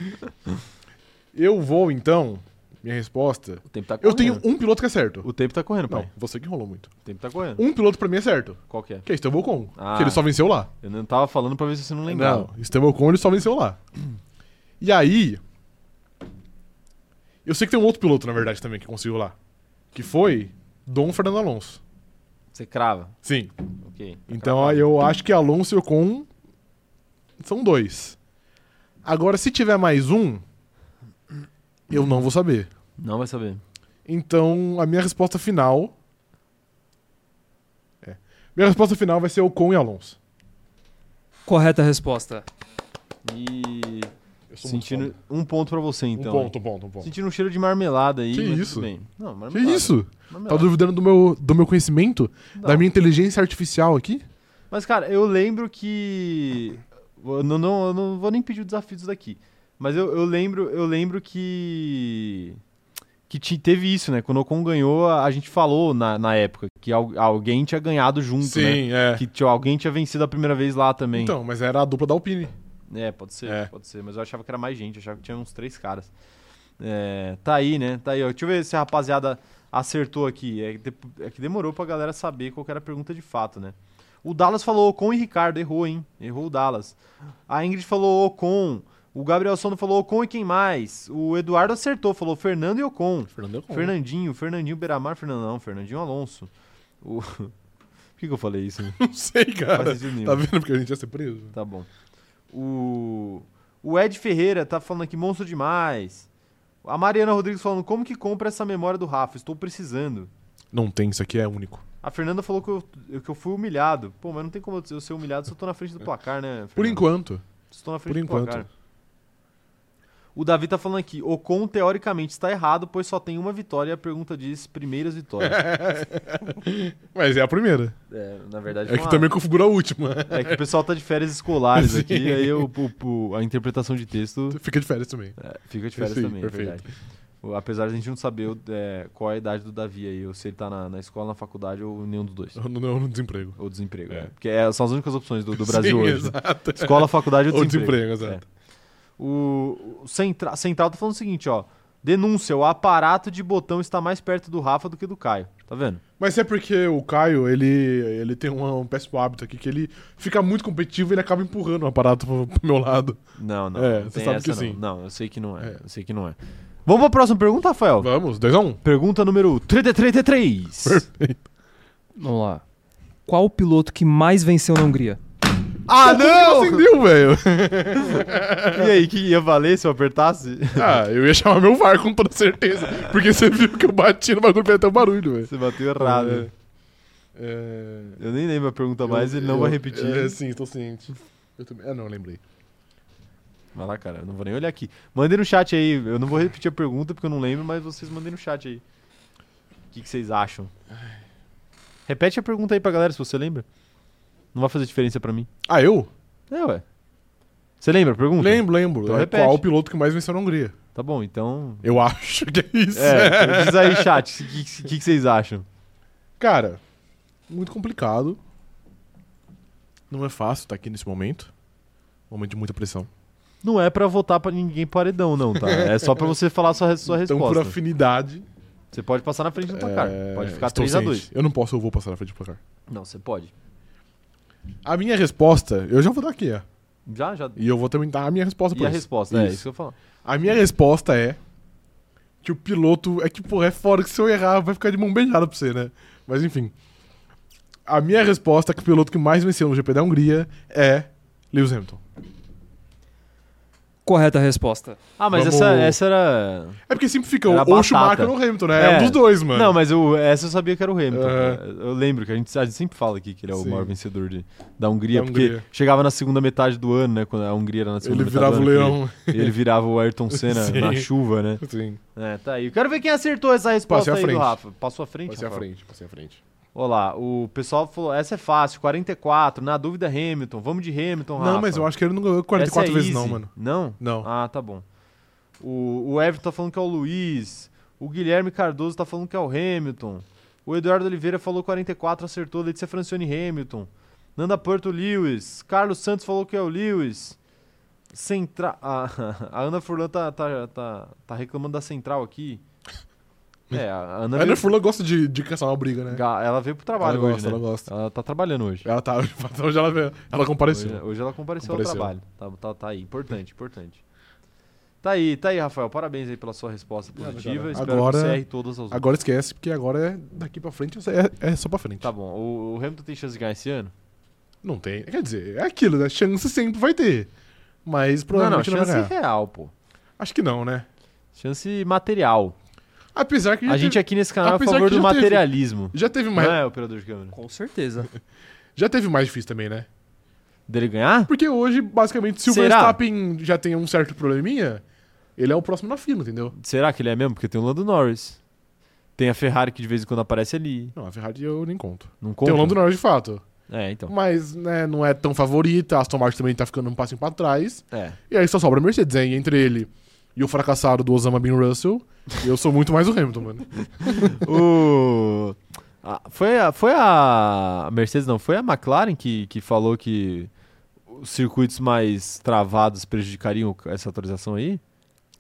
S2: eu vou, então, minha resposta.
S1: O tempo tá correndo.
S2: Eu tenho um piloto que é certo.
S1: O tempo tá correndo, pai.
S2: Não, você que enrolou muito.
S1: O tempo tá correndo.
S2: Um piloto pra mim é certo,
S1: Qual que é?
S2: que é Esteban Ocon.
S1: Ah.
S2: Que ele só venceu lá.
S1: Eu não tava falando pra ver se você não lembrava.
S2: Não, Esteban Ocon ele só venceu lá. E aí. Eu sei que tem um outro piloto, na verdade, também, que conseguiu lá. Que foi Dom Fernando Alonso.
S1: Você crava.
S2: Sim.
S1: Ok. Tá
S2: Então eu acho que Alonso e Ocon são dois. Agora, se tiver mais um, eu não vou saber.
S1: Não vai saber.
S2: Então, a minha resposta final. É. Minha resposta final vai ser Ocon e Alonso.
S3: Correta resposta.
S1: E.
S2: Eu sou muito
S1: Sentindo.
S2: foda.
S1: Um ponto pra você,
S2: Um
S1: então.
S2: ponto, um ponto, um ponto.
S1: Sentindo um cheiro de marmelada aí.
S2: Que
S1: mas tudo
S2: isso?
S1: bem. Não,
S2: Que
S1: marmelada.
S2: isso? Tá
S1: Marmelada.
S2: duvidando do meu, do meu conhecimento?
S1: Não.
S2: Da minha inteligência artificial aqui?
S1: Mas, cara, eu lembro que. Eu não, não, eu não vou nem pedir o desafio disso daqui. Mas eu, eu lembro, eu lembro que. Que te- teve isso, né? Quando o Ocon ganhou, a, a gente falou na, na época que al- alguém tinha ganhado junto, né?
S2: é.
S1: Que tinha- alguém tinha vencido a primeira vez lá também.
S2: Então, mas era a dupla da Alpine.
S1: É, pode ser,
S2: É.
S1: pode ser. Mas eu achava que era mais gente, eu achava que tinha uns três caras. É, tá aí, né? Tá aí, ó. Deixa eu ver se a rapaziada acertou aqui. É, que de- é que demorou pra galera saber qual que era a pergunta de fato, né? O Dallas falou Ocon e Ricardo, errou, hein? Errou o Dallas. A Ingrid falou Ocon. O Gabriel Sono falou Ocon e quem mais? O Eduardo acertou, falou Fernando e Ocon.
S2: Fernando é Ocon.
S1: Fernandinho, Fernandinho Beramar, Fernandão, Fernandinho Alonso. O... Por que, que eu falei isso?
S2: Não sei,
S1: Não
S2: cara.
S1: faz sentido nenhum.
S2: Tá vendo? Porque a gente ia ser preso.
S1: Tá bom. O, o Ed Ferreira tá falando aqui, monstro demais. A Mariana Rodrigues falando, como que compra essa memória do Rafa? Estou precisando.
S2: Não tem, isso aqui é único.
S1: A Fernanda falou que eu, eu- que eu fui humilhado. Pô, mas não tem como eu ser humilhado se eu tô na frente do placar, né? Fernanda?
S2: Por enquanto.
S1: Se eu tô na frente
S2: por
S1: do
S2: enquanto.
S1: placar. O Davi tá falando aqui, Ocon teoricamente está errado, pois só tem uma vitória e a pergunta diz primeiras vitórias.
S2: Mas é a primeira.
S1: é, na verdade,
S2: É
S1: uma-
S2: que também configura a última.
S1: é que o pessoal tá de férias escolares
S2: Sim.
S1: aqui, aí eu- o- o- a interpretação de texto
S2: Fica de férias também.
S1: É, fica de férias
S2: Sim,
S1: também,
S2: perfeito.
S1: é verdade. O- Apesar de a gente não saber o- é, qual é a idade do Davi aí, ou se ele tá na, na escola, na faculdade, ou nenhum dos dois.
S2: Não, não, no desemprego.
S1: Ou desemprego.
S2: É.
S1: né? Porque é, são as únicas opções do, do Brasil
S2: Sim,
S1: hoje. né?
S2: Exato.
S1: Escola, faculdade ou
S2: Ou
S1: desemprego. É.
S2: desemprego, exato.
S1: O, o Centra- Central tá falando o seguinte, ó. Denúncia, o aparato de botão está mais perto do Rafa do que do Caio. Tá vendo?
S2: Mas é porque o Caio, ele, ele tem um, um péssimo hábito aqui, que ele fica muito competitivo e ele acaba empurrando o aparato pro, pro meu lado.
S1: Não, não.
S2: É,
S1: não
S2: você
S1: tem
S2: sabe
S1: essa,
S2: que
S1: não.
S2: sim.
S1: Não, eu sei que não é.
S2: É.
S1: Eu sei que não é. Vamos pra próxima pergunta, Rafael?
S2: Vamos, 2x1.
S1: Pergunta número 333.
S3: Vamos lá. Qual o piloto que mais venceu na Hungria?
S1: ah, não!
S2: Acendeu, assim velho.
S1: E aí, que ia valer se eu apertasse?
S2: Ah, eu ia chamar meu VAR com toda certeza. Porque você viu que eu bati no bagulho fez até o barulho, velho.
S1: Você bateu errado.
S2: É,
S1: Eu nem lembro a pergunta mais,
S2: eu-
S1: ele não
S2: eu-
S1: vai repetir.
S2: É, sim, estou ciente. Eu também. Ah, não, eu lembrei.
S1: Vai lá, cara, eu não vou nem olhar aqui. Mandem no chat aí, eu não vou repetir a pergunta porque eu não lembro, mas vocês mandem no chat aí. O que, que vocês acham? Repete a pergunta aí pra galera se você lembra. Não vai fazer diferença pra mim.
S2: Ah, eu?
S1: É, ué. Você lembra a pergunta?
S2: Lembro, lembro.
S1: Então
S2: é
S1: repete.
S2: qual o piloto que mais venceu na Hungria?
S1: Tá bom, então.
S2: Eu acho que é isso.
S1: É, diz aí, chat, o que, que- que vocês acham?
S2: Cara, muito complicado. Não é fácil estar aqui nesse momento. Momento de muita pressão.
S1: Não é pra votar pra ninguém paredão, não, tá? É só pra você falar a sua, sua
S2: então,
S1: resposta.
S2: por afinidade.
S1: Você pode passar na frente do placar.
S2: é,
S1: Pode ficar
S2: estou
S1: 3x2.
S2: ciente. Eu não posso, eu vou passar na frente do placar.
S1: Não, você pode.
S2: A minha resposta, eu já vou dar aqui, ó.
S1: Já, já.
S2: E eu vou também dar a minha resposta
S1: E
S2: pra
S1: a
S2: isso.
S1: resposta, é
S2: Isso.
S1: isso que eu falo.
S2: A minha resposta é que o piloto. É que, porra, é fora que se eu errar vai ficar de mão beijada pra você, né? Mas enfim. A minha resposta é que o piloto que mais venceu no GP da Hungria é Lewis Hamilton.
S3: Correta a resposta.
S1: Ah, mas
S2: Vamos-
S1: essa, essa era.
S2: É porque sempre fica
S1: Era
S2: ou o
S1: batata.
S2: Schumacher ou o Hamilton, né? É.
S1: É.
S2: um dos dois, mano.
S1: Não, mas eu, essa eu sabia que era o Hamilton.
S2: Aham.
S1: cara. Eu lembro que a gente, a gente sempre fala aqui que ele é o
S2: Sim.
S1: maior vencedor de, da Hungria,
S2: Da
S1: porque
S2: Hungria.
S1: chegava na segunda metade do ano, né? Quando a Hungria era na segunda
S2: Ele
S1: metade
S2: virava
S1: do
S2: o
S1: ano,
S2: leão.
S1: que Ele, ele virava o Ayrton Senna
S2: Sim.
S1: na chuva, né?
S2: Sim.
S1: É, tá aí. Eu quero ver quem acertou essa resposta
S2: Passei à
S1: aí do
S2: frente.
S1: Rafa. Passou à frente?
S2: Passei à
S1: Rafael?
S2: frente, passei à frente.
S1: Olha lá, o pessoal falou, essa é fácil, 44, na dúvida Hamilton, vamos de Hamilton, Rafa.
S2: Não, mas eu acho que ele não ganhou
S1: Essa
S2: 44
S1: é
S2: vezes,
S1: easy.
S2: não, mano.
S1: Não?
S2: Não.
S1: Ah, tá bom. O, o Everton tá falando que é o Luiz, o Guilherme Cardoso tá falando que é o Hamilton, o Eduardo Oliveira falou 44, acertou, Letícia Francione Hamilton, Nanda Porto Lewis, Carlos Santos falou que é o Lewis, Central... Ah, a Ana Furlan tá, tá, tá, tá reclamando da Central aqui. É, a Ana,
S2: a Ana
S1: veio-
S2: Furlan gosta de, de caçar uma briga, né?
S1: ga- ela veio pro trabalho
S2: ela gosta,
S1: hoje, né?
S2: ela gosta.
S1: Ela tá trabalhando hoje.
S2: Ela tá, hoje ela, veio- ela compareceu.
S1: Hoje, hoje ela compareceu,
S2: Compareceu.
S1: ao trabalho. Tá, tá, tá aí, importante, importante. Tá aí, tá aí, Rafael. Parabéns aí pela sua resposta positiva.
S2: Obrigado, cara.
S1: Espero
S2: Agora-
S1: que você erre todas as outras.
S2: Agora esquece, porque agora é daqui pra frente, é, é só pra frente.
S1: Tá bom. O, o Hamilton tem chance de ganhar esse ano?
S2: Não tem. Quer dizer, é aquilo, né? Chance sempre vai ter. Mas
S1: Não, não,
S2: provavelmente não,
S1: chance é-
S2: vai ganhar.
S1: real, pô.
S2: Acho que não, né?
S1: Chance material.
S2: Apesar que já,
S1: A gente
S2: teve,
S1: aqui nesse canal é a
S2: Apesar
S1: favor
S2: que
S1: do
S2: já teve-
S1: materialismo.
S2: já teve
S1: Não
S2: mais.
S1: é, operador de câmera?
S3: Com certeza.
S2: Já teve mais difícil também, né?
S1: Dele ganhar?
S2: Porque hoje, basicamente, se o
S1: Será?
S2: Verstappen já tem um certo probleminha, ele é o próximo na fila, entendeu?
S1: Será que ele é mesmo? Porque tem o Lando Norris. Tem a Ferrari que de vez em quando aparece ali.
S2: Não, a Ferrari eu nem conto.
S1: Não
S2: Tem
S1: conta?
S2: o Lando Norris de fato.
S1: É, então.
S2: Mas, né, não é tão favorita. A Aston Martin também tá ficando um passinho pra trás.
S1: É.
S2: E aí só sobra a Mercedes, hein? Entre ele e o fracassado do Osama Bin Russell, eu sou muito mais o Hamilton, mano.
S1: O... a- foi, a, foi a Mercedes, não, foi a McLaren que, que falou que os circuitos mais travados prejudicariam essa atualização aí?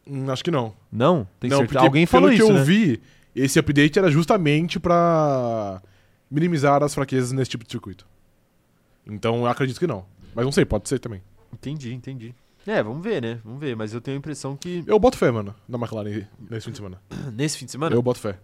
S2: Hum, acho que não.
S1: Não? Tem
S2: não,
S1: certeza.
S2: porque
S1: Alguém
S2: pelo
S1: falou
S2: que
S1: isso,
S2: eu
S1: né?
S2: vi, esse update era justamente pra minimizar as fraquezas nesse tipo de circuito. Então, eu acredito que não. Mas não sei, pode ser também.
S1: Entendi, entendi. É, vamos ver, né? Vamos ver, mas eu tenho a impressão que
S2: Eu boto fé, mano, na McLaren nesse fim de semana.
S1: nesse fim de semana...
S2: Eu boto fé.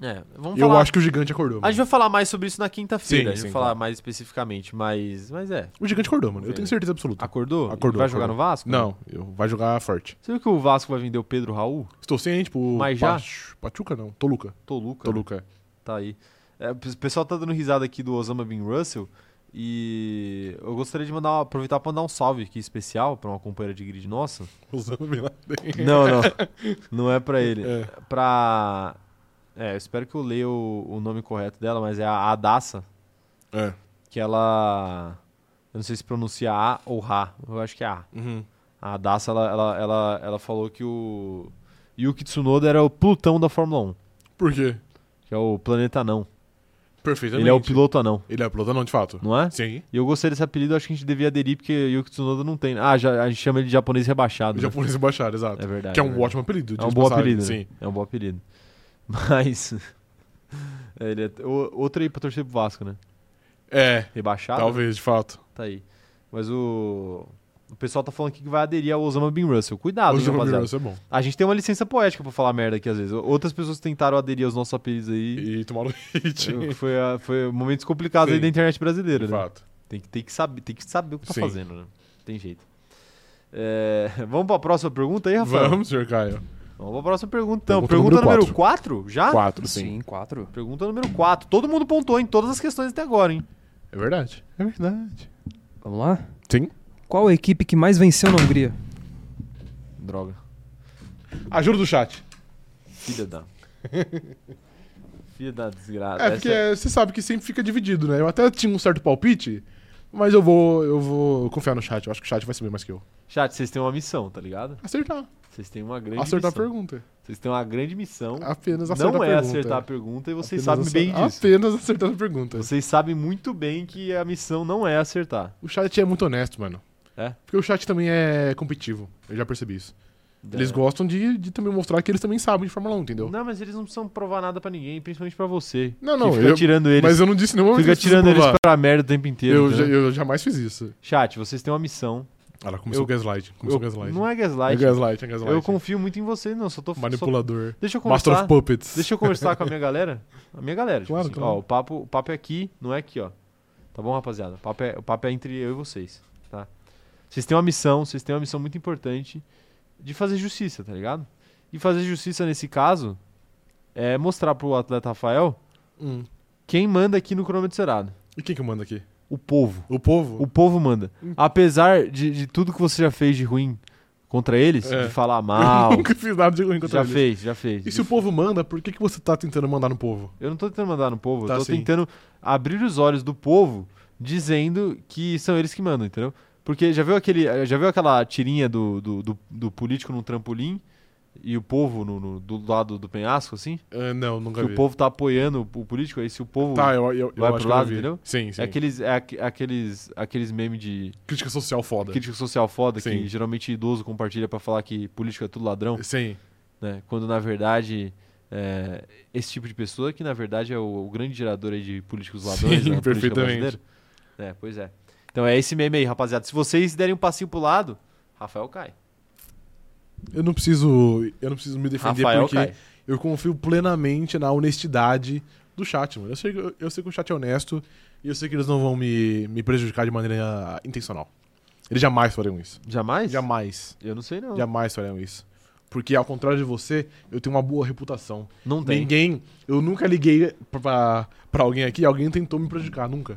S1: É, vamos
S2: eu
S1: falar...
S2: acho que o gigante acordou.
S1: A
S2: Mano.
S1: gente vai falar mais sobre isso na quinta-feira,
S2: Sim,
S1: a gente vai
S2: sim,
S1: falar
S2: claro.
S1: mais especificamente, mas... Mas é,
S2: O gigante acordou, mano. Eu
S1: Vamos
S2: tenho
S1: ver.
S2: certeza absoluta.
S1: acordou? Ele
S2: Acordou,
S1: Vai jogar
S2: acordou.
S1: no Vasco?
S2: Não, eu vai jogar forte.
S1: Você viu que o Vasco vai vender o Pedro Raul?
S2: Estou sem, tipo,
S1: Mas já?
S2: Pachu- Pachuca não, Toluca.
S1: Toluca. né?
S2: Toluca.
S1: Tá aí. É, o pes- pessoal tá dando risada aqui do Osama Bin Russell. E eu gostaria de mandar, aproveitar pra mandar um salve aqui especial pra uma companheira de grid nossa.
S2: Usando Bin Laden.
S1: Não, não. Não é pra ele.
S2: É.
S1: Pra. É, eu espero que eu leia o, o nome correto dela, mas é a Adassa.
S2: É.
S1: Que ela. Eu não sei se pronuncia A ou Ra. Eu acho que é A.
S2: Uhum.
S1: A Adassa, ela, ela, ela, ela falou que o. Yuki Tsunoda era o Plutão da Fórmula 1.
S2: Por quê?
S1: Que é o planeta anão.
S2: Perfeitamente.
S1: Ele é o piloto anão,
S2: Ele é o piloto, não, de fato.
S1: não é?
S2: Sim.
S1: E eu gostei desse apelido, acho que a gente devia aderir, porque Yuki Tsunoda não tem. Ah, já, a gente chama ele de japonês rebaixado.
S2: O
S1: né?
S2: japonês baixar, exato.
S1: É verdade.
S2: Que é um
S1: verdade.
S2: ótimo
S1: É
S2: apelido.
S1: um
S2: diga-se
S1: bom
S2: passagem.
S1: apelido. né?
S2: Sim.
S1: É um bom apelido. Mas. é, ele é... o- Outro aí pra torcer pro Vasco, né?
S2: É,
S1: Rebaixado?
S2: talvez, de fato.
S1: Tá aí. Mas o. O pessoal tá falando aqui que vai aderir ao Osama Bin Russell. Cuidado,
S2: Hoje
S1: hein,
S2: o Russell
S1: rapaziada.
S2: é bom.
S1: A gente tem uma licença poética pra falar merda aqui às vezes. Outras pessoas tentaram aderir aos nossos apelidos aí.
S2: E um tomaram hit.
S1: eh, Foi, a- foi momentos complicados
S2: Sim.
S1: aí da internet brasileira,
S2: De
S1: né?
S2: fato.
S1: Tem que, tem que, saber, tem que saber o que tá
S2: Sim.
S1: fazendo, né? Tem jeito. É, vamos pra próxima pergunta aí, Rafael?
S2: Vamos, senhor Caio.
S1: Vamos pra próxima pergunta, então.
S2: Pergunta
S1: Pergunta,
S2: número
S1: número 4, já?
S2: Quatro, Ah, sim.
S3: Sim, quatro.
S1: Pergunta número 4. Todo mundo pontuou em todas as questões até agora, hein?
S2: É verdade. É verdade.
S3: Vamos lá?
S2: Sim.
S3: Qual a equipe que mais venceu na Hungria?
S1: Droga.
S2: Ajuda do chat.
S1: Filha da... Filha da desgraça.
S2: É,
S1: Essa
S2: porque é, você sabe que sempre fica dividido, né? Eu até tinha um certo palpite, mas eu vou, eu vou confiar no chat. Eu acho que o chat vai saber mais que eu.
S1: Chat, vocês têm uma missão, tá ligado?
S2: Acertar.
S1: Vocês têm uma grande
S2: Acertar a
S1: missão.
S2: pergunta.
S1: Vocês têm uma grande missão.
S2: Apenas acertar
S1: Não
S2: a
S1: é
S2: pergunta.
S1: acertar a pergunta e vocês
S2: Apenas
S1: sabem bem
S2: acer-
S1: disso.
S2: Apenas acertar a pergunta.
S1: Vocês sabem muito bem que a missão não é acertar.
S2: O chat é muito honesto, mano.
S1: É?
S2: Porque o chat também é competitivo. Eu já percebi isso. Eles
S1: É.
S2: gostam de, de também mostrar que eles também sabem de Fórmula 1, entendeu?
S1: Não, mas eles não precisam provar nada pra ninguém, principalmente pra você.
S2: Não, não,
S1: que fica
S2: eu-
S1: tirando eles,
S2: Mas eu não disse nenhuma
S1: fica
S2: vez que eu
S1: tirando eles
S2: preciso provar.
S1: pra né? merda o tempo inteiro.
S2: eu,
S1: entendeu?
S2: já- eu jamais fiz isso.
S1: Chat, vocês têm uma missão.
S2: Ela começou
S1: Eu-
S2: o gaslight.
S1: Eu,
S2: Começou o gaslight.
S1: não é
S2: É
S1: gaslight.
S2: gaslight, é gaslight.
S1: Eu confio muito em você, não, só tô só-
S2: Manipulador.
S1: Deixa eu
S2: Master of
S1: conversar.
S2: Puppets.
S1: Deixa eu conversar com a minha galera. A minha galera, tipo
S2: Claro,
S1: assim,
S2: claro.
S1: ó, o papo, o papo é aqui, não é aqui, ó. Tá bom, rapaziada? O papo é, o papo é entre eu e vocês, tá? Vocês têm uma missão, vocês têm uma missão muito importante de fazer justiça, tá ligado? E fazer justiça nesse caso é mostrar pro atleta Rafael
S2: Hum.
S1: quem manda aqui no cronômetro zerado.
S2: E quem que manda aqui?
S1: O povo.
S2: O povo?
S1: O povo manda. Apesar de, de tudo que você já fez de ruim contra eles,
S2: É.
S1: de falar mal,
S2: Eu nunca fiz nada de ruim contra
S1: já
S2: eles.
S1: fez, já fez.
S2: E se o povo manda, por que, que você tá tentando mandar no povo?
S1: Eu não tô tentando mandar no povo,
S2: Tá,
S1: eu tô
S2: sim.
S1: tentando abrir os olhos do povo dizendo que são eles que mandam, entendeu? Porque já viu, aquele, eh, já viu aquela tirinha do, do, do- do político num trampolim e o povo no, no- do lado do penhasco, assim?
S2: Ah, não, nunca
S1: que
S2: vi.
S1: o povo tá apoiando o, o político, aí se o povo.
S2: Tá, eu, eu, eu
S1: Vai
S2: acho
S1: pro
S2: que eu
S1: lado,
S2: vi.
S1: entendeu?
S2: Sim, sim.
S1: é aqueles, é aque- aqueles, aqueles memes de
S2: Crítica social foda.
S1: crítica social foda
S2: Sim.
S1: que geralmente idoso compartilha pra falar que político é tudo ladrão,
S2: Sim.
S1: né? Quando na verdade. é, esse tipo de pessoa que na verdade é o, o grande gerador aí de políticos ladrões
S2: Sim,
S1: né, na política
S2: perfeitamente.
S1: brasileira. É, pois é. Então é esse meme aí, rapaziada. Se vocês derem um passinho pro lado, Rafael cai.
S2: Eu não preciso. Eu não preciso me defender
S1: Rafael
S2: porque
S1: cai.
S2: eu confio plenamente na honestidade do chat, mano. Eu sei, que- eu, eu sei que o chat é honesto e eu sei que eles não vão me, me prejudicar de maneira intencional. Eles jamais farão isso.
S1: Jamais?
S2: Jamais.
S1: Eu não sei não.
S2: Jamais farão isso. Porque, ao contrário de você, eu tenho uma boa reputação.
S1: Não tem.
S2: Ninguém. Eu nunca liguei pra, pra alguém aqui e alguém tentou me prejudicar, nunca.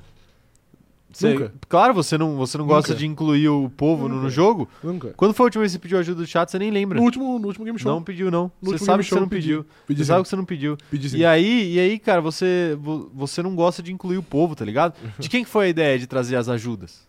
S1: Você-
S2: Nunca.
S1: Claro, você não, você não
S2: Nunca.
S1: gosta de incluir o povo no, no jogo.
S2: Nunca.
S1: Quando foi a última vez que você pediu ajuda do chat, você nem lembra.
S2: No último, no último game show.
S1: Não pediu, não.
S2: No
S1: você
S2: último
S1: sabe
S2: game
S1: que
S2: show
S1: você não
S2: eu pedi.
S1: pediu.
S2: Pedi
S1: você
S2: sim.
S1: sabe que você não pediu.
S2: Pedi sim.
S1: E aí, e aí, cara, você, vo- você não gosta de incluir o povo, tá ligado?
S2: Uhum.
S1: De quem que foi a ideia de trazer as ajudas?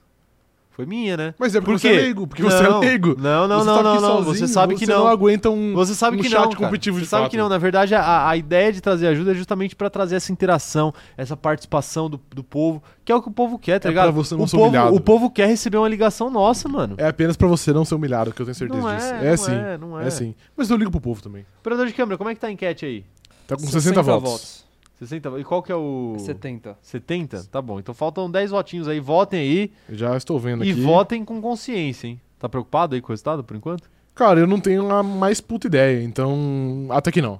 S1: Foi minha, né?
S2: Mas é porque
S1: Por
S2: você
S1: quê?
S2: é leigo, porque você é
S1: Não,
S2: leigo.
S1: Não, não,
S2: Você
S1: não,
S2: tá
S1: não,
S2: aqui
S1: não.
S2: sozinho,
S1: você sabe que
S2: você
S1: não.
S2: não aguenta um.
S1: Você sabe
S2: um
S1: que
S2: chat
S1: não. cara.
S2: competitivo
S1: você
S2: de
S1: sabe
S2: fato.
S1: que não. Na verdade, a, a ideia de trazer ajuda é justamente pra trazer essa interação, essa participação do, do povo, que é o que o povo quer, tá
S2: É
S1: ligado?
S2: pra você não
S1: o,
S2: ser
S1: povo,
S2: humilhado.
S1: o povo quer receber uma ligação nossa, mano.
S2: É apenas pra você não ser humilhado, que eu tenho certeza
S1: não é,
S2: disso. É,
S1: não
S2: sim.
S1: é, não é.
S2: É sim. Mas eu ligo pro povo também.
S1: Operador de câmera, como é que tá a enquete aí?
S2: Tá com 60, votos.
S1: 60. E qual que é o.
S3: 70.
S1: 70? Tá bom. Então faltam 10 votinhos aí. Votem aí
S2: Eu Já estou vendo
S1: e
S2: aqui.
S1: votem com consciência, hein? Tá preocupado aí com o resultado por enquanto?
S2: Cara, eu não tenho a mais puta ideia, então. Até que não.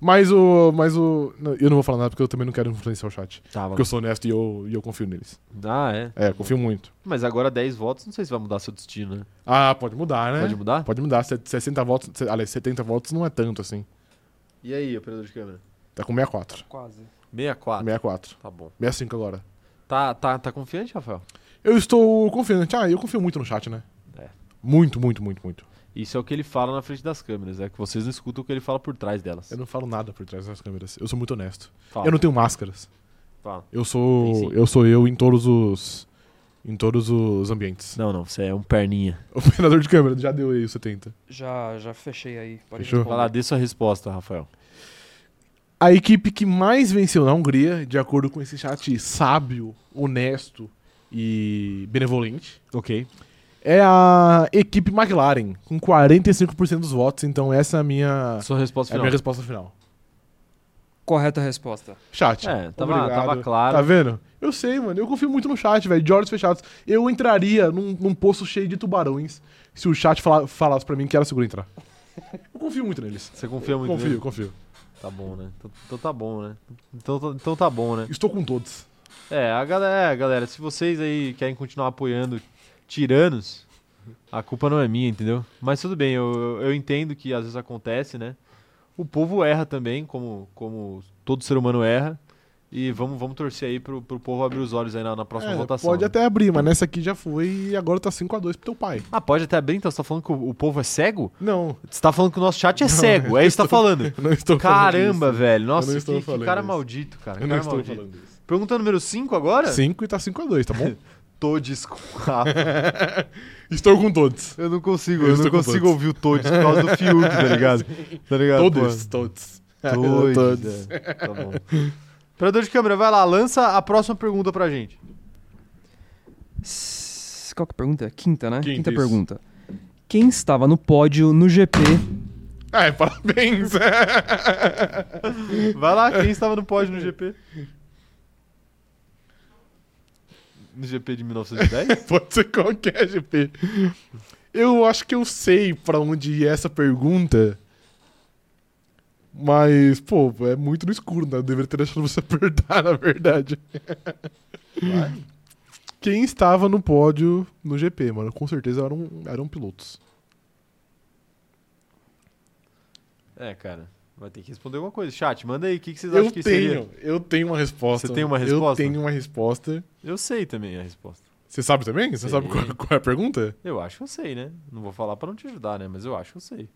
S2: Mas o. Mas o. não, Eu não vou falar nada porque eu também não quero influenciar o chat.
S1: Tá,
S2: Porque eu sou honesto e eu, e eu confio neles.
S1: Ah, é.
S2: É, confio muito.
S1: Mas agora 10 votos, não sei se vai mudar seu destino, né?
S2: Ah, pode mudar, né?
S1: Pode mudar?
S2: Pode mudar. Se- 60 votos. se- Aliás, 70 votos não é tanto assim.
S1: E aí, operador de câmera?
S2: Tá com 64.
S3: Quase.
S1: 64.
S2: 64.
S1: Tá bom.
S2: 65 agora.
S1: Tá, tá, tá confiante, Rafael?
S2: Eu estou confiante. Ah, eu confio muito no chat, né?
S1: É.
S2: Muito, muito, muito, muito.
S1: Isso é o que ele fala na frente das câmeras, é que vocês não escutam o que ele fala por trás delas.
S2: Eu não falo nada por trás das câmeras. Eu sou muito honesto.
S1: Fala,
S2: Eu não tenho máscaras.
S1: fala.
S2: Eu
S1: Tem
S2: sou.
S1: sim.
S2: Eu sou eu em todos os. Em todos os ambientes.
S1: Não, não, você é um perninha.
S2: Operador de câmera, já deu aí o 70.
S3: Já, já fechei aí. Pode
S2: Fechou?
S1: Vai lá, dê sua resposta, Rafael.
S2: A equipe que mais venceu na Hungria, de acordo com esse chat sábio, honesto e benevolente,
S1: Ok.
S2: é a equipe McLaren, com 45% dos votos. Então essa é a minha,
S1: Sua resposta
S2: é a
S1: final.
S2: minha resposta final.
S3: Correta resposta.
S2: Chat.
S1: É, tava,
S2: Obrigado.
S1: tava claro.
S2: Tá vendo? Eu sei, mano. Eu confio muito no chat, velho. De olhos fechados. Eu entraria num, num poço cheio de tubarões se o chat fala- falasse pra mim que era seguro entrar. Eu confio muito neles.
S1: Você confia muito
S2: confio,
S1: nele?
S2: confio.
S1: Tá bom, né? Então, então tá bom, né? Então, tá- então tá bom, né?
S2: Estou com todos.
S1: É, a galera, é, galera, se vocês aí querem continuar apoiando tiranos, a culpa não é minha, entendeu? Mas tudo bem, eu, eu entendo que às vezes acontece, né? O povo erra também, como, como todo ser humano erra. E vamos, vamos torcer aí pro, pro povo abrir os olhos aí na, na próxima
S2: É,
S1: votação.
S2: pode
S1: né?
S2: até abrir, mas nessa aqui já foi e agora tá 5x2 pro teu pai.
S1: Ah, pode até abrir, então você tá falando que o, o povo é cego?
S2: Não,
S1: Você tá falando que o nosso chat é cego, é isso que tá falando.
S2: eu não estou
S1: Caramba,
S2: falando isso.
S1: velho. Nossa,
S2: não
S1: que,
S2: estou
S1: que
S2: falando
S1: cara
S2: isso.
S1: maldito, cara.
S2: Eu
S1: cara
S2: não estou
S1: maldito.
S2: falando isso.
S1: Pergunta número 5 agora?
S2: 5 e tá 5x2, tá bom?
S1: Tô desculpa.
S2: estou com todos.
S1: Eu não consigo,
S2: Eu
S1: eu, não
S2: estou com
S1: consigo
S2: todos.
S1: ouvir o Toads por causa do Fiuk, tá ligado? Tá ligado?
S2: Todos, todos.
S1: Pô, Toads. é. Tá bom. Operador de câmera, vai lá, lança a próxima pergunta pra gente.
S3: S- Qual que é a pergunta? Quinta, né?
S2: Quinta,
S3: Quinta
S2: isso.
S3: pergunta. Quem estava no pódio no GP?
S2: É, parabéns.
S1: Vai lá, quem estava no pódio no GP? No GP de 1910?
S2: Pode ser qualquer GP. Eu acho que eu sei pra onde ia essa pergunta. Mas, pô, é muito no escuro, né? Eu deveria ter deixado você apertar, na verdade. quem estava no pódio no GP, mano. Com certeza eram, eram pilotos.
S1: É, cara. Vai ter que responder alguma coisa. Chat, manda aí. O que, que vocês
S2: Eu
S1: acham que seria?
S2: tenho, eu tenho uma resposta.
S1: Você tem uma
S2: Eu
S1: resposta?
S2: tenho uma resposta.
S1: Eu sei também a resposta.
S2: Você sabe também? Você
S1: Sei.
S2: sabe qual, qual é a pergunta?
S1: Eu acho que eu sei, né? Não vou falar pra não te ajudar, né? Mas eu acho que eu sei.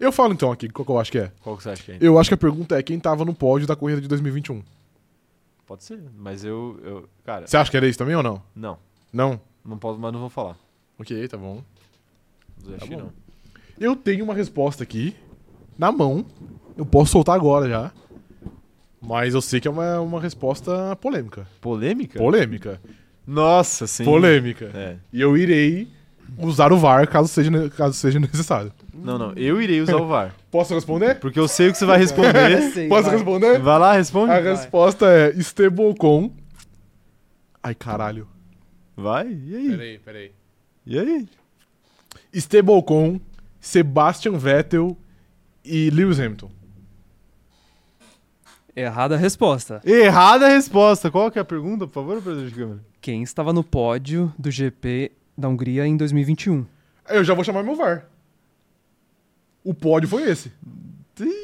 S2: Eu falo então aqui qual que eu acho que é.
S1: Qual que você acha que é?
S2: Eu acho que a pergunta é quem tava no pódio da corrida de 2021.
S1: Pode ser, mas eu, eu. Cara,
S2: Você acha que era isso também ou não?
S1: não.
S2: Não?
S1: Não posso, mas não vou falar.
S2: Ok, tá bom.
S1: Eu acho que
S2: Tá bom.
S1: não.
S2: Eu tenho uma resposta aqui, na mão. Eu posso soltar agora já. Mas eu sei que é uma, uma resposta polêmica.
S1: Polêmica?
S2: Polêmica.
S1: Nossa, É. sim.
S2: Polêmica.
S1: É.
S2: E eu irei usar o VAR caso seja, ne- caso seja necessário.
S1: Não, não. Eu irei usar o VAR.
S2: Posso responder?
S1: Porque eu sei o que você vai responder.
S2: É, Posso responder?
S1: Vai lá,
S2: A
S1: responde.
S2: resposta é Estebocon. Ai, caralho.
S1: Vai. E aí?
S2: Peraí, peraí.
S1: E aí?
S2: Estebocon, Sebastian Vettel e Lewis Hamilton.
S3: Errada a resposta.
S1: Errada a resposta. Qual que é a pergunta, por favor, presidente de câmera?
S3: Quem estava no pódio do GP da Hungria em 2021?
S2: Eu já vou chamar meu VAR. O pódio foi esse.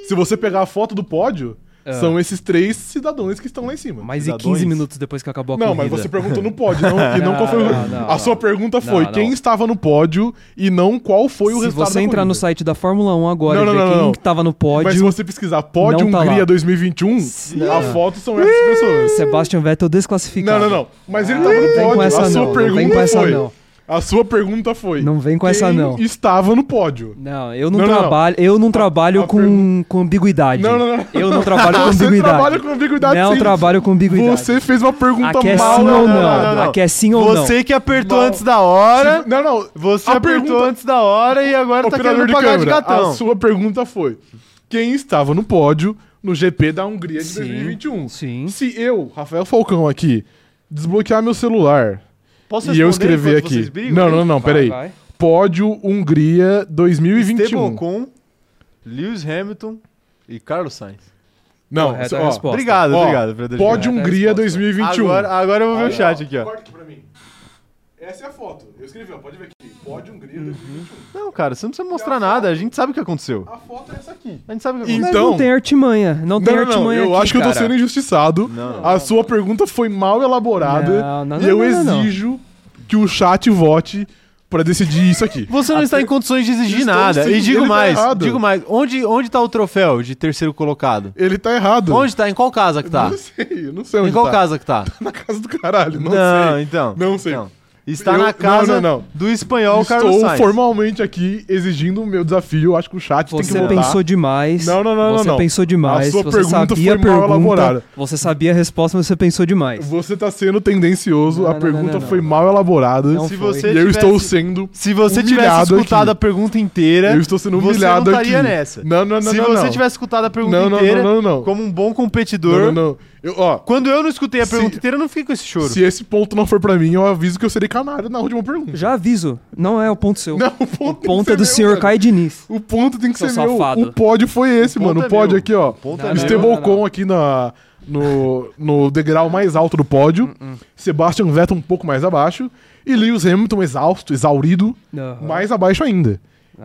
S2: Se você pegar a foto do pódio,
S3: Ah,
S2: são esses três cidadãos que estão lá em cima.
S3: mais de
S1: cidadãos.
S3: 15 minutos depois que acabou a
S2: Não, mas
S3: corrida.
S2: você perguntou no pódio, não, e não,
S3: Não,
S2: qual foi o...
S3: não, não,
S2: A
S3: não.
S2: sua pergunta foi
S3: não.
S2: quem estava no pódio e não qual foi o
S3: Se
S2: resultado
S3: você
S2: da
S3: entrar
S2: corrida.
S3: no site da Fórmula 1 agora
S2: Não, não,
S3: e ver
S2: não,
S3: quem
S2: não.
S3: que tava no pódio,
S2: Mas se você pesquisar pódio
S3: Não tá
S2: Hungria
S3: lá.
S2: 2021,
S3: Sim.
S2: a foto são essas pessoas.
S3: Sebastian Vettel
S2: Não,
S3: desclassificado.
S2: não, não. Mas ele
S3: Ah,
S2: tava
S3: é não
S2: no
S3: vem
S2: pódio.
S3: com
S2: a
S3: essa
S2: sua
S3: não, não
S2: pergunta
S3: vem com essa
S2: foi.
S3: não.
S2: A sua pergunta foi.
S3: Não vem com essa
S2: quem
S3: não.
S2: Estava no pódio.
S3: Não, eu não,
S2: Não, não, não.
S3: trabalho, eu não trabalho
S2: a
S3: com, com ambiguidade.
S2: Não, não, não.
S3: Eu não trabalho com
S2: Você
S3: ambiguidade.
S2: trabalha com ambiguidade
S3: não
S2: sim.
S3: trabalho com ambiguidade.
S2: Você fez uma pergunta né,
S3: Aqui é
S2: mal.
S3: sim
S1: não,
S3: ou não,
S1: não, não, não.
S3: aqui é sim ou não.
S1: Você que apertou
S2: Não.
S1: antes da hora.
S2: Não, não.
S1: Você
S2: A
S1: apertou
S2: pergunta-
S1: antes da hora e agora tá querendo
S2: Operador de
S1: pagar de,
S2: câmera, Ah.
S1: gatão.
S2: a sua pergunta foi: quem estava no pódio no GP da Hungria de
S3: Sim,
S2: 2021?
S3: sim.
S2: Se eu, Rafael Falcão aqui, desbloquear meu celular
S1: Posso
S2: e eu
S1: responder
S2: escrever
S1: enquanto
S2: aqui.
S1: vocês brigam?
S2: Não, não, não,
S3: Vai,
S2: peraí.
S3: vai.
S2: Pódio Hungria 2021.
S1: Esteban Ocon, Lewis Hamilton e Carlos Sainz.
S2: Não,
S3: Correta
S2: se-
S3: é a
S2: ó,
S3: resposta.
S1: Obrigado,
S2: Ó,
S1: obrigado. Presidente de
S2: Pódio um.
S3: Correta a
S2: Hungria
S3: resposta.
S2: 2021.
S1: Agora, agora eu vou ver o chat aqui, ó.
S2: Corta aqui pra mim. Essa é a foto. Eu escrevi, ó. Pode ver aqui. Pódio
S3: Uhum.
S2: Hungria 2021.
S1: Não, cara, você não precisa mostrar nada. A gente sabe o que aconteceu.
S2: A foto é essa aqui.
S1: A gente sabe o que
S2: E-
S1: aconteceu.
S3: Mas
S2: Então-
S3: não tem artimanha. Não tem
S2: Não, não, não,
S3: artimanha
S2: eu
S3: aqui,
S2: acho que eu tô
S3: cara.
S2: sendo injustiçado.
S1: Não,
S2: a sua pergunta foi mal elaborada.
S3: Não, não,
S2: e
S3: não,
S2: eu
S3: não, não, não.
S2: exijo que o chat vote pra decidir isso aqui.
S1: Você não está em condições de exigir
S2: Estou
S1: nada.
S2: sim,
S1: E digo
S2: ele tá
S1: mais,
S2: errado.
S1: digo mais. Onde, onde tá o troféu de terceiro colocado?
S2: Ele tá errado.
S1: Onde tá? Em qual casa que tá?
S2: Não sei, eu não sei onde
S1: Em qual
S2: tá.
S1: casa que tá?
S2: Na casa do caralho, não, sei.
S1: então.
S2: Não sei.
S1: então. Está
S2: Eu-
S1: na
S2: não,
S1: casa
S2: não, não.
S1: do
S3: Tá
S1: espanhol Carlos
S2: Estou
S1: Sainz.
S2: formalmente aqui exigindo o meu desafio. Acho que o chat tem
S3: Você
S2: que votar.
S3: pensou demais.
S2: Não, não, não, não,
S3: Você
S2: não.
S3: pensou demais.
S2: A sua
S3: você
S2: pergunta
S3: sabia
S2: foi mal
S3: a
S2: elaborada.
S3: pergunta. Você sabia a resposta, mas você pensou demais.
S2: Você tá sendo tendencioso,
S3: Não,
S2: a
S3: não,
S2: pergunta
S3: não, não, não.
S2: foi mal elaborada.
S3: Não
S1: Se
S3: foi.
S1: você
S2: e eu
S1: tivesse-
S2: estou sendo.
S1: Se você tivesse
S2: humilhado
S1: escutado
S2: aqui.
S1: a pergunta inteira,
S2: Eu estou sendo
S1: você
S2: humilhado
S1: não estaria
S2: aqui.
S1: nessa.
S2: Não, não, não,
S1: Se
S2: não,
S1: você
S2: não.
S1: tivesse escutado a pergunta
S2: Não, não,
S1: inteira,
S2: não, não, não.
S1: como um bom competidor,
S2: Não, não, não. Eu, ó,
S1: quando eu não escutei a
S2: Se-
S1: pergunta inteira, eu não fiquei com esse choro.
S2: se esse ponto não for pra mim, eu aviso que eu serei canário na última pergunta.
S3: Já aviso, não é o ponto seu.
S2: Não, o ponto, tem que
S3: Ponta
S2: ser
S3: do
S2: meu,
S3: senhor
S2: mano.
S3: Caio Diniz.
S2: O ponto tem que
S3: Seu
S2: ser meu.
S3: safado.
S2: O pódio foi esse,
S1: O
S2: mano.
S1: ponto
S2: O
S1: é
S2: pódio
S1: meu.
S2: aqui, ó.
S1: Ponto
S3: Não,
S1: é meu.
S2: O
S3: não, não.
S2: Estebocon aqui na, no, no degrau mais alto do pódio.
S1: Hum,
S2: Sebastian Vettel um pouco mais abaixo. E Lewis Hamilton exausto, exaurido,
S3: Aham.
S2: mais abaixo ainda.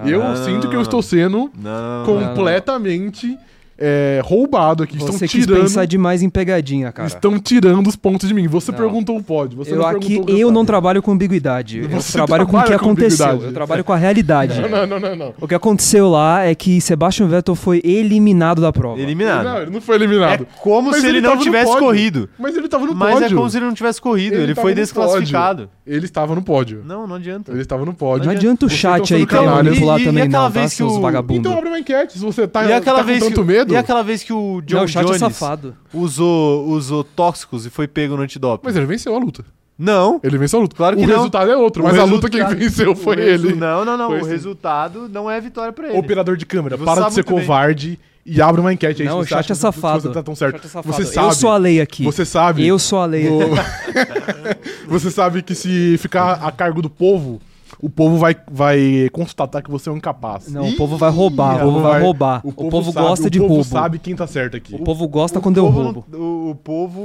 S2: eu
S1: não, não,
S2: sinto que eu
S1: não,
S2: estou sendo
S1: Ah. Não, não, não.
S2: completamente é, roubado aqui. Estão
S3: Você quis pensar
S2: tirando,
S3: demais em pegadinha, cara.
S2: estão tirando os pontos de mim. Você
S3: Não.
S2: perguntou o pódio. Você
S3: Eu
S2: não
S3: aqui,
S2: perguntou o
S3: eu não
S2: resultado.
S3: trabalho com ambiguidade. Eu
S2: Você
S3: trabalho com o que
S2: trabalha com
S3: aconteceu.
S2: ambiguidade.
S3: Eu trabalho com a realidade.
S2: Não, não, não, não.
S3: O que aconteceu lá é que Sebastian Vettel foi eliminado da prova.
S1: Eliminado.
S2: Não, ele não foi
S1: É
S2: eliminado.
S1: como
S2: Mas
S1: se
S2: ele
S1: ele,
S2: tava
S1: não
S2: no
S1: tivesse
S2: pódio.
S1: corrido.
S2: Mas ele tava no
S1: Mas
S2: pódio.
S1: é como se ele não tivesse corrido. Ele,
S2: Ele tá tava
S1: foi
S2: no
S1: desclassificado.
S2: Ele estava no pódio.
S1: Não, não adianta.
S2: Ele estava no pódio.
S3: Não adianta o
S2: Vocês
S3: chat
S2: estão
S3: aí
S2: sendo
S3: querer
S2: canalhas.
S3: manipular
S1: E- e
S3: também,
S1: aquela
S3: não, tá,
S1: vez que
S3: seus
S1: o-
S3: vagabundos.
S2: Então abre uma enquete, se você tá,
S1: e aquela
S2: tá
S1: vez
S2: com
S1: que,
S2: tanto medo.
S1: E aquela vez que o John
S3: Não, o chat é
S1: Jones
S3: safado.
S1: usou, usou tóxicos e foi pego no antidoping.
S2: Mas é- ele venceu a luta.
S1: Não.
S2: Ele venceu a luta.
S1: Claro que
S2: o
S1: não.
S2: resultado é outro,
S1: O
S2: mas a luta quem
S1: resultado-
S2: venceu foi
S1: O resu-
S2: ele.
S1: Não, não, não.
S2: Foi
S1: o
S2: sim.
S1: resultado não é vitória pra ele.
S2: Operador de câmera,
S1: Você
S2: para de
S1: sabe
S2: ser
S1: muito bem.
S2: covarde e abre uma enquete aí.
S3: Não,
S2: se
S3: o
S2: você
S3: chat
S2: acha
S3: é
S2: que-
S3: safado.
S2: Se você tá tão
S3: O
S2: certo.
S3: chat é safado.
S2: Você
S3: Eu
S2: sabe.
S3: sou a lei aqui.
S2: Você sabe.
S3: Eu sou a lei aqui.
S2: o- você sabe que se ficar a cargo do povo, o povo vai, vai constatar que você é um incapaz.
S3: Não, o povo vai roubar, o povo vai roubar. O povo gosta de
S2: O povo
S3: roubo.
S2: sabe quem tá certo aqui.
S3: O povo gosta
S1: O
S3: quando eu
S1: povo
S3: roubo.
S1: não- O, o povo,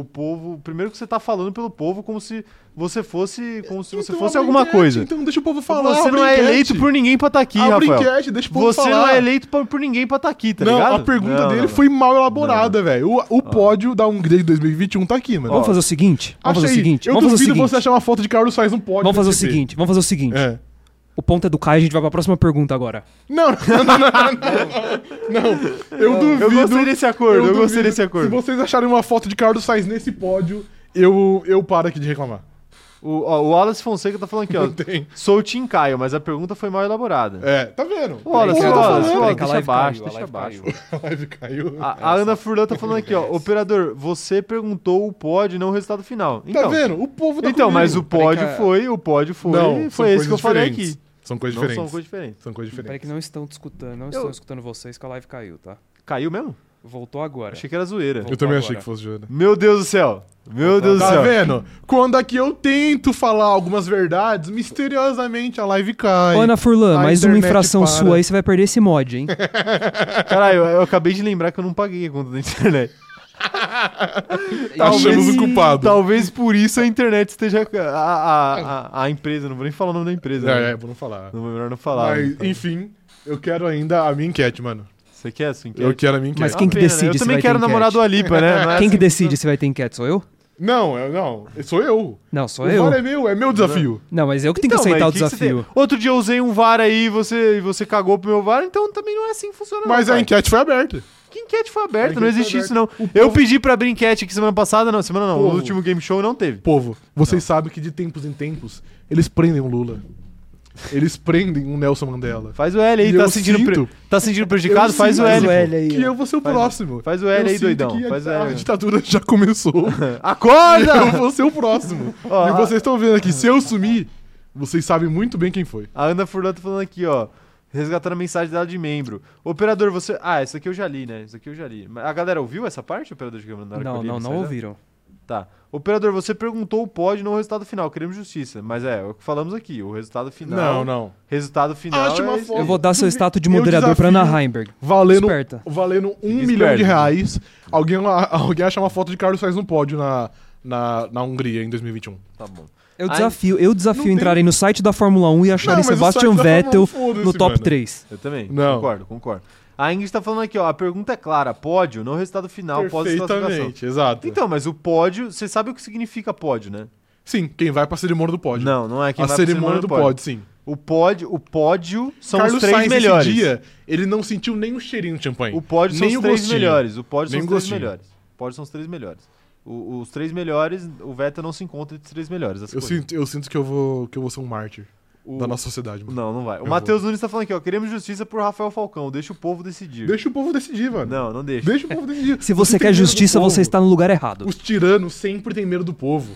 S1: o povo, primeiro que você tá falando pelo povo como se você fosse, como se você
S2: Então
S1: fosse
S2: abre
S1: alguma
S2: enquete,
S1: coisa.
S2: Então deixa o povo falar.
S1: você
S2: abre
S1: não é
S2: enquete.
S1: eleito por ninguém pra estar aqui,
S2: Abre
S1: Rafael.
S2: enquete, deixa o povo
S1: Você
S2: falar.
S1: não é eleito por, por ninguém pra estar aqui, tá
S2: não,
S1: ligado?
S2: a pergunta
S1: Não,
S2: dele
S1: não, não.
S2: foi mal elaborada, velho. O, o pódio da Hungria de 2021 tá aqui, mano.
S3: Ah. Vamos fazer o seguinte? Vamos
S2: Acha
S3: fazer o
S2: aí.
S3: seguinte?
S2: Eu
S3: Vamos fazer o
S2: duvido você
S3: seguinte.
S2: achar uma foto de Carlos Sainz no pódio. no
S3: Vamos fazer o
S2: SBT.
S3: seguinte, vamos fazer o seguinte.
S2: É.
S3: O ponto é do Kai, a gente vai pra próxima pergunta agora.
S2: Não, não, não, não, não, não. Não, eu duvido.
S1: Eu gostei desse acordo, eu,
S2: duvido.
S1: gostei desse
S2: Se
S1: acordo.
S2: vocês acharem uma foto de Carlos Sainz nesse pódio, eu, eu paro aqui de reclamar.
S1: O, ó, o Wallace Fonseca tá falando aqui, ó.
S2: Não tem.
S1: Sou o Tim Caio, mas a pergunta foi mal elaborada.
S2: É, tá vendo?
S1: Ô, Wallace,
S2: Porra,
S3: Peraí,
S2: eu
S1: Wallace,
S2: tô falando.
S3: peraí,
S1: Wallace,
S3: que a
S1: deixa
S3: live
S1: abaixo,
S3: caiu, a
S1: deixa
S3: live
S1: abaixo.
S3: caiu.
S2: né? A live caiu.
S1: A, a Ana Furlan tá falando aqui, ó. Operador, você perguntou o pódio, não o resultado final. Então,
S2: tá vendo? O povo tá
S1: então
S2: comigo.
S1: mas o pódio
S3: cara.
S1: foi, o pódio foi,
S2: Não, são
S1: foi esse que eu
S2: coisas
S1: falei
S2: diferentes.
S1: aqui.
S2: São coisas
S1: Não são
S2: diferentes.
S1: coisas diferentes.
S2: São coisas
S4: Peraí
S2: diferentes.
S4: que não estão discutando, não
S1: Eu-
S4: estão escutando vocês que a live caiu, tá?
S1: Caiu mesmo?
S4: Voltou agora.
S1: Achei que era zoeira.
S4: Vou-
S2: Eu também
S4: Agora.
S2: achei que fosse Joana.
S1: Meu Deus do céu. Meu Deus do
S2: Tá
S1: céu.
S2: vendo? Quando aqui eu tento falar algumas verdades, misteriosamente a live cai.
S3: Ana Furlan,
S2: a
S3: mais uma
S2: internet
S3: infração
S2: para.
S3: sua aí, você vai perder esse mod, hein?
S1: Caralho, eu, eu acabei de lembrar que eu não paguei a conta da internet.
S2: Achamos o culpado.
S1: Talvez por isso a internet esteja. A, a, a, a empresa, não vou nem falar o nome da empresa. né?
S2: É, é, vou não falar.
S1: Não melhor não falar.
S2: Mas,
S1: Então,
S2: enfim, eu quero ainda a minha enquete, mano.
S1: Você quer a sua enquete?
S2: Eu quero a minha enquete.
S3: Mas quem que
S1: Pena, né?
S3: decide
S1: Eu
S3: se
S1: também
S3: vai ter
S1: quero namorar do
S3: enquete?
S1: Alipa, né? Não é
S3: Quem que
S1: assim-
S3: decide se vai ter enquete? Sou eu?
S2: Não, eu, não, sou eu.
S3: Não, sou
S2: o
S3: eu.
S2: VAR é meu, é meu desafio.
S3: Não, mas eu que tenho
S1: Então,
S3: que aceitar
S1: mas
S3: o
S1: que que você
S3: desafio.
S1: tem? Outro dia eu usei um VAR aí e você, e você cagou pro meu VAR, então também não é assim que funciona.
S2: Mas
S1: não,
S2: a
S1: cara.
S2: enquete foi aberta.
S1: Que enquete foi
S2: A
S1: aberta, não
S2: enquete
S1: existe
S2: foi
S1: isso não.
S2: aberta. O
S1: Eu
S2: povo-
S1: pedi pra abrir enquete aqui semana passada, não, semana não,
S2: Povo.
S1: no último game show não teve.
S2: Povo, vocês sabem que de tempos em tempos, eles prendem o Lula. Eles prendem o Nelson Mandela.
S1: Faz o L aí,
S2: E
S1: tá
S2: eu
S1: sentindo,
S2: sinto-
S1: pre- tá sentindo prejudicado?
S2: eu
S1: Faz o
S2: sinto-
S1: L.
S2: Faz o
S1: pô.
S3: L aí,
S2: Que
S3: ó.
S2: eu vou ser o próximo.
S1: Faz o L
S2: Eu
S1: aí,
S2: sinto
S1: doidão.
S2: que a-
S1: Faz o
S2: a,
S1: L.
S2: ditadura já começou. eu
S1: Acorda!
S2: vou ser o próximo.
S1: Ó,
S2: e
S1: a-
S2: vocês estão vendo aqui, se eu sumir, vocês sabem muito bem quem foi.
S1: A Ana Furlan tá falando aqui, ó. Resgatando a mensagem dela de membro. Operador, você. Ah, essa aqui eu já li, né? Isso aqui eu já li. Mas A galera ouviu essa parte, operador de câmera? na hora que eu
S3: Não,
S1: li a
S3: não, não
S1: mensagem?
S3: ouviram.
S1: Tá. Operador, você perguntou o pódio não o resultado final. Queremos justiça. Mas é, é o que falamos aqui. O resultado final.
S2: não.
S1: Resultado final.
S2: Ache uma
S1: é esse-
S2: foto.
S3: Eu vou dar seu
S2: Eu
S3: status de
S2: desafio-
S3: moderador pra Ana Heimberg.
S2: Valendo,
S3: Esperta.
S2: valendo um
S1: Fique
S2: milhão de
S1: esperto.
S2: reais. Alguém, lá- alguém acha uma foto de Carlos Sainz no pódio na, na, na Hungria em 2021.
S1: Tá bom.
S3: Eu
S1: Ai,
S3: desafio, eu desafio
S2: tem-
S3: entrarem no site da Fórmula 1 e acharem
S2: Não, mas o
S3: Sebastian
S2: site da
S3: Vettel
S2: Fórmula 1,
S3: no
S2: foda-se,
S3: top
S2: mano.
S3: 3.
S1: Eu também.
S2: Não.
S1: Concordo, concordo. A Ingrid tá falando aqui, ó. A pergunta é clara: pódio, não o resultado final, pós classificação.
S2: Perfeitamente, exato.
S1: Então, mas o pódio, você sabe o que significa pódio, né?
S2: sim, quem vai pra cerimônia do pódio.
S1: Não, não é quem
S2: a
S1: vai pra
S2: cerimônia do pódio, sim.
S1: O pódio, o pódio são
S2: Carlos
S1: os três
S2: Sainz, esse
S1: melhores.
S2: dia, ele não sentiu nem o cheirinho de champanhe.
S1: O pódio são
S2: nem
S1: os
S2: o
S1: três
S2: gostinho.
S1: melhores. O pódio são
S2: Nem
S1: os
S2: o
S1: três
S2: gostinho.
S1: melhores. O pódio são os três melhores. O- os três melhores, o Vettel não se encontra entre os três melhores. essa
S2: Eu
S1: coisa.
S2: sinto, eu sinto que eu vou que eu vou ser um mártir
S1: O-
S2: da nossa sociedade, mano.
S1: Não, não vai. O
S2: Eu
S1: Matheus Nunes tá falando aqui, ó. Queremos justiça por Rafael Falcão. Deixa o povo decidir.
S2: Deixa o povo decidir, mano.
S1: Não, não deixa.
S2: Deixa o povo decidir.
S3: Se você
S2: tem
S3: quer
S2: medo do
S3: justiça,
S2: povo.
S3: você está no lugar errado.
S2: Os tiranos sempre têm medo do povo.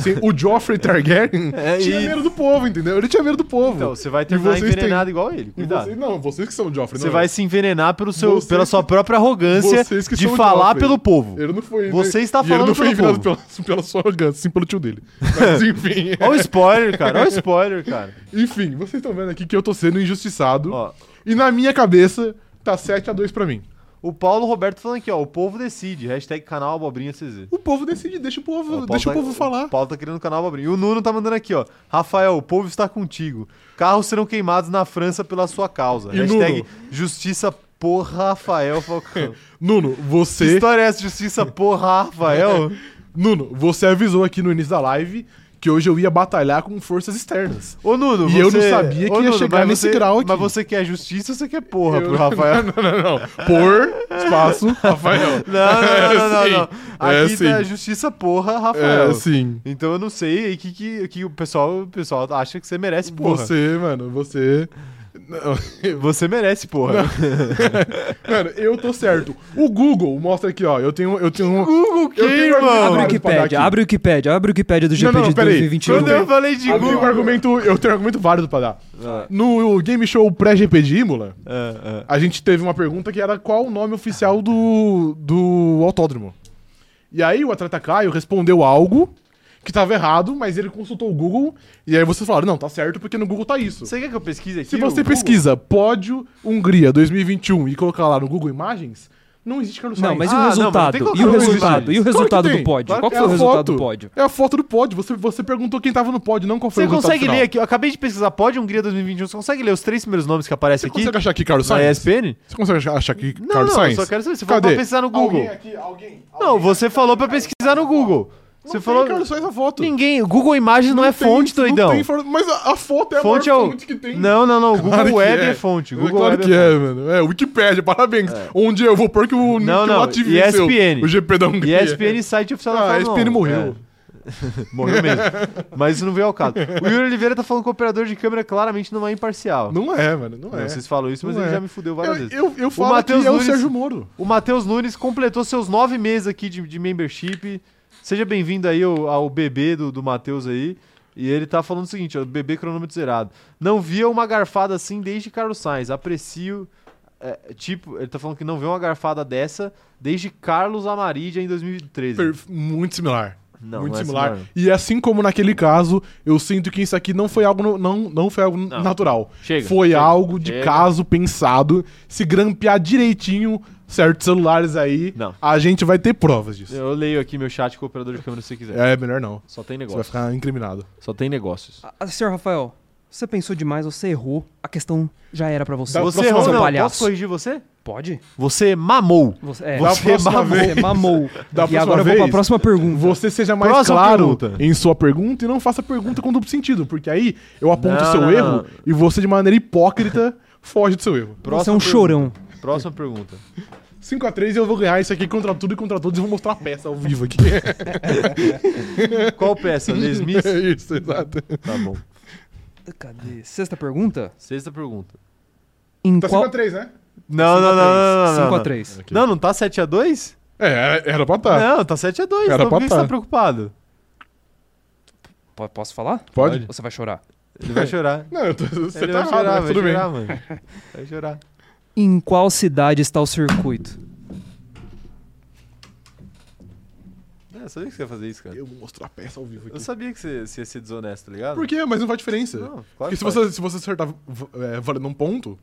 S2: Sem- O Joffrey Targaryen
S1: É
S2: tinha
S1: isso.
S2: medo do povo, entendeu? Ele tinha medo do povo.
S1: Então, você vai
S2: E
S1: terminar
S2: vocês
S1: envenenado igual ele.
S2: E
S1: Cuidado.
S2: vocês, não, vocês que são o Joffrey.
S1: Você
S2: não
S1: vai
S2: eu.
S1: se envenenar pelo seu,
S2: Vocês
S1: pela
S2: que-
S1: sua própria arrogância
S2: vocês que
S1: de
S2: são o
S1: falar
S2: Joffrey.
S1: pelo povo.
S2: Ele não foi.
S1: Você está
S2: e ele
S1: falando
S2: não foi
S1: pelo
S2: envenenado
S1: povo.
S2: pela, pela sua arrogância, sim pelo tio dele. Mas enfim.
S1: Olha o spoiler, cara. Olha o spoiler, cara.
S2: enfim, vocês estão vendo aqui que eu tô sendo injustiçado.
S1: Ó,
S2: E na minha cabeça, tá 7x2 pra mim.
S1: o Paulo Roberto falando aqui, ó. O povo decide. Hashtag canal Abobrinha CZ.
S2: O povo decide, deixa o
S1: Ó,
S2: povo,
S1: o Paulo
S2: deixa o
S1: tá-
S2: povo falar.
S1: O Paulo tá querendo o canal abrir. E o Nuno tá mandando aqui, ó. Rafael, o povo está contigo. Carros serão queimados na França pela sua causa.
S2: E
S1: Hashtag
S2: Nuno?
S1: justiça por Rafael Falcão.
S2: Nuno,
S1: que
S2: você. É.
S1: história é essa? Justiça por Rafael?
S2: Nuno, você avisou aqui no início da live que hoje eu ia batalhar com forças externas.
S1: Ô, Nuno,
S2: E eu
S1: você-
S2: não sabia que
S1: Ô,
S2: ia
S1: Nuno,
S2: chegar
S1: mas
S2: nesse
S1: você-
S2: grau aqui.
S1: Mas você quer justiça ou você quer porra
S2: Eu-
S1: pro Rafael?
S2: Não, é assim. não, não. Por espaço, Rafael.
S1: Não, não, não, não, não.
S2: É, sim. É,
S1: Aqui tá
S2: sim.
S1: justiça porra Rafael.
S2: É, sim.
S1: Então eu não sei o que, que, que o, pessoal, o pessoal acha que você merece porra. Você,
S2: Você, mano, você. Não.
S1: merece porra.
S2: Mano, eu tô certo. O Google mostra aqui, ó. Eu tenho. Eu tenho um.
S1: Google que,
S2: Eu tenho
S1: irmão?
S2: argumento
S3: Abre
S2: Caralho,
S3: o
S2: pra dar aqui.
S3: Wikipedia, abre o Wikipedia, abre o Wikipedia do GP
S2: não,
S3: de
S2: peraí.
S3: 2021.
S1: Quando eu falei de
S2: Eu tenho, um
S1: Google.
S2: argumento, eu tenho um argumento válido pra dar.
S1: Ah.
S2: No game show pré-GP de Imola,
S1: Ah, ah.
S2: a gente teve uma pergunta que era qual o nome oficial do, do autódromo. E aí o atleta Caio respondeu algo que tava errado, mas ele consultou o Google e aí vocês falaram, não, tá certo porque no Google tá isso.
S1: Você quer que eu pesquise aqui?
S2: Se
S1: o
S2: você
S1: Google?
S2: pesquisa pódio Hungria 2021 e colocar lá no Google Imagens, não existe cara no
S3: Não,
S2: site.
S3: mas
S1: Ah,
S3: e o
S1: não, mas
S3: resultado?
S1: tem que
S3: e o
S1: colocar
S2: no
S3: resultado?
S1: Luiz.
S3: E
S2: Claro
S3: o
S2: que
S3: resultado
S2: tem.
S3: do pódio?
S1: Claro
S3: Qual
S1: que
S3: que foi o
S2: é a
S3: resultado
S2: foto.
S3: do pódio?
S2: É a foto do pódio. Você, você perguntou quem tava no pódio, não qual foi
S1: Você
S2: o resultado
S1: consegue
S2: final.
S1: ler aqui? Eu acabei de pesquisar Pod Hungria 2021. Você consegue ler os três primeiros nomes que aparecem
S2: Você
S1: aqui?
S2: consegue achar aqui Carlos
S1: Na
S2: Sainz?
S1: ESPN?
S2: Você consegue achar- achar aqui
S1: Não,
S2: Carlos
S1: não,
S2: Sainz?
S1: eu só quero saber. Você falou
S2: Cadê?
S1: pra pesquisar no Google.
S2: aqui, alguém.
S1: Não, você falou pra pesquisar no Google. Você falou.
S2: Carlos Sainz a foto.
S1: Ninguém. O Google Imagens não, é
S2: tem-
S1: fonte,
S2: não
S1: doidão.
S2: tem for- mas a, a foto é a
S1: Fonte é
S2: maior
S1: o.
S2: fonte que tem.
S1: Não, não, não. O Google
S2: Claro que
S1: Web é, fonte. O Google
S2: claro
S1: Web
S2: que
S1: é
S2: é, mano. É, Wikipédia, parabéns. Onde eu vou pôr que o
S1: Não,
S2: que
S1: não,
S2: o Latifi venceu,
S1: ESPN.
S2: O GP da Hungria.
S1: ESPN site oficial da
S2: Ah, a
S1: Fórmula 1.
S2: ESPN morreu.
S1: tá É. Morreu mesmo. Mas isso não veio ao caso. O Yuri Oliveira tá falando que o operador de câmera claramente não é imparcial. Não,
S2: Não é, mano, não é.
S1: Vocês falam isso, mas
S2: Não
S1: ele
S2: é.
S1: já me fudeu várias
S2: Eu,
S1: vezes.
S2: eu, eu falo que
S1: Matheus
S2: é o
S1: Nunes-
S2: Sérgio Moro.
S1: O Matheus Nunes completou seus nove meses aqui de, de membership. Seja bem-vindo aí ao, ao bebê do, do Matheus aí. E ele tá falando o seguinte, ó, bebê cronômetro zerado. Não via uma garfada assim desde Carlos Sainz. Aprecio... é, tipo, ele tá falando que não vê uma garfada dessa desde Carlos Amarídia em 2013.
S2: Per- Muito similar.
S1: Não,
S2: muito
S1: não é
S2: similar.
S1: similar.
S2: E assim como naquele caso, eu sinto que isso aqui não foi algo, no- não, não foi algo
S1: Não.
S2: natural.
S1: Chega,
S2: foi
S1: chega,
S2: algo de
S1: chega.
S2: caso pensado. Se grampear direitinho certos celulares aí,
S1: Não.
S2: a gente vai ter provas disso.
S1: Eu leio aqui meu chat com o operador de câmera se você quiser.
S2: É melhor não.
S1: Só tem
S2: Você vai
S1: negócios.
S2: ficar incriminado.
S1: Só tem negócios.
S3: Ah, ah, senhor Rafael, você pensou demais, você errou. A questão já era pra você. é um
S2: Da
S1: Você
S2: próxima
S1: errou,
S2: vez,
S1: não. Posso
S3: palhaço.
S1: corrigir você?
S4: Pode?
S1: Você um mamou.
S3: Você, é,
S1: Da
S3: você
S1: próxima
S3: mamou.
S2: vez.
S3: Você mamou.
S2: Da
S3: e
S2: próxima
S3: agora eu vou
S2: vez,
S3: pra próxima pergunta.
S2: Você seja mais
S1: Próxima
S2: claro
S1: pergunta.
S2: em sua pergunta e não faça pergunta com duplo sentido, porque aí eu aponto
S1: Não,
S2: o seu
S1: não,
S2: erro
S1: não.
S2: e você, de maneira hipócrita, foge do seu erro.
S3: Você é um
S1: pergunta.
S3: chorão.
S1: Próxima pergunta.
S2: 5x3 eu vou ganhar isso aqui contra tudo e contra todos e vou mostrar a peça ao vivo aqui.
S1: É Qual peça? Les Mis?
S2: É isso, exato.
S1: Tá bom.
S3: Cadê? Sexta pergunta?
S1: Sexta pergunta.
S3: Em
S2: Tá
S3: qual...
S2: 5x3, né?
S1: Não, não, não, não, não, não.
S3: 5x3.
S1: Não, não tá 7x2?
S2: É, era, era pra tá.
S1: Não, tá 7x2.
S2: Era
S1: Então por
S2: pra
S1: que você tá
S2: tá.
S1: preocupado?
S4: Po- posso falar?
S2: Pode?
S1: Pode.
S4: Ou você vai chorar?
S1: Ele vai chorar.
S2: Não, eu tô, você
S1: Ele
S2: tá
S1: vai
S2: errado,
S1: chorar,
S2: mas
S1: vai
S2: tudo bem.
S1: chorar, mano. Vai chorar.
S3: Em qual cidade está o circuito?
S1: É, eu sabia que você ia fazer isso, cara.
S2: Eu vou mostrar a peça ao vivo
S1: Eu
S2: aqui.
S1: sabia que você, você ia ser desonesto, tá ligado?
S2: Por quê? Mas não faz diferença.
S1: Não, claro
S2: Porque
S1: que
S2: se
S1: faz.
S2: você, se você acertar v- é, valendo um ponto,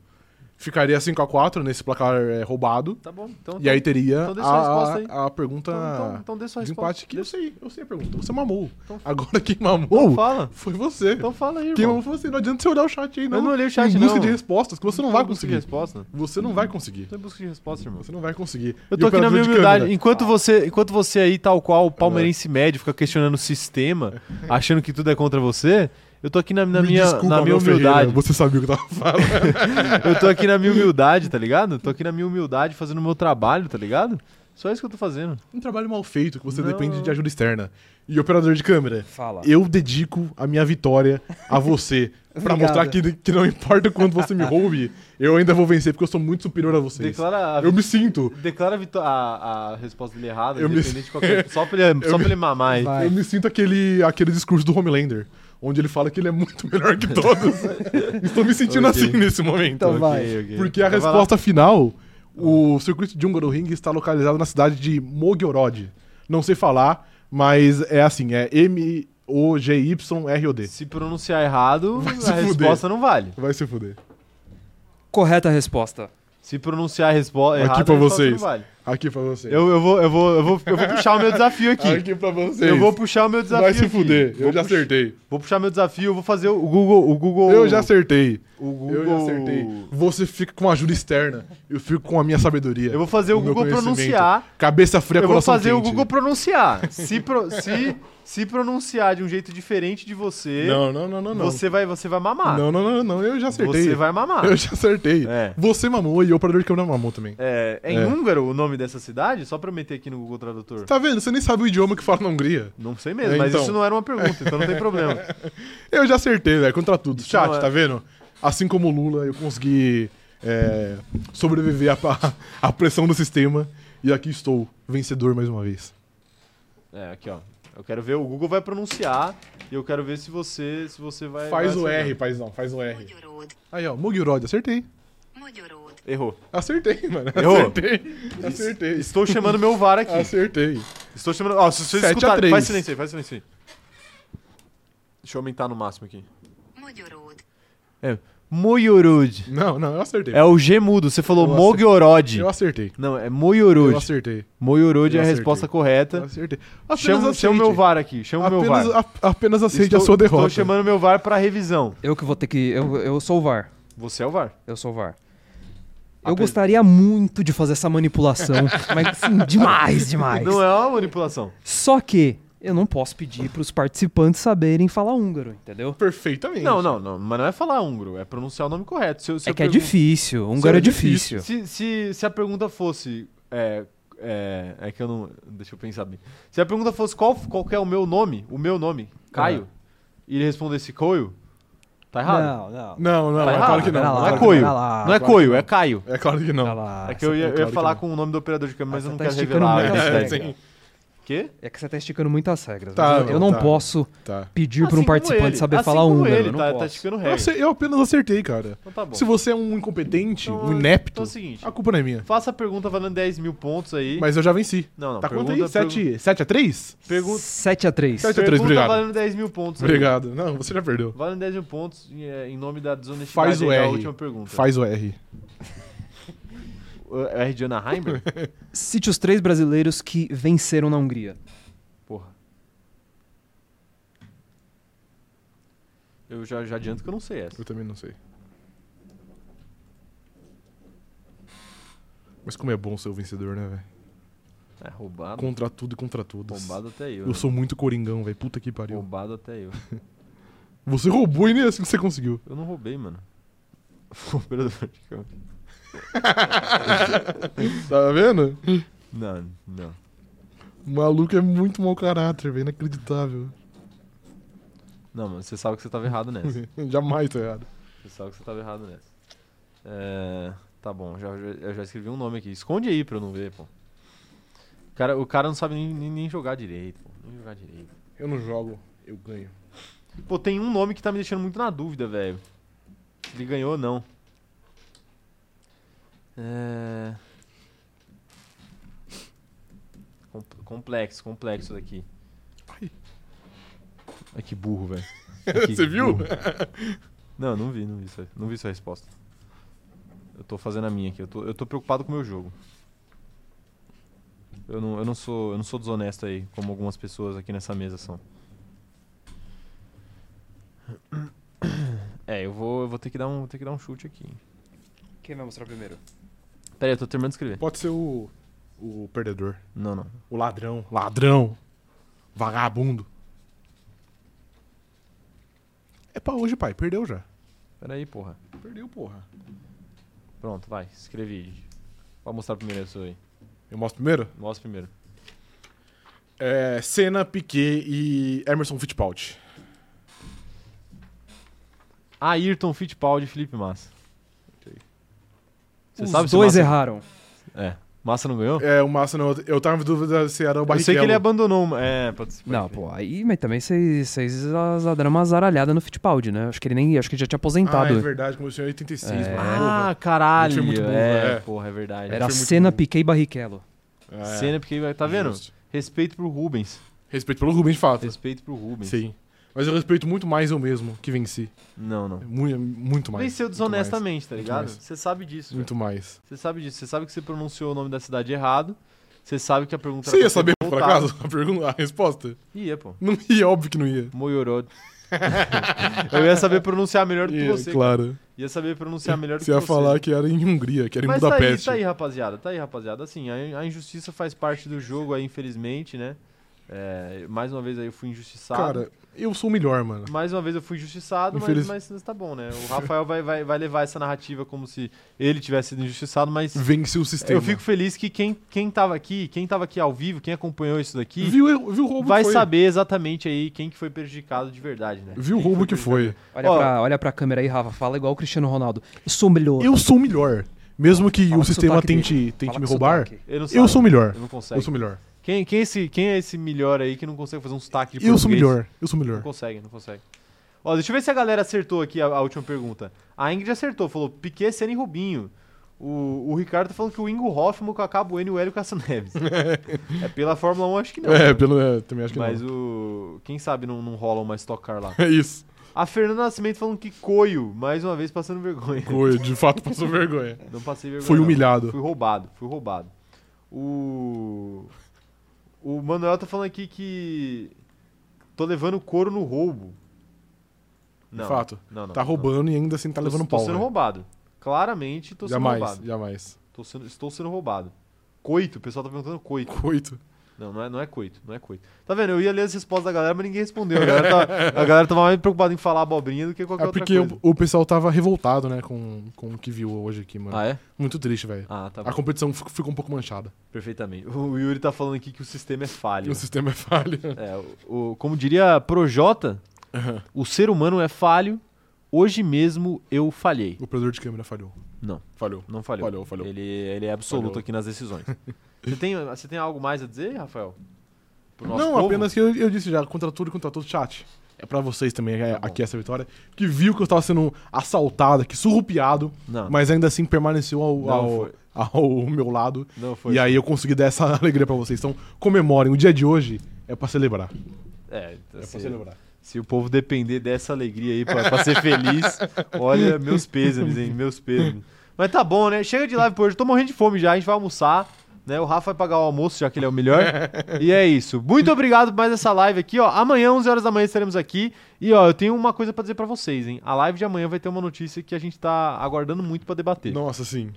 S2: ficaria 5x4 nesse placar é, roubado.
S1: Tá bom, então.
S2: E aí teria
S1: então deixa a resposta aí.
S2: a, a pergunta
S1: Então, então, então dê sua
S2: de
S1: resposta.
S2: empate que eu sei, eu sei a pergunta. Você mamou.
S1: Então-
S2: Agora quem
S1: Então
S2: mamou
S1: fala.
S2: foi você.
S1: Então fala aí,
S2: quem
S1: irmão.
S2: mamou foi você. Não adianta você olhar o chat aí, não.
S1: não olhei o chat,
S2: Em busca
S1: não.
S2: de respostas que um- você não vai
S1: Tô em busca de
S2: conseguir.
S1: resposta.
S2: Você não vai conseguir.
S1: Tô em busca de resposta, irmão.
S2: Você não vai conseguir.
S1: Eu
S2: E
S1: tô
S2: o
S1: aqui na
S2: operador
S1: minha
S2: de
S1: humildade.
S2: câmera?
S1: Enquanto você, enquanto você aí, tal qual o
S2: É.
S1: palmeirense médio, fica questionando o sistema, achando que tudo é contra você, eu tô aqui na, na
S2: Me
S1: minha,
S2: desculpa,
S1: na minha
S2: meu Ferreira,
S1: humildade.
S2: você sabia o que eu tava falando.
S1: Eu tô aqui na minha humildade, tá ligado? Tô aqui na minha humildade fazendo o meu trabalho, tá ligado? Só isso que eu tô fazendo.
S2: um trabalho mal feito que você
S1: Não.
S2: depende de ajuda externa. E operador de câmera,
S4: Fala.
S2: eu dedico a minha vitória a você. pra
S3: Obrigado.
S2: mostrar que, que não importa o quanto você me roube, eu ainda vou vencer porque eu sou muito superior a vocês.
S1: Declara a,
S2: Eu me sinto.
S1: declara a, vitó- a- a resposta dele errada,
S2: Eu me-
S1: independente de qualquer Só pra ele, só pra ele mamar aí.
S3: Vai.
S2: Eu me sinto aquele, aquele discurso do Homelander, onde ele fala que ele é muito melhor que todos. Estou me sentindo
S1: Ok.
S2: assim nesse momento.
S3: Então vai.
S1: ok.
S2: Porque a
S1: Então vai lá.
S2: resposta final, o circuito de Húngaro Ring está localizado na cidade de Mogyorod. Não sei falar, mas é assim, é M-O-G-Y-R-O-D.
S1: Se pronunciar errado,
S2: Vai se
S1: a
S2: fuder.
S1: resposta não vale.
S2: Vai se fuder.
S3: Correta a resposta.
S1: Se pronunciar a respo tá errado,
S2: pra
S1: a resposta não
S2: vocês.
S1: vale.
S2: Aqui pra você.
S1: Eu, eu, vou, eu, vou, eu, vou, eu vou puxar o meu desafio aqui.
S2: Aqui pra você.
S1: Eu vou puxar o meu desafio.
S2: Vai se
S1: aqui.
S2: fuder.
S1: Vou
S2: Eu já
S1: puxar-
S2: acertei.
S1: Vou puxar meu desafio, eu vou fazer o Google. O Google
S2: Eu já acertei.
S1: O Google...
S2: Eu já acertei. Você fica com a ajuda externa. Eu fico com a minha sabedoria.
S1: Eu vou fazer o
S2: meu
S1: Google
S2: conhecimento.
S1: pronunciar.
S2: Cabeça fria,
S1: Eu vou
S2: coração
S1: fazer o
S2: quente.
S1: Google pronunciar. Se, pro- se, se pronunciar de um jeito diferente de você,
S2: Não, não, não, não, não.
S1: você, vai, você vai mamar.
S2: Não, não, não, não. Eu já acertei.
S1: Você vai mamar.
S2: Eu já acertei.
S1: É.
S2: Você mamou e o operador de câmera mamou também.
S1: É, é em
S2: É.
S1: húngaro o nome dessa cidade? Só pra eu meter aqui no Google Tradutor.
S2: Tá vendo? Você nem sabe o idioma que fala na Hungria.
S1: Não sei mesmo,
S2: É,
S1: mas
S2: então.
S1: isso não era uma pergunta, então não tem problema.
S2: Eu já acertei, velho. Contra tudo.
S1: Isso
S2: Chat,
S1: não é.
S2: tá vendo? Assim como o Lula, eu consegui é, sobreviver à à pressão do sistema. E aqui estou, vencedor mais uma vez.
S1: É, aqui ó. Eu quero ver, o Google vai pronunciar e eu quero ver se você, se você vai.
S2: Faz
S1: É, vai
S2: o
S1: acertar.
S2: R, paizão, faz o R.
S5: Magyarod,
S2: Aí, ó, Mugirod, acertei.
S5: magyarod,
S1: Errou.
S2: Acertei, mano.
S1: Errou.
S2: Acertei. Acertei.
S1: Estou chamando meu VAR aqui.
S2: Acertei.
S1: Estou chamando. Ó, se vocês
S2: Sete a
S1: escutarem.
S2: três.
S1: Faz silêncio aí, faz silêncio aí. Deixa eu aumentar no máximo aqui.
S5: Mogyorod.
S1: Moyorud.
S2: Não, não, eu acertei.
S1: É o G mudo. Você falou
S2: Eu acertei.
S1: Mogyorod.
S2: Eu acertei.
S1: Não, é
S2: Eu
S1: Moyorud.
S2: acertei.
S1: Moyorud é a
S2: Eu acertei.
S1: resposta
S2: Eu
S1: correta.
S2: acertei.
S1: Chama, chama o meu VAR aqui. Chama o meu VAR.
S2: Apenas, a- apenas aceite
S1: estou,
S2: a sua derrota.
S1: Estou chamando meu VAR pra revisão.
S4: Eu que vou ter que. Eu, eu sou o VAR.
S1: Você é o VAR.
S4: Eu sou o VAR.
S1: Apre-
S3: Eu gostaria muito de fazer essa manipulação, mas assim, demais, demais.
S1: Não é uma manipulação.
S3: Só que eu não posso pedir pros participantes saberem falar húngaro, entendeu?
S2: Perfeitamente.
S1: Não, não, não. Mas não é falar húngaro. É pronunciar o nome correto. Se eu- se
S3: É
S1: eu
S3: que é
S1: pergun-
S3: difícil, húngaro
S2: é
S3: é difícil.
S1: Se, se, se a pergunta fosse. É, é, é que eu não. Deixa eu pensar bem. Se a pergunta fosse qual, qual que é o meu nome, o meu nome, Caio, e ele respondesse Coio, tá errado.
S3: Não, não.
S2: Não, não,
S1: Tá
S2: é
S1: errado,
S2: claro que não.
S3: pera lá,
S1: Não é
S2: é,
S3: pera
S1: Coio.
S3: lá,
S1: Não é
S3: claro
S1: Coio, é Caio.
S2: é claro que
S3: Tá
S2: não.
S3: lá,
S1: É que eu
S2: essa-
S1: ia,
S2: é
S1: eu ia
S2: claro que
S1: falar
S2: não.
S1: com o nome do operador de câmera, mas
S3: Você
S1: eu não
S3: tá
S1: quero
S3: esticando
S1: revelar a
S2: É,
S3: muito a
S1: identidade.
S2: regra.
S1: Quê?
S4: É que você tá esticando muitas regras.
S2: Tá,
S4: mas eu- eu
S2: não,
S4: não
S2: tá.
S4: posso
S2: Tá.
S3: pedir pra um
S1: Assim como
S3: participante
S1: ele.
S3: saber
S1: Assim
S3: falar
S1: como
S3: húngaro,
S1: ele,
S3: eu não
S1: tá,
S3: posso.
S1: tá esticando
S2: Eu,
S1: regra.
S2: ace- eu apenas acertei, cara.
S1: Então tá bom.
S2: Se você é um incompetente,
S1: Então,
S2: um inepto,
S1: Então é o seguinte,
S2: a culpa não é minha.
S1: faça a pergunta valendo 10 mil pontos aí.
S2: Mas eu já venci.
S1: Não, não,
S2: tá quanto
S1: pergunta,
S2: aí? 7, 7 a 3?
S1: Pergunta,
S3: 7 a 3
S2: Sete- 7 a três,
S1: pergunta
S2: obrigado.
S1: valendo 10 mil pontos aí.
S2: Obrigado. Não, você já perdeu.
S1: Valendo 10 mil pontos em, eh, em nome da desonestidade
S2: Faz o
S1: aí da
S2: R.
S1: última pergunta.
S2: Faz o R.
S1: O eh, R de Ana Heimberg?
S3: Cite os três brasileiros que venceram na Hungria.
S1: Porra. Eu já, já adianto que eu não sei essa.
S2: Eu também não sei. Mas como é bom ser o vencedor, né, velho?
S1: É, roubado.
S2: Contra tudo e contra todos.
S1: Bombado até eu.
S2: Eu
S1: né?
S2: sou muito coringão, velho. Puta que pariu.
S1: Bombado até eu.
S2: Você roubou e nem assim que você conseguiu.
S1: Eu não roubei, mano. Foi o operador de câmera.
S2: Tá vendo?
S1: Não, não.
S2: O maluco é muito mau caráter, velho. Inacreditável.
S1: Não, mano, você sabe que você tava errado nessa.
S2: Jamais tô errado.
S1: Você sabe que você tava errado nessa. É, tá bom, já, já- eu já escrevi um nome aqui. Esconde aí pra eu não ver, pô. O cara, o cara não sabe nem, nem- nem jogar direito, pô. Nem jogar direito.
S2: Eu não jogo, eu ganho.
S1: Pô, tem um nome que tá me deixando muito na dúvida, velho. Se ele ganhou ou não. É... Com- Complexo, complexo daqui.
S2: Ai.
S1: Ai, que burro, velho.
S2: Você viu?
S1: burro. Não, não vi, não vi, sua- não vi sua resposta. Eu tô fazendo a minha aqui, eu tô, eu tô preocupado com o meu jogo. Eu não, eu, não sou, eu não sou desonesto aí, como algumas pessoas aqui nessa mesa são. É, eu vou, eu vou ter que dar um, vou ter que dar um chute aqui.
S4: Quem vai mostrar primeiro?
S1: Pera aí, eu tô terminando de escrever.
S2: Pode ser o, o perdedor.
S1: Não, não.
S2: O ladrão. Ladrão. Vagabundo. É pra hoje, pai. Perdeu já.
S1: Pera aí, porra.
S2: Perdeu, porra.
S1: Pronto, vai, escrevi. Pode mostrar primeiro isso aí.
S2: Eu mostro primeiro?
S1: Mostra primeiro.
S2: É, Senna, Piquet e Emerson Fittipaldi.
S1: Ah, Ayrton Fittipaldi e Felipe Massa.
S2: Ok.
S1: Você
S3: os
S1: sabe se
S3: dois
S1: Massa...
S3: erraram.
S1: É. Massa não ganhou?
S2: É, o Massa não. Eu tava em dúvida se era o
S1: eu
S2: Barrichello.
S1: sei que ele abandonou. uma- É, pode ser.
S4: Não, pô, aí, mas também vocês vocês azadaram uma zaralhada no Fittipaldi, né? Acho que ele nem. Acho que ele já tinha
S2: Ah, é
S4: aposentado.
S2: verdade. Começou em 86,
S4: É.
S2: mano.
S1: Ah, caralho.
S2: Esse foi muito bom,
S1: é,
S2: é.
S1: porra, é verdade.
S3: Era
S2: foi muito
S3: Senna,
S2: bom.
S3: Piquet e Barrichello.
S2: É,
S1: Cena, porque tá vendo?
S2: justo.
S1: Respeito pro Rubens.
S2: Respeito pelo Rubens, de fato.
S1: Respeito pro Rubens.
S2: Sim. Mas eu respeito muito mais eu mesmo que venci.
S1: Não, não.
S2: Muito, muito mais.
S1: Venceu
S2: Muito mais.
S1: desonestamente, tá ligado?
S2: mais.
S1: Você sabe disso.
S2: Muito mais.
S1: Você sabe disso. Você sabe que você pronunciou o nome da cidade errado. Você sabe que a pergunta
S2: Você
S1: pra
S2: ia saber, por
S1: voltar.
S2: acaso, a, pergunta, a resposta?
S1: Ia, pô.
S2: Não ia, óbvio que não ia.
S1: Moyorod. Eu ia saber pronunciar melhor do que
S2: Ia,
S1: você.
S2: claro.
S1: Ia saber pronunciar melhor do
S2: Você
S1: que
S2: ia
S1: você.
S2: falar que era em Hungria, que era em
S1: Mas tá aí,
S2: Budapeste.
S1: tá aí, rapaziada. Tá aí, rapaziada. Assim, a, a injustiça faz parte do jogo aí, infelizmente, né? É, mais uma vez aí eu fui injustiçado.
S2: Cara, eu sou o melhor, mano.
S1: Mais uma vez eu fui injustiçado,
S2: Infeliz-
S1: mas, mas tá bom, né? O Rafael vai, vai, vai levar essa narrativa como se ele tivesse sido injustiçado, mas
S2: Venci o sistema.
S1: eu fico feliz que quem, quem tava aqui, quem tava aqui ao vivo, quem acompanhou isso daqui,
S2: Viu, viu o roubo
S1: vai
S2: que foi.
S1: saber exatamente aí quem que foi prejudicado de verdade, né?
S2: Viu o roubo que foi.
S4: Olha,
S1: Ó.
S4: pra, olha pra câmera aí, Rafa. Fala igual o Cristiano Ronaldo.
S3: Eu sou o melhor.
S2: Eu sou o melhor. Mesmo que
S4: Fala
S2: o
S4: com
S2: sistema
S4: sotaque
S2: tente,
S4: Fala
S2: tente me
S4: com
S2: roubar,
S4: sotaque.
S1: Ele não
S2: eu
S1: sabe,
S2: sou o melhor.
S1: ele não consegue.
S2: Eu sou o melhor.
S1: Quem, quem, é esse, quem é esse melhor aí que não consegue fazer um sotaque de
S2: Eu sou o
S1: português?
S2: melhor. Eu sou o
S1: Não
S2: melhor.
S1: consegue, não consegue. Ó, deixa eu ver se a galera acertou aqui a, a última pergunta. A Ingrid acertou, falou Piquet, Senna e Rubinho. O, o Ricardo tá falando que o Ingo Hoffman, o Kaká Bueno e o Hélio Caça Neves. é pela Fórmula 1, acho que não.
S2: É, pelo, é, também acho que
S1: Mas
S2: não.
S1: o. Quem sabe não, não rola uma Stock Car lá.
S2: É isso.
S1: A Fernanda Nascimento falando que coio, mais uma vez passando vergonha.
S2: Foi, de fato, passou vergonha.
S1: Não passei vergonha.
S2: Foi
S1: não.
S2: humilhado.
S1: Fui roubado, fui roubado. O. O Manuel tá falando aqui que. Tô levando couro no roubo. Não.
S2: De fato.
S1: Não, não,
S2: Tá
S1: não.
S2: roubando e ainda assim tá
S1: Tô-
S2: levando
S1: Tô
S2: pau.
S1: sendo
S2: né?
S1: roubado. Claramente tô sendo
S2: Jamais,
S1: roubado.
S2: jamais.
S1: Tô sendo- estou sendo roubado. Coito, o pessoal tá perguntando coito.
S2: Coito.
S1: Não, não é, não é coito, não é coito. Tá vendo? Eu ia ler as respostas da galera, mas ninguém respondeu. A galera, tá, a galera tava mais preocupada em falar abobrinha do que qualquer
S2: É
S1: outra
S2: porque
S1: coisa.
S2: o, o pessoal tava revoltado, né, com, com o que viu hoje aqui, mano.
S1: Ah, é?
S2: Muito triste, velho.
S1: Ah, tá
S2: A
S1: bom.
S2: competição fi- ficou um pouco manchada.
S1: Perfeitamente. O Yuri tá falando aqui que o sistema é falho.
S2: O sistema é falho.
S1: É, o, o- como diria Projota, o ser humano é falho. Hoje mesmo eu falhei.
S2: O operador de câmera falhou.
S1: Não,
S2: Falhou.
S1: não falhou.
S2: Falhou, falhou.
S1: Ele, ele é absoluto
S2: Falhou.
S1: aqui nas decisões. você, tem, você tem algo mais a dizer, Rafael? Pro nosso
S2: Não,
S1: povo?
S2: apenas que eu, eu disse já, contra tudo e contra todo chat. É pra vocês também, é,
S1: Tá bom.
S2: aqui essa vitória. Que viu que eu tava sendo assaltado aqui, surrupiado,
S1: Não,
S2: mas ainda assim permaneceu ao,
S1: Não,
S2: ao,
S1: foi.
S2: ao meu lado.
S1: não foi.
S2: E aí eu consegui dar essa alegria pra vocês. Então, comemorem. O dia de hoje é pra celebrar.
S1: É, então,
S2: É pra
S1: se,
S2: celebrar.
S1: se o povo depender dessa alegria aí pra, pra ser feliz, olha, meus pêsames, hein? Meus pêsames. Mas tá bom, né? Chega de live por hoje. Tô morrendo de fome já. A gente vai almoçar. Né? O Rafa vai pagar o almoço, já que ele é o melhor. E é isso. Muito obrigado por mais essa live aqui, ó. Amanhã, 11 horas da manhã, estaremos aqui. E, ó, eu tenho uma coisa pra dizer pra vocês, hein? A live de amanhã vai ter uma notícia que a gente tá aguardando muito pra debater,
S2: Nossa, sim.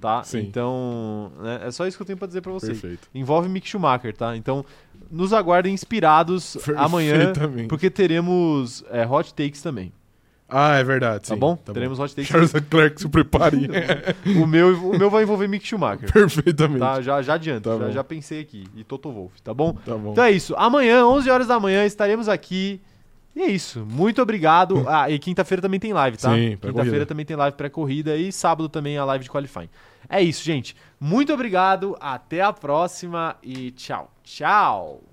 S1: tá?
S2: sim.
S1: Então, né, é só isso que eu tenho pra dizer pra vocês.
S2: Perfeito.
S1: Envolve Mick Schumacher, tá? Então, nos aguardem inspirados amanhã,
S2: Perfeitamente.
S1: porque teremos é, hot takes também,
S2: Ah, é verdade.
S1: tá
S2: sim.
S1: bom? teremos hot takes.
S2: Charles Leclerc, se prepare.
S1: o, meu, o meu vai envolver Mick Schumacher,
S2: Perfeitamente.
S1: tá? Já, já adianto,
S2: Tá
S1: já,
S2: bom.
S1: já pensei aqui. E Toto Wolff, tá bom?
S2: Tá bom.
S1: Então é isso. Amanhã, 11 horas da manhã, estaremos aqui. E é isso. Muito obrigado. Ah, e quinta-feira também tem live, tá?
S2: Sim, pré-corrida.
S1: Quinta-feira também tem live pré-corrida e sábado também a live de qualifying. É isso, gente. Muito obrigado. Até a próxima e tchau. Tchau.